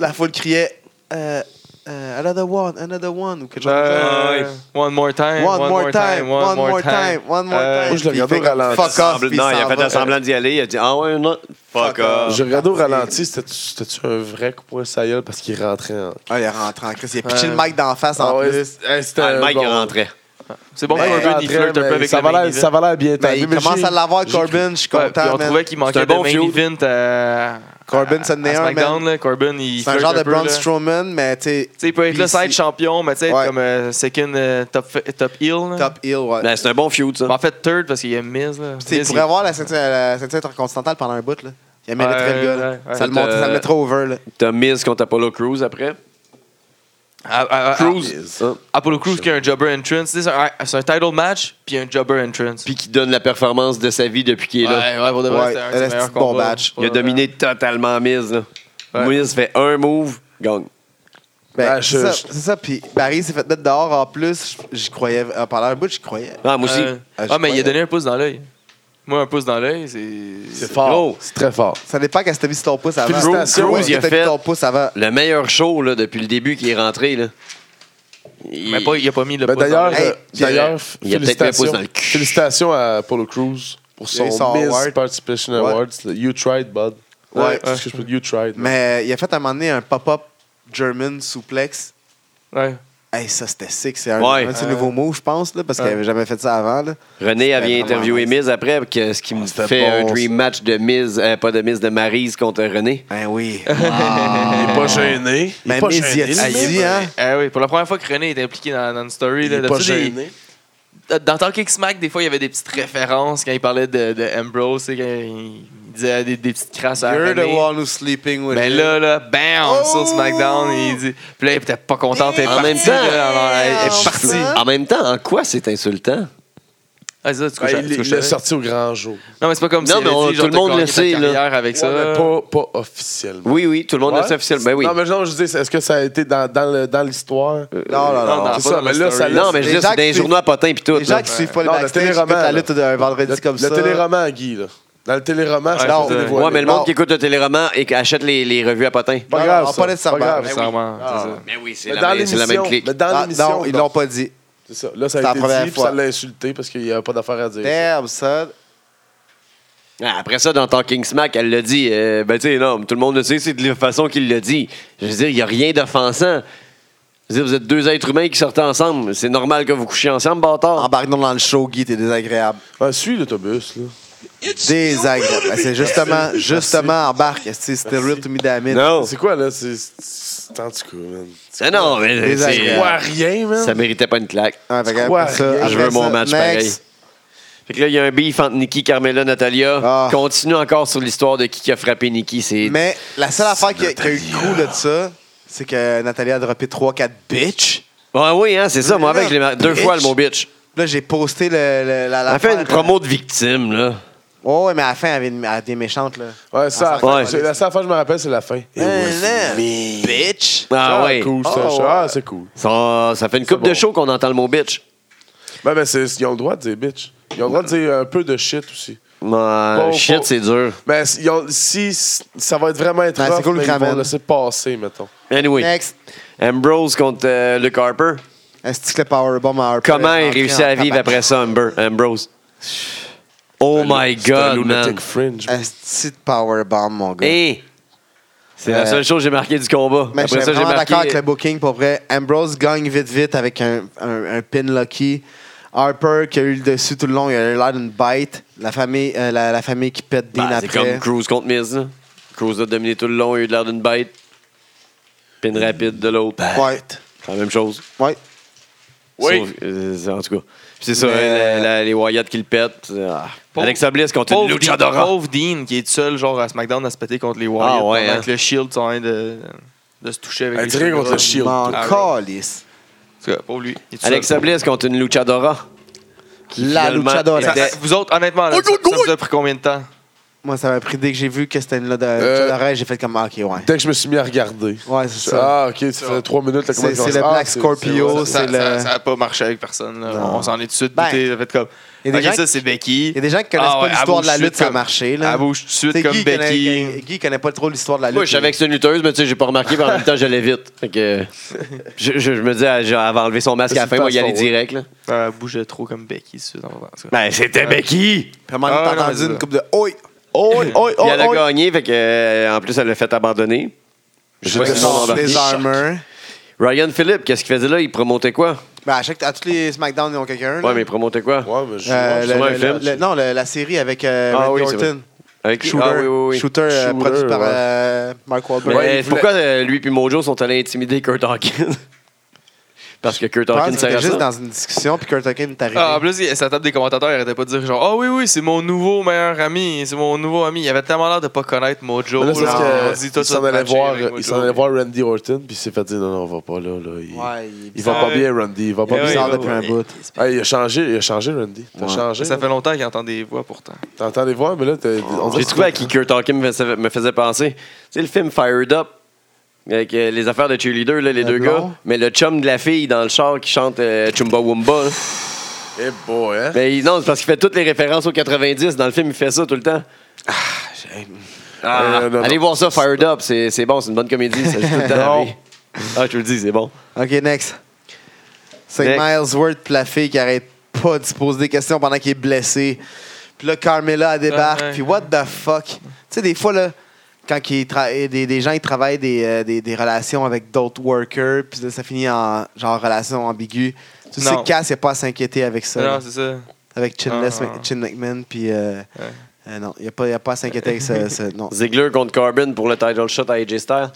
C: la foule criait euh, euh, Another one, another one, ou quelque chose comme ça.
E: Euh, one more time,
C: One, more time, one more time, one more time.
E: Euh,
A: moi, je le
C: Puis il
A: regardais
C: fait comme,
A: au ralenti.
C: Fuck off.
B: Sembl-
C: puis
B: non,
C: s'en
B: il a fait
C: va.
B: un semblant d'y aller. Il a dit Ah ouais, non, fuck
C: Fuck off.
B: off.
A: J'ai regardé au ralenti, c'était-tu c'était-tu un vrai coup point ça gueule parce qu'il rentrait en.
C: Ah, il est rentré en crise. Il a pitché
E: Ouais.
C: le mic d'en face en
A: Ah ouais,
C: plus.
A: c'est- hey, c'était
B: Ah, le mec,
A: bon.
B: il rentrait.
E: C'est bon,
A: Mais
E: Corbin, il
A: rentrait,
E: flirte un peu
A: mais
E: avec
A: ça
E: le
A: va
E: main
A: l'air-
E: event.
A: Ça va l'air bien
C: Mais
A: tendu,
C: Ben, il
A: mais
C: commence
A: j'ai-
C: à l'avoir, Corbin. Je suis
E: Ouais, puis
C: content,
E: on
C: man.
E: trouvait qu'il manquait
B: un
E: de
B: bon
E: main
B: feud.
E: event à,
C: Corbin,
E: à-
C: ça en est
E: à
C: un,
E: SmackDown, là, Corbin, il
C: C'est un
E: flirte
C: genre de
E: peu, là.
C: Braun Strowman, mais tu sais,
E: Tu sais, il peut être le
C: Ici.
E: side champion, mais tu sais, être
C: Ouais.
E: comme euh, second euh, top, fa- top heel. là.
C: top heel. ouais.
B: Ben, C'est un bon feud, ça.
E: Ben, En fait, third, parce qu'il y a Miz. Là.
C: Tu sais, il
E: Miz,
C: pourrait avoir la ceinture, euh, la ceinture intercontinentale pendant un bout. Là. Il mériterait
E: Ouais,
C: le gars. là.
E: ouais, ouais.
C: ça, le monte-
B: Euh,
C: ça le mettrait over. Là.
B: T'as Miz contre Apollo Crews après.
E: Ah, ah, ah,
B: Crews. hein,
E: Apollo Crews qui a un jobber entrance. Tu sais, C'est un, c'est un title match, puis un jobber entrance.
B: Puis qui donne la performance de sa vie depuis qu'il est là.
E: Ouais, ouais, pour de
C: Ouais,
E: vrai, c'était un
C: un
E: des meilleurs
C: esti de bon
E: combats.
C: match.
B: Il a dominé totalement Miz. Là.
E: Ouais.
B: Miz fait un move, gagne.
C: Ben,
A: Ah, je-
C: c'est ça,
A: je-
C: c'est ça. Puis Barry s'est fait mettre dehors en plus. J'y croyais. euh, pendant un bout, j'y croyais.
B: Ah, moi aussi.
E: Euh,
C: Ah, je
E: ah, mais il
C: croyais.
E: a donné un pouce dans l'œil. Moi, un pouce dans l'œil, c'est.
A: C'est fort.
B: gros.
A: C'est très fort.
C: Ça dépend qu'est-ce que t'as mis sur ton pouce avant.
A: Félicitations.
C: Où est-ce
B: Il a
C: que t'as mis
B: fait-
C: ton pouce avant?
B: Le meilleur show là, depuis le début qui est rentré. Là. Il-
E: Mais pas, il a pas mis le
A: Ben,
E: pouce dans
A: D'ailleurs,
E: l'œil.
C: Hey,
A: euh,
C: puis,
A: d'ailleurs,
C: euh,
B: il a peut-être mis un pouce
A: félicitations,
B: dans le cul.
A: félicitations à Apollo Crews pour
C: Il a eu
A: son,
C: son
A: Miss
C: award.
A: Participation
C: Ouais.
A: Awards. le You tried, bud.
C: Ouais.
A: C'est ce que je peux dire, You tried. man.
C: Mais il a fait à un moment donné un pop-up German suplex.
E: Ouais.
C: Hey, ça, c'était sick. C'est un,
B: Ouais.
C: un de ses
E: Euh,
C: nouveaux mots, je pense, là, parce qu'il
E: ouais.
C: avait jamais fait ça avant. Là.
B: René a
C: C'était
B: bien interviewé
C: vraiment
B: Miz après, que- ce qui me
A: c'était
B: fait
A: bon,
B: un dream match de Miz, euh, pas de Miz, de Maryse contre René.
C: Ben oui.
A: Il est pas gêné. Il est
C: Mais
A: pas
C: Miz, il a
A: gêné.
C: dit,
A: le mec.
C: dit, hein?
E: Ah oui, pour la première fois que René était impliqué dans, dans une story.
A: Il
E: Là,
A: est pas
E: d'habitude, il-
A: gêné.
E: Dans Talk X Mac, des fois, il y avait des petites références quand il parlait de, de Ambrose, tu sais, quand il il disait ah, des, des petites crasses à
C: You're the
E: René.
C: one who's sleeping with
E: Mais
C: him.
E: là, là, bam,
C: Oh!
E: sur SmackDown, il dit. Puis là, elle était pas contente, elle est
B: En
E: partie.
B: même temps.
E: là, alors, elle elle est
C: Damn,
E: partie.
C: son.
B: En même temps, en quoi c'est insultant?
E: Ah, c'est ça, tu
A: Ah,
E: couches à-
A: il-
E: tu couches
A: Il l'a
E: avec.
A: sorti au grand jour.
E: Non, mais c'est pas comme
B: Non,
E: si elle
B: mais
E: a
B: on-
E: dit, genre,
B: tout le monde
E: t'as gagné
B: le
E: ta
B: sait, là.
E: carrière avec ça.
A: Ouais, mais pas, pas officiellement.
B: Oui, oui, tout le monde
A: Ouais?
B: le sait officiellement. Ben oui. Euh,
A: Non, mais genre, je dis, est-ce que ça a été dans, dans le- dans l'histoire?
C: Non, non, non.
E: Non, non.
A: c'est
E: pas
A: ça,
E: dans
A: mais
E: la
A: là,
E: story.
A: ça
B: Non, mais
C: Les
B: je
C: gens
B: dis, c'est
C: qui
B: des
C: suivent-
B: journaux à potins puis tout.
C: Les gens
B: là.
C: qui suivent pas le
A: Non, le
C: backstage, qui écoutent
A: téléroman,
C: la
A: là.
C: lutte d'un vendredi
A: Le,
C: comme
A: le
C: ça.
A: téléroman à Guy, là. Dans le téléroman, c'est
E: non.
A: pas dévoilé.
B: Ouais, mais le
C: Non.
B: monde qui écoute le téléroman et qui achète les, les revues à potins.
A: Pas
C: Non,
A: grave,
C: non,
A: ça,
C: pas nécessairement.
A: pas grave.
C: Mais
E: Nécessairement,
A: Ah.
E: c'est ça.
B: Mais oui, c'est
A: Mais dans
B: la, même- c'est la même
A: l'émission,
B: clique.
A: mais dans
C: Ah,
A: l'émission,
C: non, ils
A: non.
C: l'ont pas dit.
A: C'est ça. Là, ça
C: C'est
A: a
C: la
A: été
C: première
A: dit, puis
C: fois.
A: ça l'a insulté parce qu'il n'y avait pas d'affaire à dire.
C: Damn, son.
B: Ah, Après ça, dans Talking Smack, elle l'a dit. euh, ben, tu sais, non, tout le monde le sait, c'est de la façon qu'il l'a dit. Je veux dire, il n'y a rien d'offensant. Je veux dire, vous êtes deux êtres humains qui sortent ensemble. C'est normal que vous couchiez ensemble, bâtard.
C: Embarque-nous dans le show, Guy, t'es désagréable.
A: Ah, suis l'autobus, là.
C: Désagréable. Ben, C'est justement, justement, embarque. Est-ce que C'est still real to me, damn it.
B: Non.
A: C'est quoi, là? C'est. c'est- En tout cas, man.
B: Ah non, mais c'est- euh,
A: Tu
C: Désagréable.
A: crois à rien, man.
B: ça méritait pas une claque.
C: Ouais, fait que
A: Quoi?
C: après ça,
A: Je
C: après
B: Je veux mon
C: ça,
B: match pareil.
C: next.
B: Fait que là, il y a un beef entre Nikki, Carmela, Natalia.
C: Ah.
B: Continue encore sur l'histoire de qui qui a frappé Nikki. C'est
C: Mais la seule affaire qui a, qui a eu le coup là, de ça, c'est que Nathalie a droppé 3-4 bitches.
B: Ouais, oui, hein, c'est ça. Moi, avec, je l'ai mar- deux
C: Bitch.
B: fois le mot bitch.
C: Là, j'ai posté le, le- la, la
B: Elle fait une
C: affaire,
B: promo de victime, là.
C: là. Oh, ouais, mais à la fin, elle avait- elle était méchante, là.
A: Ouais, ça,
B: Ouais.
A: c'est la seule fois que je me rappelle, c'est la fin.
C: Eh, Man, bitch!
B: Ah, ouais.
A: cool, ça.
C: Oh, ouais.
A: Ah, c'est cool.
B: Ça, ça fait une coupe
A: C'est
B: de
A: bon.
B: show qu'on entend le mot bitch.
A: Ben, ben, c'est- ils ont le droit de dire bitch. Ils ont le droit de dire un peu de shit aussi.
B: Ah,
A: Bon,
B: shit,
A: bon.
B: c'est dur.
A: Ben, s- ils ont- si s- ça va être vraiment être
C: Ben, c'est
A: rough,
C: cool,
A: mais ils
C: Kraven.
A: vont laisser passer, mettons.
B: Anyway.
C: Next.
B: Ambrose contre euh, Luke Harper.
C: Est-ce que le powerbomb à Harper
B: Comment
C: est
B: il
C: rentré
B: réussit
C: en
B: à vivre
C: tabac?
B: après ça, Amber- Ambrose? Oh my
A: C'est un
B: God, man.
A: lunatic fringe.
C: Euh,
A: man.
C: Est-ce que powerbomb, mon gars?
B: Hey! C'est
C: Euh,
B: la seule chose que j'ai marquée du combat.
C: Mais je
B: Après
C: suis
B: ça, j'ai
C: vraiment
B: marqué...
C: d'accord avec le booking pour vrai. Ambrose gagne vite vite avec un, un- un pin lucky. Harper qui a eu le dessus tout le long, il a eu l'air d'une bite. La famille, euh, la, la famille qui pète Dean
B: Ben, c'est
C: après.
B: comme Cruz contre Miz. là. Cruz a dominé tout le long, il a eu l'air d'une bête. Pin rapide de l'autre.
C: Ouais.
B: C'est la même chose.
C: Ouais.
B: Oui. en tout cas. Puis c'est ça,
C: Mais-
B: la- la- les Wyatt qui le pètent. Ah.
E: Pauvre-
B: Alexa Bliss contre une
E: Pauvre
B: Lucha
E: Dean,
B: Dora.
E: pauvre Dean qui est tout seul genre à SmackDown à se péter contre les Wyatt
B: Ah ouais,
E: pendant
B: hein.
E: que le Shield est en train de, de se toucher avec
A: Un
E: les
A: direct
E: cheveux
A: contre le
E: gras.
A: Shield.
C: M'en
E: Ah,
C: calisse.
E: En tout cas, Pour lui. il est tout
B: Alexa
E: seul.
B: Bliss contre une Luchadora.
C: La
B: Finalement,
C: luchadora.
E: Ça-
B: était-
E: Vous autres, honnêtement,
C: Oh,
E: là, ça, ça vous a pris combien de temps?
C: Moi, ça m'a pris dès que j'ai vu que c'était une là de
A: Euh,
C: l'oreille, j'ai fait comme ah, ok, ouais.
A: Dès que je me suis mis à regarder.
C: Ouais, c'est ça.
A: Ah, ok, tu faisais trois minutes. là, comment
C: C'est-
A: il commence.
C: c'est le
A: Ah,
C: Black
A: c'est-
C: Scorpio,
A: c'est-
E: Ça-
C: Oh,
E: ça-
C: c'est
E: ça-
C: le-
E: Ça n'a pas marché avec personne. là.
C: Non.
E: On s'en est tout de suite
C: Ben,
E: douté. ça fait comme.
C: Il y a des
E: Ok,
C: gens
E: ça, c'est Becky.
C: Il y a des gens qui connaissent
E: Ah
C: pas
E: ouais,
C: l'histoire
E: elle
C: de la
E: bouge
C: lutte,
E: tout
C: ça a
E: comme-
C: marché. Là.
E: Elle bouge tout de suite
C: T'sais,
E: comme
C: Guy Connaît,
E: Becky.
C: Guy connaît pas trop l'histoire de la lutte.
B: Moi, je savais que c'était une lutteuse, mais tu sais, j'ai pas remarqué, mais en même temps, je l'ai vite. Fait que, je, je- je me dis, ah, genre, elle va enlever son masque à la fin, moi, y aller direct. Là.
E: Elle bougeait trop comme Becky. c'est ça, en tout cas.
B: Ben, c'était Becky!
C: Puis à un moment donné,
E: Ah, non,
C: t'as
E: c'est
C: entendu une
E: ça.
C: coupe de oi.
A: Oh, oh, oh,
B: Puis elle a
A: oh.
B: gagné, fait que, euh, en plus, elle l'a fait abandonner. Je sais pas
A: Ouais,
B: si ils sont
A: non,
B: embarqués.
C: Des armures.
B: Ryan Philippe, qu'est-ce qu'il faisait là? Il promotait quoi?
C: Ben, à, chaque, à tous les SmackDown, ils ont quelqu'un. là.
B: Ouais, mais il promotait quoi?
A: Ouais, mais je-
C: Euh,
A: ouais,
C: le-
B: sûrement un
C: le-
B: film.
C: le- non, le- la série avec euh,
B: Ah
C: Randy
B: oui, c'est
C: Orton.
B: Avec
C: Shooter,
B: Ah, oui, oui, oui.
C: Shooter, euh,
A: Shooter,
C: produit par
A: ouais.
C: euh, Mark
B: Mais
C: Wahlberg.
A: Ouais, il voulait-
B: pourquoi euh, lui et Mojo sont allés intimider Kurt Hawkins? Parce que Kurt
C: Je pense
B: Hawkins
C: qu'il était
B: sert à
C: juste
B: ça.
C: dans une discussion, puis Kurt Hawkins est arrivé.
E: Ah, en plus, il- sa table des commentateurs, il arrêtait pas de dire genre, ah oui, oui, c'est mon nouveau meilleur ami, c'est mon nouveau ami. Il avait tellement l'air de pas connaître Mojo.
A: Mais là, c'est
E: là. On
A: parce que
E: dit, toi,
A: il
E: tu
A: s'en
E: vas te
A: allait
E: matcher
A: voir, euh,
E: avec
A: il
E: Mojo.
A: s'en allait voir Randy Orton, puis il s'est fait dire non, non, on va pas là. là. Il,
C: ouais, il est
A: il
C: bizarre, Eh
A: va pas
E: Ouais.
A: bien, Randy. Il va pas
E: Ouais,
A: bien.
C: bizarre
E: ouais,
C: depuis
E: ouais.
C: un bout.
A: Ah, il a changé, il a changé, Randy. T'as
C: Ouais.
A: changé.
E: Ça
A: Ça
E: fait longtemps qu'il entend des voix pourtant.
A: T'entends les voix, mais là, t'es- on dirait
B: J'ai
A: que
B: trouvé
A: c'est-
B: à qui Kurt Hawkins me faisait, me faisait penser. Tu sais, le film Fired Up, avec euh, les affaires de cheerleader, là,
C: Le
B: les deux
C: blond.
B: gars, mais le chum de la fille dans le char qui chante euh, Chumbawamba. là.
A: Eh boy,
E: Ben-
A: hein?
B: Mais il- non, c'est parce qu'il fait toutes les références aux 90. Dans le film, il fait ça tout le temps. Ah,
A: Euh, non, non.
B: allez voir ça, Fired Up. C'est c'est bon, c'est une bonne comédie. Ça joue tout le temps à la vie. Ah, je te le dis, c'est bon.
C: OK, next. C'est
B: Next.
C: Miles Word puis la fille qui arrête pas de se poser des questions pendant qu'il est blessé. Puis là, Carmela elle débarque,
E: Ouais, ouais.
C: puis what the fuck? Tu sais, des fois, là, quand il tra- des, des gens ils travaillent des, euh, des, des relations avec d'autres workers, puis là, ça finit en genre relation ambiguë. Tu sais
E: Non.
C: que Cass, il a pas à s'inquiéter avec ça. là.
E: Non, c'est ça.
C: avec Chin,
E: Ah,
C: Less-
E: ah.
C: Chin McMahon, puis... euh, euh, non, il n'y a, pas- y a pas à s'inquiéter avec ça. ça, non.
B: Ziggler contre Corbin pour le title shot à AJ Styles.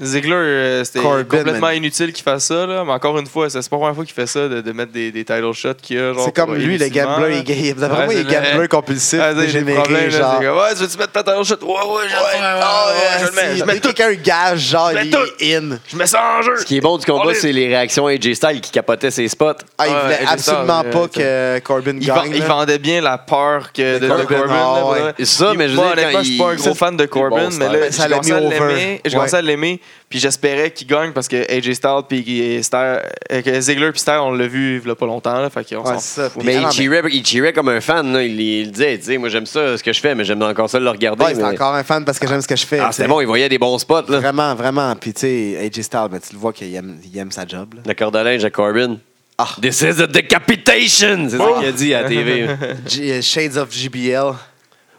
E: Ziggler, euh, c'était
C: Corbin,
E: complètement
C: man.
E: inutile qu'il fasse ça, là. mais encore une fois, c'est pas la première fois qu'il fait ça, de, de mettre des, des title shots qu'il a. genre,
C: C'est comme
E: pour-
C: lui, le
E: inutilement,
C: gambler.
E: là.
C: il- Il, d'après moi,
E: Ouais,
C: il
E: c'est
C: est gambler
E: vrai.
C: compulsif,
E: Ah, c'est des
C: dégénéré,
E: problètes, là,
C: genre.
E: c'est comme, ouais, tu veux-tu mettre ta title shot? Ouais, ouais, je le fais. Ah, ouais, je le mets, je
C: Si
E: mets tout.
C: quelqu'un gage, genre,
E: Je mets
C: il
E: tout.
C: est in.
E: Je mets ça en jeu.
B: Ce qui est bon du
E: On
B: combat,
E: est-
B: c'est les réactions à AJ Styles qui capotait ses spots.
C: Ah, il
E: Ouais,
C: voulait
E: ouais,
C: absolument
E: j'ai ça,
C: pas
E: euh,
C: que Corbin
E: Il, vend-
C: gagne.
E: il
C: là.
E: vendait bien la peur que de, de
C: Corbin, ah,
E: Corbin. là,
C: ouais.
E: voilà.
B: Et ça, mais je
E: moi,
B: veux dire,
E: honnêtement,
B: quand
E: je suis pas un
B: il-
E: gros fan de Corbin,
A: c'est
E: mais
A: bon,
E: là,
C: ça
E: je
C: l'a
E: commençais
C: mis
E: à
C: over.
E: l'aimer. Je
C: Ouais.
E: commençais à l'aimer, puis j'espérais qu'il gagne parce que AJ Styles puis Styles- euh, que Ziggler puis Styles, on l'a vu il y a pas longtemps, là, fait qu'on
C: Ouais,
E: s'en
C: c'est ça.
E: fout.
B: Mais
C: Ah,
B: il,
C: non, mais-
B: cheerait, il cheerait comme un fan. là. Il, il disait, tu sais, moi j'aime ça ce que je fais, mais j'aime encore ça le regarder.
C: Ouais, c'est
B: mais-
C: encore un fan parce que j'aime ce que je fais.
B: Ah,
C: tu sais.
B: c'était bon, il voyait des bons spots. Là.
C: Vraiment, vraiment. Puis, tu sais, AJ Styles, ben, tu le vois qu'il aime, il aime sa job. là.
B: Le corde à linge à Corbin.
C: Ah.
B: This is a decapitation! C'est ça qu'il a dit à la TV.
C: G- euh, Shades of GBL.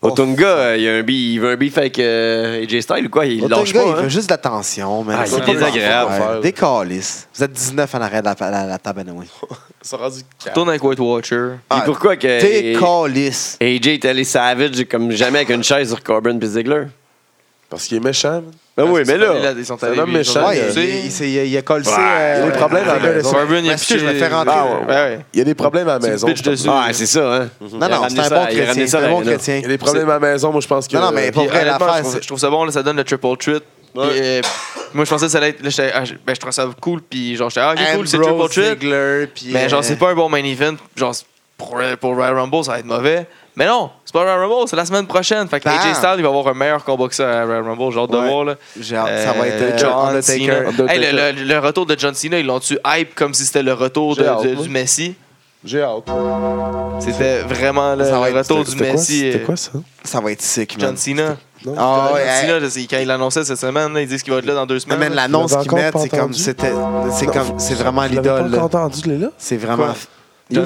B: Otunga, euh, il, a un beef- il veut un beef avec euh, AJ Styles ou quoi? Il
C: Autant
B: lâche
C: le gars, il
B: pas. hein?
C: veut juste de l'attention, man.
B: Ah,
C: C'est
B: il est
C: pas
B: désagréable.
C: grave. Ouais, Des câlisses. Vous êtes 19 en arrêt de la, la, la table, anyway.
A: Ça rendu quatre.
E: Tourne avec White Watcher.
B: Puis
C: Ah,
B: pourquoi
C: Des
B: que
C: câlisses.
B: AJ est allé savage comme jamais avec une chaise sur Corbin et Ziggler?
A: Parce qu'il est méchant. man.
B: Ben oui,
E: Ils sont
B: mais
E: allés
B: là,
E: ils sont
A: c'est un
E: allés
A: homme
E: lui, ils
A: méchant,
E: ont
C: Ouais,
E: dit,
A: il
C: il,
E: tu sais,
C: il, s'est- il, a collé.
B: Ouais,
C: euh,
A: il y a des problèmes à la
C: euh,
A: maison.
E: Corbin, hein, il a
C: Mais si,
E: piché.
C: Je me fais rentrer.
A: Ah, ouais.
E: Ouais, ouais.
A: Il y a des problèmes à la
E: Tu me
A: maison.
E: pitches
A: je pense.
E: dessus.
B: ah, c'est ça, hein?
C: Non, non, c'est un bon chrétien. C'est un bon chrétien.
A: Il y a des problèmes à la maison, moi, je pense que.
C: Non, non, mais
E: Puis
C: Pour vrai,
E: honnêtement,
C: l'affaire,
E: je, trouve,
C: c'est-
E: je trouve ça bon, là, ça donne le triple treat. Puis, euh, moi, je pensais que ça allait être. là, j'étais- ah, je- ben, je trouve ça cool, puis genre, j'étais, ah, ok, cool, c'est le triple
C: Ambrose,
E: treat.
C: Ziggler, puis,
E: Mais
C: euh,
E: genre, c'est pas un bon main event. Genre, c'est- pour, pour Royal Rumble, ça va être mauvais. Mais non, c'est pas Royal Rumble, c'est la semaine prochaine. Fait que
C: Bam.
E: AJ Styles, il va avoir un meilleur combat que ça à Royal Rumble. J'ai hâte
C: Ouais.
E: de voir. Là.
C: J'ai hâte, ça va
E: Euh,
C: être euh,
E: John Cena.
C: Undertaker.
A: Undertaker.
E: Hey, le, le- le retour de John Cena, ils l'ont-tu hype comme si c'était le retour de-
A: J'ai hâte,
E: de-
A: moi.
E: du Messi?
A: J'ai hâte.
E: C'était vraiment le,
C: Ça va
E: le
C: être-
E: retour du
A: C'était quoi,
E: Messi.
A: c'était
E: euh,
A: quoi ça?
C: Ça va être sick, man.
E: John Cena.
A: Non?
C: Ah
E: John
C: ouais, hey.
E: Cena, je sais, quand il l'annonçait cette semaine, là, ils disent qu'il va être là dans deux
C: Non,
E: semaines.
C: man,
E: là.
C: l'annonce
A: Je l'avais
C: qu'ils
A: encore
C: mettent,
A: pas
C: c'est comme
A: entendu.
C: c'était. C'est comme. C'est vraiment
A: Je l'avais pas
C: l'idole. là.
A: encore entendu, les là?
C: C'est vraiment.
E: Quoi?
A: Deux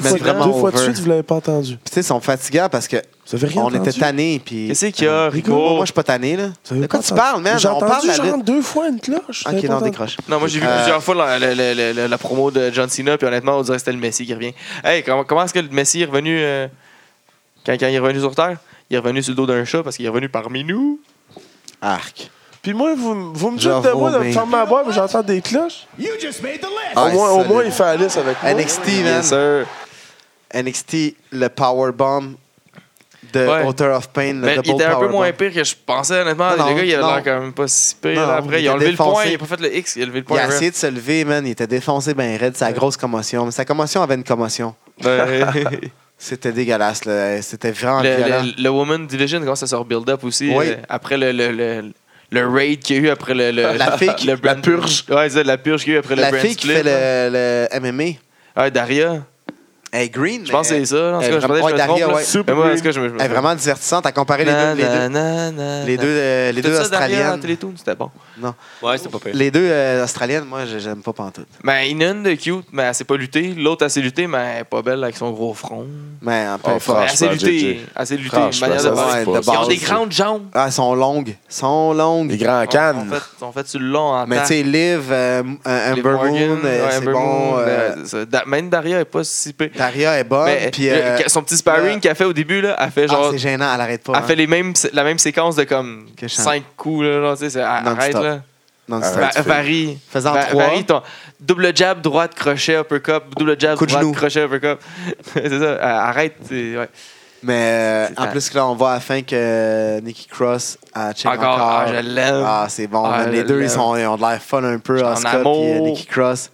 C: John
A: fois,
C: Cena vraiment
A: deux fois de
C: over.
A: suite, vous l'avez pas entendu.
C: Puis, tu sais, ils sont fatigants parce que
A: Ça fait rien
C: on
A: entendu.
C: était tannés. Puis.
E: Qu'est-ce qu'il y a, Rico?
C: Moi, moi, je suis pas tanné, là.
A: Vous avez
C: De quoi
A: pas
C: tu
A: entendu?
C: parles, man?
A: J'ai
C: On parle
A: entendu
C: de la
A: genre
C: lutte.
A: deux fois une cloche. je
C: Ok,
A: l'avais pas
C: non,
A: entendu.
C: décroche.
E: Non, moi j'ai vu
C: Euh,
E: plusieurs fois la, la- la- la- la- la promo de John Cena, puis honnêtement, on dirait que c'était le Messi qui revient. Hey, comment, comment est-ce que le Messi est revenu euh, quand, quand il est revenu sur Terre? Il est revenu sur le dos d'un chat parce qu'il est revenu parmi nous.
C: Arc.
A: Puis moi, vous, vous me dites
C: Genre
A: de moi de me
C: vomi.
A: fermer ma boîte, mais j'entends des cloches.
F: You just made the list.
C: Ah,
A: au moins, au
C: solide.
A: moins, il fait Alice avec moi.
C: NXT,
E: Bien
C: man.
E: sûr.
C: NXT, le powerbomb de
E: Ouais.
C: Author of Pain,
E: Mais
C: le
E: Ben, il
C: double
E: était un peu
C: powerbomb.
E: moins pire que je pensais, honnêtement.
C: Non,
E: les gars, il avait
C: non.
E: l'air quand même pas si pire.
C: Non,
E: là,
C: il
E: après, ils ont
C: était
E: levé le point,
C: défoncé.
E: il a pas fait le X, il a levé le
C: Il
E: point.
C: a essayé de se lever, man. Il était défoncé, ben raide. Sa grosse commotion. Mais sa commotion avait une commotion.
E: Ouais.
C: C'était dégueulasse, là. C'était vraiment
E: le,
C: violent.
E: le, le Woman Division commence à se rebuild up aussi.
C: Oui.
E: euh, après le, le, le, le raid qu'il y a eu après le. le-
C: La fille qui-
E: le brand-
C: la purge.
E: Ouais, c'est ça, la purge qu'il y a eu après le
C: La
E: brand
C: fille qui
E: split,
C: fait
E: là.
C: le, le MMA.
E: Ouais, Daria.
C: Elle est green.
E: Je pense que
C: mais
E: c'est ça. En tout
C: elle
E: cas, je
C: vraiment-
E: peut-être que
C: ouais,
E: je me trompe.
C: Daria,
E: là.
C: ouais.
E: Mais
A: Super
E: moi, en
A: green.
E: tout cas, je me. je me-
C: Elle est vraiment divertissante. À comparer les deux,
E: Na,
C: les deux,
E: na, na,
C: les
E: na.
C: deux, euh, les
E: T'as
C: deux
E: ça, Daria,
C: australiennes.
E: dans Télétoon, c'était bon.
C: Non.
B: Ouais, c'était pas pire.
C: Les deux euh, australiennes, moi, je- j'aime pas pantoute.
E: Mais il y en a une Ben, de cute, mais elle s'est pas luttée. L'autre, elle s'est luttée, mais elle est pas belle avec son gros front.
C: Mais un peu
A: Oh,
C: fort.
E: Elle s'est
A: Franchement,
E: luttée.
A: JJ.
E: Elle s'est luttée.
A: Franchement,
E: manière de
A: ça,
C: ouais,
E: parler.
A: c'est
C: de
A: pas-
E: Ils ont
C: base,
E: des
C: là.
E: grandes jambes.
C: Ah, elles sont longues. Elles sont longues.
A: Les grands
E: On
A: cannes.
E: fait, on fait du long en
C: Mais
E: temps.
C: tu sais, Liv, euh, m- euh,
E: Liv
C: Amber
E: Morgan,
C: Moon, euh,
E: ouais,
C: c'est
E: Amber
C: bon.
E: Moon,
C: euh,
E: euh, c'est- Da- même Daria est pas si pire.
C: Daria est bonne.
E: Mais
C: Puis,
E: le-
C: euh,
E: son petit sparring
C: le-
E: qu'elle fait au début, là, elle fait
C: ah,
E: genre.
C: c'est gênant, elle arrête pas.
E: elle fait les mêmes, la même séquence de comme
C: Que je chante.
E: 5 coups. Là, genre, tu sais, c'est- arrête
C: Non-stop.
E: là.
C: hein. non
E: Va- varie.
C: Euh, Faisant
E: Va-
C: trois.
E: Varie ton double jab, droite, crochet, uppercut. Double jab,
C: Coup de
E: droite,
C: genou.
E: crochet, uppercut. c'est ça. euh, Arrête. c'est- ouais.
C: Mais euh,
E: C'est
C: en
E: ça.
C: plus, que là, on voit à la fin que Nikki Cross a check
E: Encore.
C: encore.
E: Ah, je l'aime.
C: Ah, c'est bon.
E: Ah,
C: man. les
E: je
C: deux,
E: l'aime.
C: ils, sont, ils ont de l'air fun un peu.
E: J'en
C: Asuka puis
E: amour.
C: euh, Nikki Cross.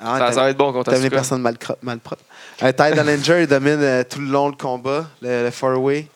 C: Ah,
E: ça, ça va être bon contre
C: T'aimes les
E: Asuka.
C: personnes mal, cro- mal propres. Euh, Ty Dillinger, il domine euh, tout le long le combat, le, le four-way.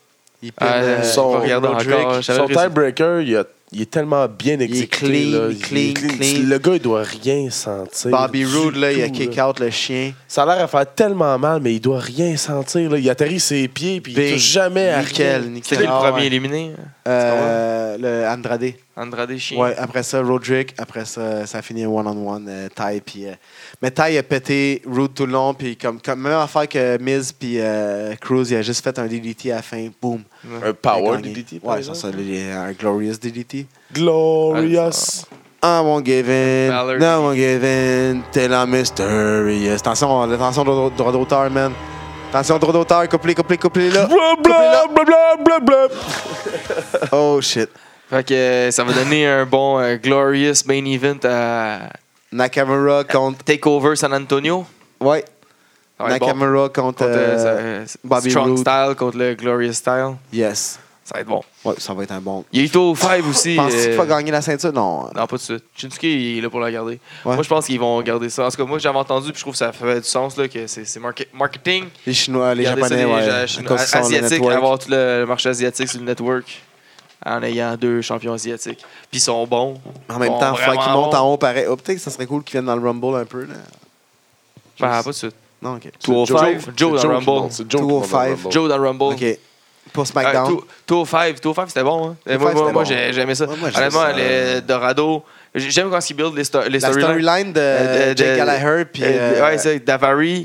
C: Il pin
E: Ah,
C: euh,
E: son-
C: Roderick.
E: regarde encore, je savais
A: Son
E: que c'est-
A: tiebreaker, il, a- il est tellement bien exécuté.
C: clean,
A: là.
C: il est clean, clean.
A: Le gars, il doit rien sentir.
C: Bobby
A: du
C: Roode, là, il a
A: tout,
C: kick
A: là.
C: out le chien.
A: Ça a l'air à faire tellement mal, mais il doit rien sentir. là. Il atterrit ses pieds, puis il
C: Bing.
A: touche jamais à
C: Nickel,
A: rien.
E: C'est
C: nickel.
E: qui le
C: Ah,
E: premier
C: ouais.
E: éliminé
C: Euh, le Andrade.
E: Andrade Chien.
C: Ouais, après ça, Roderick. Après ça, ça a fini one-on-one. euh, Ty, puis. euh, mais Ty a pété Roode tout le long. Puis, comme, comme même affaire que Miz, puis euh, Cruz, il a juste fait un DDT à la fin. Boum.
A: Un
C: Il a
A: power
C: gagné.
A: DDT, par
C: Ouais, c'est
A: exemple.
C: ça, les- un glorious DDT.
A: Glorious.
C: I won't give in.
E: Balor.
C: No, I won't give in. Till I'm mysterious. Attention, attention, droit droit d'auteur, man. Attention, droit d'auteur, couplé, couplé, couplé, là.
A: Blah, blah, blah, blah, blah, blah.
C: Oh shit.
E: Fait que euh, ça va donner un bon euh, glorious main event à
C: Nakamura contre.
E: Takeover San Antonio.
C: Ouais.
E: Ça va être bon.
C: Nakamura contre.
E: Contre,
C: euh,
E: euh, ça-
C: Bobby
E: Strong
C: Roode.
E: Style contre le Glorious Style.
C: Yes.
E: Ça va être bon.
C: Ouais, ça va être un bon.
E: Il y a Ito 5 aussi.
C: Penses-tu qu'il
E: euh,
C: va gagner la ceinture? Non.
E: Non, pas de suite. Shinsuke, il est là pour la garder.
C: Ouais.
E: Moi, je pense qu'ils vont garder ça. En tout cas, moi, j'avais entendu, puis je trouve que ça fait du sens là, que c'est c'est market- marketing.
C: Les Chinois, les
E: Garder ça,
C: Japonais, ouais.
E: ja-
C: à
E: Chinois-
C: cause qu'ils sont dans le
E: asiatiques,
C: network.
E: avoir tout le, le marché asiatique sur le network en ayant deux champions asiatiques. Puis ils sont bons.
C: En même
E: Bon,
C: temps, il faudrait qu'ils
E: vraiment
C: montent en haut pareil. Oh, peut-être que ça serait cool qu'ils viennent dans le Rumble un peu. Là.
E: Bah, pas de suite.
C: Non, ok.
A: Joe-
E: 205.
A: Joe
E: Joe
A: qui
E: dans Rumble.
A: monte, c'est Joe qui monte dans
C: 205.
A: Rumble.
E: Joe dans le Rumble.
C: Ok. Pour
E: Ouais,
C: SmackDown.
E: Two- 205, 205, c'était bon. Hein.
C: 205,
E: Euh, Moi, moi,
C: c'était
E: moi,
C: bon.
E: j'ai- j'aimais ça.
C: Ouais, moi, j'ai
E: Honnêtement,
C: ça.
E: les Dorado, j'ai- j'aime quand ils build les, sto- les
C: la
E: storylines.
C: storyline de,
E: Euh, de-
C: Jake
E: de-
C: Gallagher puis
E: Euh,
C: euh,
E: ouais, c'est Davari,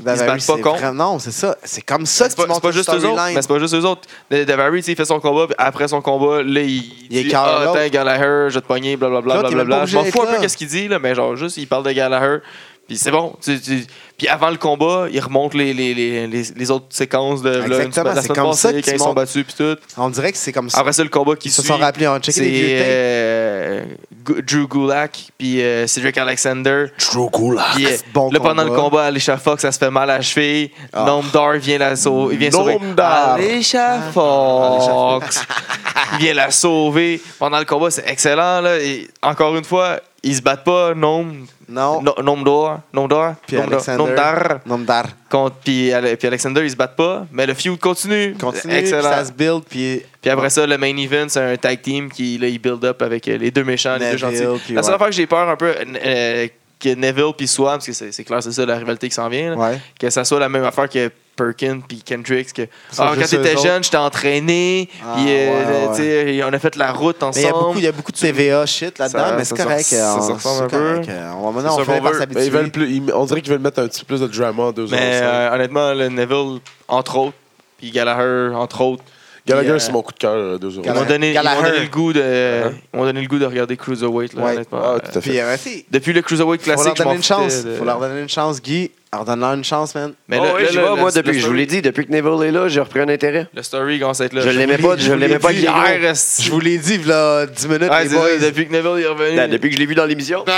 C: Davari,
E: ils se battent
C: c'est
E: pas contre.
C: vraiment- Non, c'est ça. C'est comme ça que
E: C'est
C: tu
E: pas, c'est
C: montes
E: pas
C: une
E: juste eux autres,
C: storyline.
E: mais c'est pas juste eux autres. Le- Davari, tu sais, il fait son combat, puis après son combat, là, il,
C: Il
E: dit
C: écarte
E: Ah,
C: l'autre.
E: attends, Gallagher, je vais te pogner, blablabla.
C: L'autre, il est même
E: blablabla.
C: pas
E: Je m'en
C: obligé
E: fous un
C: d'être
E: peu
C: là.
E: qu'est-ce qu'il dit, là, mais genre, juste, il parle de Gallagher, puis c'est bon. Tu- tu- Puis avant le combat, il remonte les, les, les, les, les autres séquences de là, une
C: Exactement,
E: semaine- la
C: c'est
E: semaine
C: comme
E: passée,
C: ça que
E: quand
C: tu
E: ils sont
C: montes.
E: battus, puis tout.
C: On dirait que c'est comme ça.
E: Après ça, le combat Ah, qui
C: Ils se
E: suit,
C: sont rappelés, on a checké les vieux
E: c'est
C: tapes.
E: euh, Gu- Drew Gulak, puis euh, Cedric Alexander.
A: Drew Gulak.
E: Puis, euh,
C: Ah, bon
E: là,
C: combat.
E: pendant le combat, Alicia Fox, ça se fait mal à la cheville.
C: Ah.
E: Noam Dar vient la sauver. Il vient
A: Noam
E: sauver. Ah,
A: Dar.
E: Alicia
C: Ah,
E: Fox. il vient la sauver. Pendant le combat, c'est excellent. Là. Et encore une fois, ils se battent pas, Nome,
C: Non.
E: No- Nome d'or, Nome d'or,
C: Oh. Puis
E: Nome d'or,
C: Alexander.
E: Nome d'or
C: Nom d'art.
E: contre puis, Ale- puis Alexander, ils se battent pas, mais le feud continue.
C: Continue,
E: Excellent.
C: puis ça se build, puis
E: Puis après ça, le main event, c'est un tag team qui là, il build up avec euh, les deux méchants, les deux
C: Neville,
E: gentils.
C: puis
E: La seule
C: ouais.
E: affaire que j'ai peur un peu, euh, euh, que Neville puis Swan, parce que c'est c'est clair, c'est ça la rivalité qui s'en vient, là,
C: Ouais.
E: que ça soit la même affaire que Perkins puis Kendricks. Que,
C: sont
E: Ah, quand
C: juste eux
E: t'étais
C: autres.
E: jeune, j'étais entraîné,
C: Ah,
E: puis euh,
C: ouais, ouais.
E: tu sais, on a fait la route
C: Mais il y a
E: ensemble.
C: beaucoup, il y a beaucoup de TVA shit là-dedans,
E: Ça-
C: mais c'est
E: ça
C: correct.
E: se- ça
C: on-
E: se ressemble un
C: c'est correct,
E: peu.
C: euh, On va maintenant,
B: C'est
C: on
B: ça qu'on
C: finit par
B: veut.
A: Ben,
C: s'habituer.
A: ils veulent plus, ils- on dirait qu'ils veulent mettre un petit peu plus de drama en deux
E: mais
A: heures.
E: euh, honnêtement, le Neville, entre autres, puis Gallagher, entre autres,
A: Gallagher,
E: puis, euh,
A: c'est mon coup de cœur, euh, deux euros.
E: ils m'ont
C: Gallagher. Uh-huh.
E: donné, ils m'ont donné le goût de, ils m'ont donné le goût de regarder Cruiserweight, là,
C: Ouais.
E: honnêtement.
A: Ah, tout à fait.
C: Puis, euh, si,
E: Depuis le Cruiserweight
C: faut
E: classique,
C: leur
E: je m'en
C: donner une chance.
E: foutais de-
C: Faut leur donner une chance, Guy. Alors, donne-leur une chance, man.
E: Mais
B: Oh,
E: là,
B: ouais,
E: là,
B: j'y
E: là,
B: vais,
E: la-
B: moi,
E: la
B: depuis, je vous
E: story-
B: l'ai dit, depuis que Neville est là, j'ai repris un intérêt.
E: Le story commence à être là.
B: Je l'aimais pas, je
E: vous
B: l'aimais
E: l'ai
B: pas
E: dit
B: hier.
E: hier,
B: esti.
C: Je vous l'ai dit, là, 10 minutes,
E: Ah,
C: les
E: c'est ça,
C: boys.
E: depuis que Neville est revenu.
B: Ben, depuis que je l'ai vu dans l'émission. ben,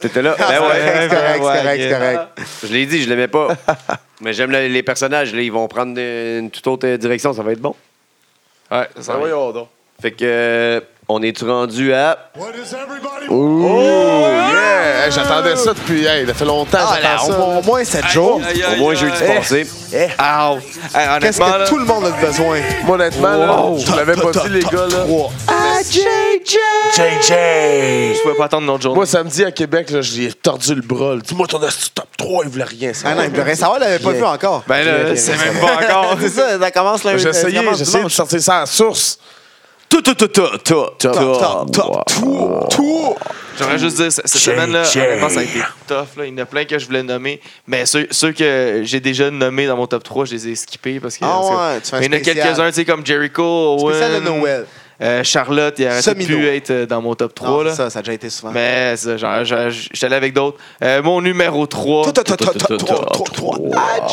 B: T'étais là.
C: C'est
B: Ben
C: correct, c'est
B: ouais.
C: correct,
E: Ah, ouais,
C: c'est correct, c'est
E: yeah.
C: correct.
B: Je l'ai dit, je l'aimais pas. Mais j'aime le- les personnages, là, ils vont prendre des- une toute autre euh, direction, ça va être bon.
E: Ouais, ça
A: Ah,
E: va.
A: voyons donc.
B: Fait que euh, on est rendu à
A: Oh, yeah! Hey, J'attendais ça depuis. Hey, il a fait longtemps que
C: Ah, là,
A: j'attends
C: au
A: ça.
C: moins- au moins 7 jours.
E: Aïe, aïe,
B: au
E: aïe,
B: moins
E: aïe.
B: jeudi
E: Eh,
B: passé.
E: ow. Eh,
C: Qu'est-ce
E: Honnêtement, là,
C: que tout le monde a de besoin?
A: Moi, honnêtement, là,
E: Wow.
A: je l'avais pas dit, les gars. Là.
E: je pouvais pas attendre notre journée.
A: Moi, samedi à Québec, là, j'ai tordu le bras. là. Dis-moi, ton astuce top 3, il voulait rien. Ça.
C: Ah non, il pleurait. Ça va, il l'avait pas vu encore.
E: Ben là, c'est même pas encore.
C: C'est ça, ça commence lundi.
A: J'ai
C: ça
A: essayé,
C: commence
A: j'ai essayé de
C: dimanche.
A: sortir ça à la source.
B: Tout, tout, tout, tout, tout, tout.
C: Top, top, top, tout, tout.
E: J'aimerais juste dire, c- cette semaine-là, honnêtement, ça a été tough. Là. Il y en a plein que je voulais nommer. Mais ceux, ceux que j'ai déjà nommés dans mon top 3, je les ai skippés parce que.
C: Ah
E: parce que-
C: ouais, tu fais un
E: Mais Il y en a
C: spécial.
E: quelques-uns, tu sais, comme Jericho, Owen.
C: Spécial de Noël.
E: euh, Charlotte, il aurait
C: Semino.
E: pu être euh, dans mon top 3.
C: Non,
E: là.
C: c'est Ah, Ça, ça a déjà été souvent.
E: Mais c'est ça, genre, je suis allé avec d'autres. Euh, mon numéro 3.
C: Tout, tout, tout, tout, tout, tout, tout. Ah,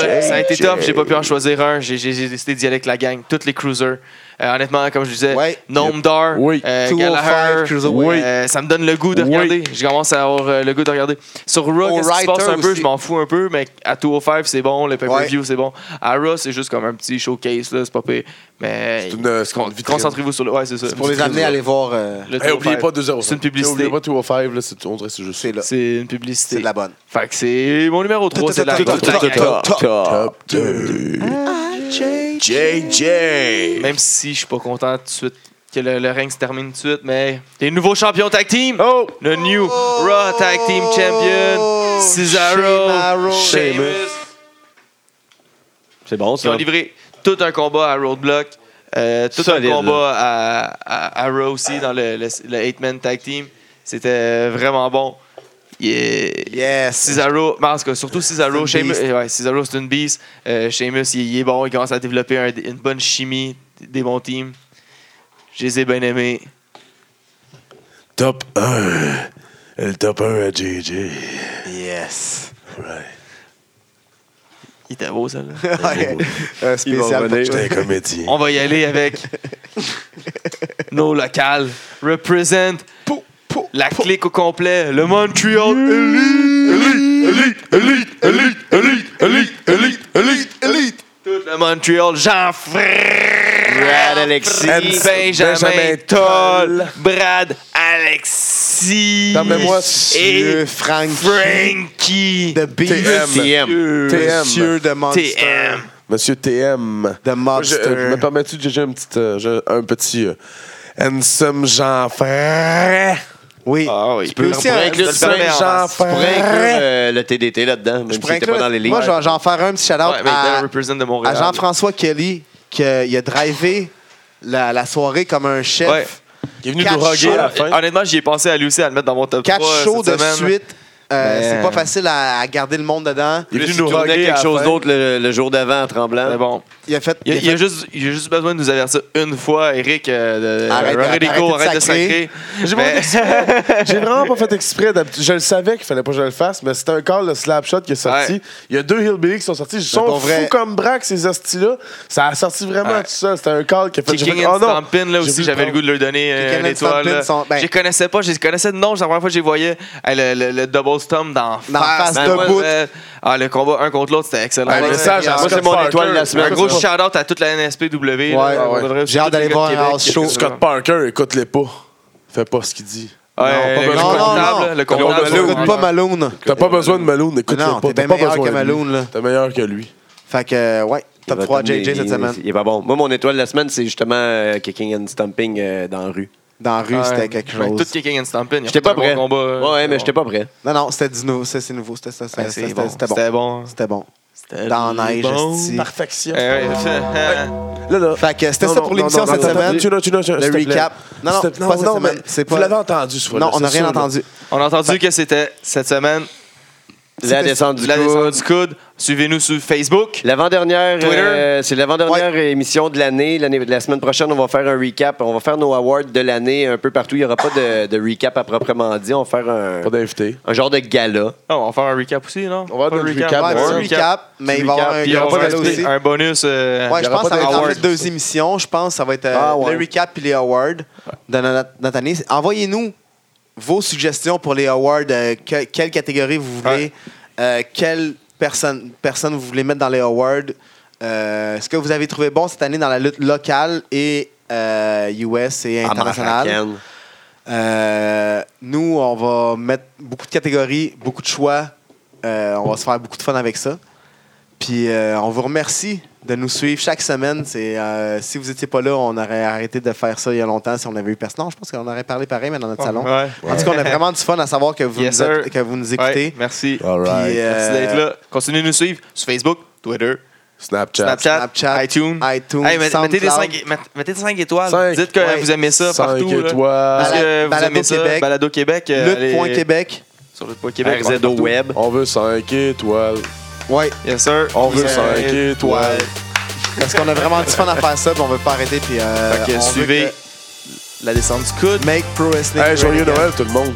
C: Jay.
E: ça a été tough, j'ai pas pu en choisir un. J'ai j'ai- j'ai décidé d'y aller avec la gang, toutes les cruisers. Euh, honnêtement, comme je disais,
C: Ouais.
E: Noam Dar,
A: Oui.
E: euh,
C: 205
E: Gallagher,
C: Cruiserweight.
E: euh, ça me donne le goût de
A: Oui.
E: regarder. Je commence à avoir euh, le goût de regarder. Sur Raw,
C: Au
E: qu'est-ce qui se
C: writer
E: passe un peu,
C: aussi.
E: je m'en fous un peu, mais à 205, c'est bon, le pay-per-view, c'est bon. À Raw, c'est juste comme un petit showcase, là, c'est pas pire. Mais
A: C'est une, euh,
E: con-
A: vitrine.
E: concentrez-vous sur le. Ouais, c'est ça.
C: Pour les amener à aller voir, euh,
E: Le
A: Hey, Eh, oubliez
E: 205.
A: pas 2 euros.
E: C'est une publicité.
A: Oubliez pas 205, là, c'est- on dirait que c'est juste.
C: c'est là.
E: C'est une publicité.
C: C'est de la bonne.
E: Fait que c'est mon numéro 3, c'est la
C: Tout, tout, tout, tout,
E: gang.
C: tout, tout.
A: Top 2. JJ.
E: Même si je suis pas content tout de suite que le, le règne se termine tout de suite, mais les nouveaux champions tag team,
A: Oh!
E: le new Raw Tag Team Champion, Cesaro,
C: Cesaro,
E: Sheamus,
B: C'est bon,
E: qui ont
B: ça.
E: livré tout un combat à Roadblock, euh, tout
B: Solide,
E: un combat à, à, à Raw aussi dans le, le, le Eight Man Tag Team. C'était vraiment bon. Yeah.
C: Yes.
E: Cesaro, mais en tout cas, surtout Cesaro,
C: C'est une
E: Sheamus,
C: beast.
E: euh, ouais, Cesaro c'est une beast. Euh, Sheamus, il, il est bon, il commence à développer un- une bonne chimie, des bons teams. Je les ai bien aimés.
A: Top 1. Le top 1 à JJ.
C: Yes.
A: Right.
E: Il était beau, ça. là.
C: Ouais. Un spécial pour
B: revenir.
A: J'étais
C: toi.
A: un comédien.
E: On va y aller avec nos locales. Represent
A: Pou, pou.
E: la clique au complet, le Montreal Elite, Elite, Elite, Elite, Elite, Elite, Elite, Elite, Elite. Tout le Montreal, Jean-Frère,
B: Brad Alexis.
E: Benjamin,
A: Benjamin
E: Toll,
A: Toll.
E: Brad Alexis,
A: Permets-moi,
E: et
C: Monsieur Frankie
E: Frankie
C: de Beast.
B: TM.
A: TM.
C: Monsieur de Monster.
E: TM.
A: Monsieur TM.
C: The
A: Moi, je-
C: Monster.
A: euh, Me permets-tu, JJ, un petit. euh, je- Un petit. euh, Handsome Jean-Frère.
C: Oui.
E: Ah oui.
C: Tu peux aussi
B: On pourrait
C: un-
B: inclure,
E: le permets en masse.
B: on pourrait inclure, euh, le TDT là-dedans, même
C: Je
B: si
C: pourrais
B: t'es pas
C: inclure-
B: dans les lignes.
C: Moi, je vais j'en faire un petit shout-out
E: Ouais, mais
C: à,
E: le Represent de
C: à
E: Montréal.
C: Jean-François Kelly, qui a drivé la, la soirée comme un chef.
E: Ouais.
A: Il est venu
C: Quatre
A: nous roguer à la
C: shots.
A: fin.
E: Honnêtement, j'y ai pensé à lui aussi à le mettre dans mon top 3.
C: Quatre shows de
E: cette semaine.
C: suite. Euh,
E: Ben-
C: C'est pas facile à, à garder le monde dedans.
A: Il est
B: Plus,
A: venu
B: il
A: nous
B: tournait
A: roguer à
B: quelque
A: la
B: chose
A: fin.
B: d'autre le, le jour d'avant en
E: Mais
B: tremblant.
E: bon.
C: Il a fait.
E: Il y
C: il
E: a,
C: a
E: il y a
C: fait-
E: juste, il y a juste besoin de nous avertir une fois, Eric, euh, de
C: Arrête-
E: Rory Rico,
C: arrête
E: arrête
C: de
E: de sacrer.
A: J'ai
E: Mais-
A: pas J'ai vraiment pas fait exprès. d'habitude. Je le savais qu'il fallait pas que je le fasse, mais c'était un call de Slapshot qui est sorti.
E: Ouais.
A: Il y a deux Hillbillies qui sont sortis. Ils
C: pour
A: sont
C: vrai.
A: fous comme braque, ces hosties-là. Ça a sorti vraiment
E: Ouais.
A: tout seul. C'était un call qui a fait. j'ai
E: Kicking
A: fait,
E: and
A: oh non.
E: Stampin', là
A: J'ai
E: aussi,
A: voulu
E: j'avais le
A: prendre-
E: goût de leur donner euh,
C: Kicking
E: une
C: and
E: étoile.
C: Stampin'
E: là.
C: sont- ben-
E: je les connaissais pas, je les connaissais de nom, c'est la première fois que je les voyais. Hey, le, le- le double stomp dans
C: Dans face,
E: face,
C: debout.
E: moi, euh, ah, le combat un contre l'autre, c'était excellent.
C: Ah,
A: Un
E: là.
A: message à
C: Moi,
A: Scott
B: c'est mon
A: Parker.
B: étoile de la semaine.
E: un gros
A: Scott-
E: shout-out à toute la NSPW.
C: Ouais,
E: là,
C: ouais.
E: on devrait-
C: J'ai hâte
E: tous les
C: d'aller
E: gars de
C: voir un
E: Québec.
C: house show.
A: Scott Parker, écoute-les pas. Fais pas ce qu'il dit.
E: Ouais,
C: pas
E: le,
C: besoin.
E: comptable,
C: Non, non,
E: le
A: non.
E: comptable,
A: Malone.
C: Écoute pas Malone.
A: T'as pas besoin de Malone, écoute
C: Euh, Non,
A: pas.
C: t'es bien
A: pas
C: meilleur
A: besoin
C: que
A: de lui.
C: Malone, là.
A: T'es meilleur que lui.
C: Fait que, euh, ouais, top
B: Il va
C: 3
B: t'amener-
C: JJ cette semaine.
B: Il est pas bon. Moi, mon étoile de la semaine, c'est justement euh, Kicking and Stomping euh, dans la rue.
C: Dans la rue,
E: Ouais.
C: c'était quelque
E: Ouais, Tout
C: chose.
E: kicking and stomping.
B: J'étais pas prêt.
E: Bon combat, euh,
B: ouais, mais j'étais pas prêt.
C: Non, non, c'était du nouveau. ça, C'est nouveau. C'était ça. ça,
E: Ouais,
C: ça,
E: c'est
C: C'était
E: bon.
C: c'était
E: C'était
C: bon.
E: bon.
C: C'était bon.
E: C'était
C: Dans la neige,
E: bon.
C: esti. Euh,
A: Perfection.
E: Ouais, ouais.
A: Là, là.
C: Fait que c'était
A: Non,
C: ça
A: non,
C: pour
A: non,
C: l'émission
A: non,
C: cette
A: attends,
C: semaine.
A: tu l'as, tu l'as, tu l'as, s'il te plaît.
C: recap. Non, non,
A: S'il te-
C: pas cette
A: mais
C: semaine. C'est
A: Vous
C: pas-
A: l'avez entendu, ce fois-là,
C: Non, on
A: c'est
C: n'a rien
A: sûr, là.
C: entendu.
E: On a entendu que c'était cette semaine
B: La descente du
E: la
B: coude.
E: descente du coude. Suivez-nous sur Facebook.
B: L'avant-dernière,
E: Twitter.
B: euh, c'est l'avant-dernière émission de l'année. L'année- La semaine prochaine, on va faire un recap. On va faire nos awards de l'année un peu partout. Il n'y aura pas de, de recap à proprement dit. On va faire un,
A: Pas d'invité.
B: un genre de gala.
E: Ah, on va faire un recap aussi, non?
A: On va
E: Pas
A: faire
E: un
A: notre recap,
C: Ouais,
A: ouais.
C: petit
E: un
C: recap, mais il va y avoir un
E: Puis
C: il va y
E: on
C: avoir
E: va
C: un gala
E: rajouter
C: aussi.
E: un bonus. euh,
C: Ouais,
A: Il y
C: je
A: aura
C: pense que
A: pas
C: ça va être en
A: d'awards,
C: fait deux émissions. Je pense que ça va être euh,
B: Ah, ouais.
C: le recap puis les awards de notre, notre année. Envoyez-nous vos suggestions pour les awards. euh, que- quelle catégorie vous voulez?
E: Ouais.
C: euh, quelle personne, personne vous voulez mettre dans les awards? euh, ce que vous avez trouvé bon cette année dans la lutte locale et euh, US et internationale.
B: Américaine.
C: Euh, nous, on va mettre beaucoup de catégories, beaucoup de choix. Euh, on va se faire beaucoup de fun avec ça. Puis euh, on vous remercie de nous suivre chaque semaine. C'est, euh, si vous n'étiez pas là, on aurait arrêté de faire ça il y a longtemps si on avait eu personne. Non, je pense qu'on aurait parlé pareil, mais dans notre salon.
E: Ouais.
C: En tout cas, on a vraiment du fun à savoir que vous,
E: Yes,
C: nous, êtes-
E: sir.
C: que vous nous
E: Ouais,
C: écoutez.
E: Merci.
A: All
C: Puis,
A: right.
C: euh,
E: Merci d'être là. Continuez de nous suivre sur Facebook, Twitter,
A: Snapchat.
E: Snapchat,
C: Snapchat,
E: iTunes.
C: iTunes,
E: Hey, met- mettez, des
C: SoundCloud.
E: 5, mettez des 5 étoiles.
A: Cinq.
E: Dites que
C: Ouais.
E: vous aimez ça
A: Cinq
E: partout. là.
A: étoiles.
E: Parce que vous
C: Balado
E: aimez ça.
C: Québec.
E: Balado Québec. euh, allez-
C: Lutte.Québec.
E: Sur Lutte.Québec.
B: RZO Web.
A: On veut 5 étoiles.
C: Ouais,
E: Yes, sir.
A: On veut
E: Yes, sir.
A: 5 étoiles.
C: parce qu'on a vraiment du fun à faire ça, puis on veut pas arrêter. Puis, euh,
E: Fait
C: on
E: que
C: veut
E: suivez la descente du coude.
C: que- Make Pro Wrestling.
A: Hey, joyeux
C: great again.
A: Noël, tout le monde.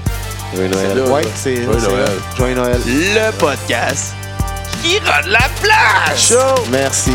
B: Joyeux Noël.
A: Noël.
C: Ouais, c'est
A: Joyeux
C: c'est-
A: Noël.
C: Joyeux Noël.
E: Le podcast.
A: Ciao!
C: Merci.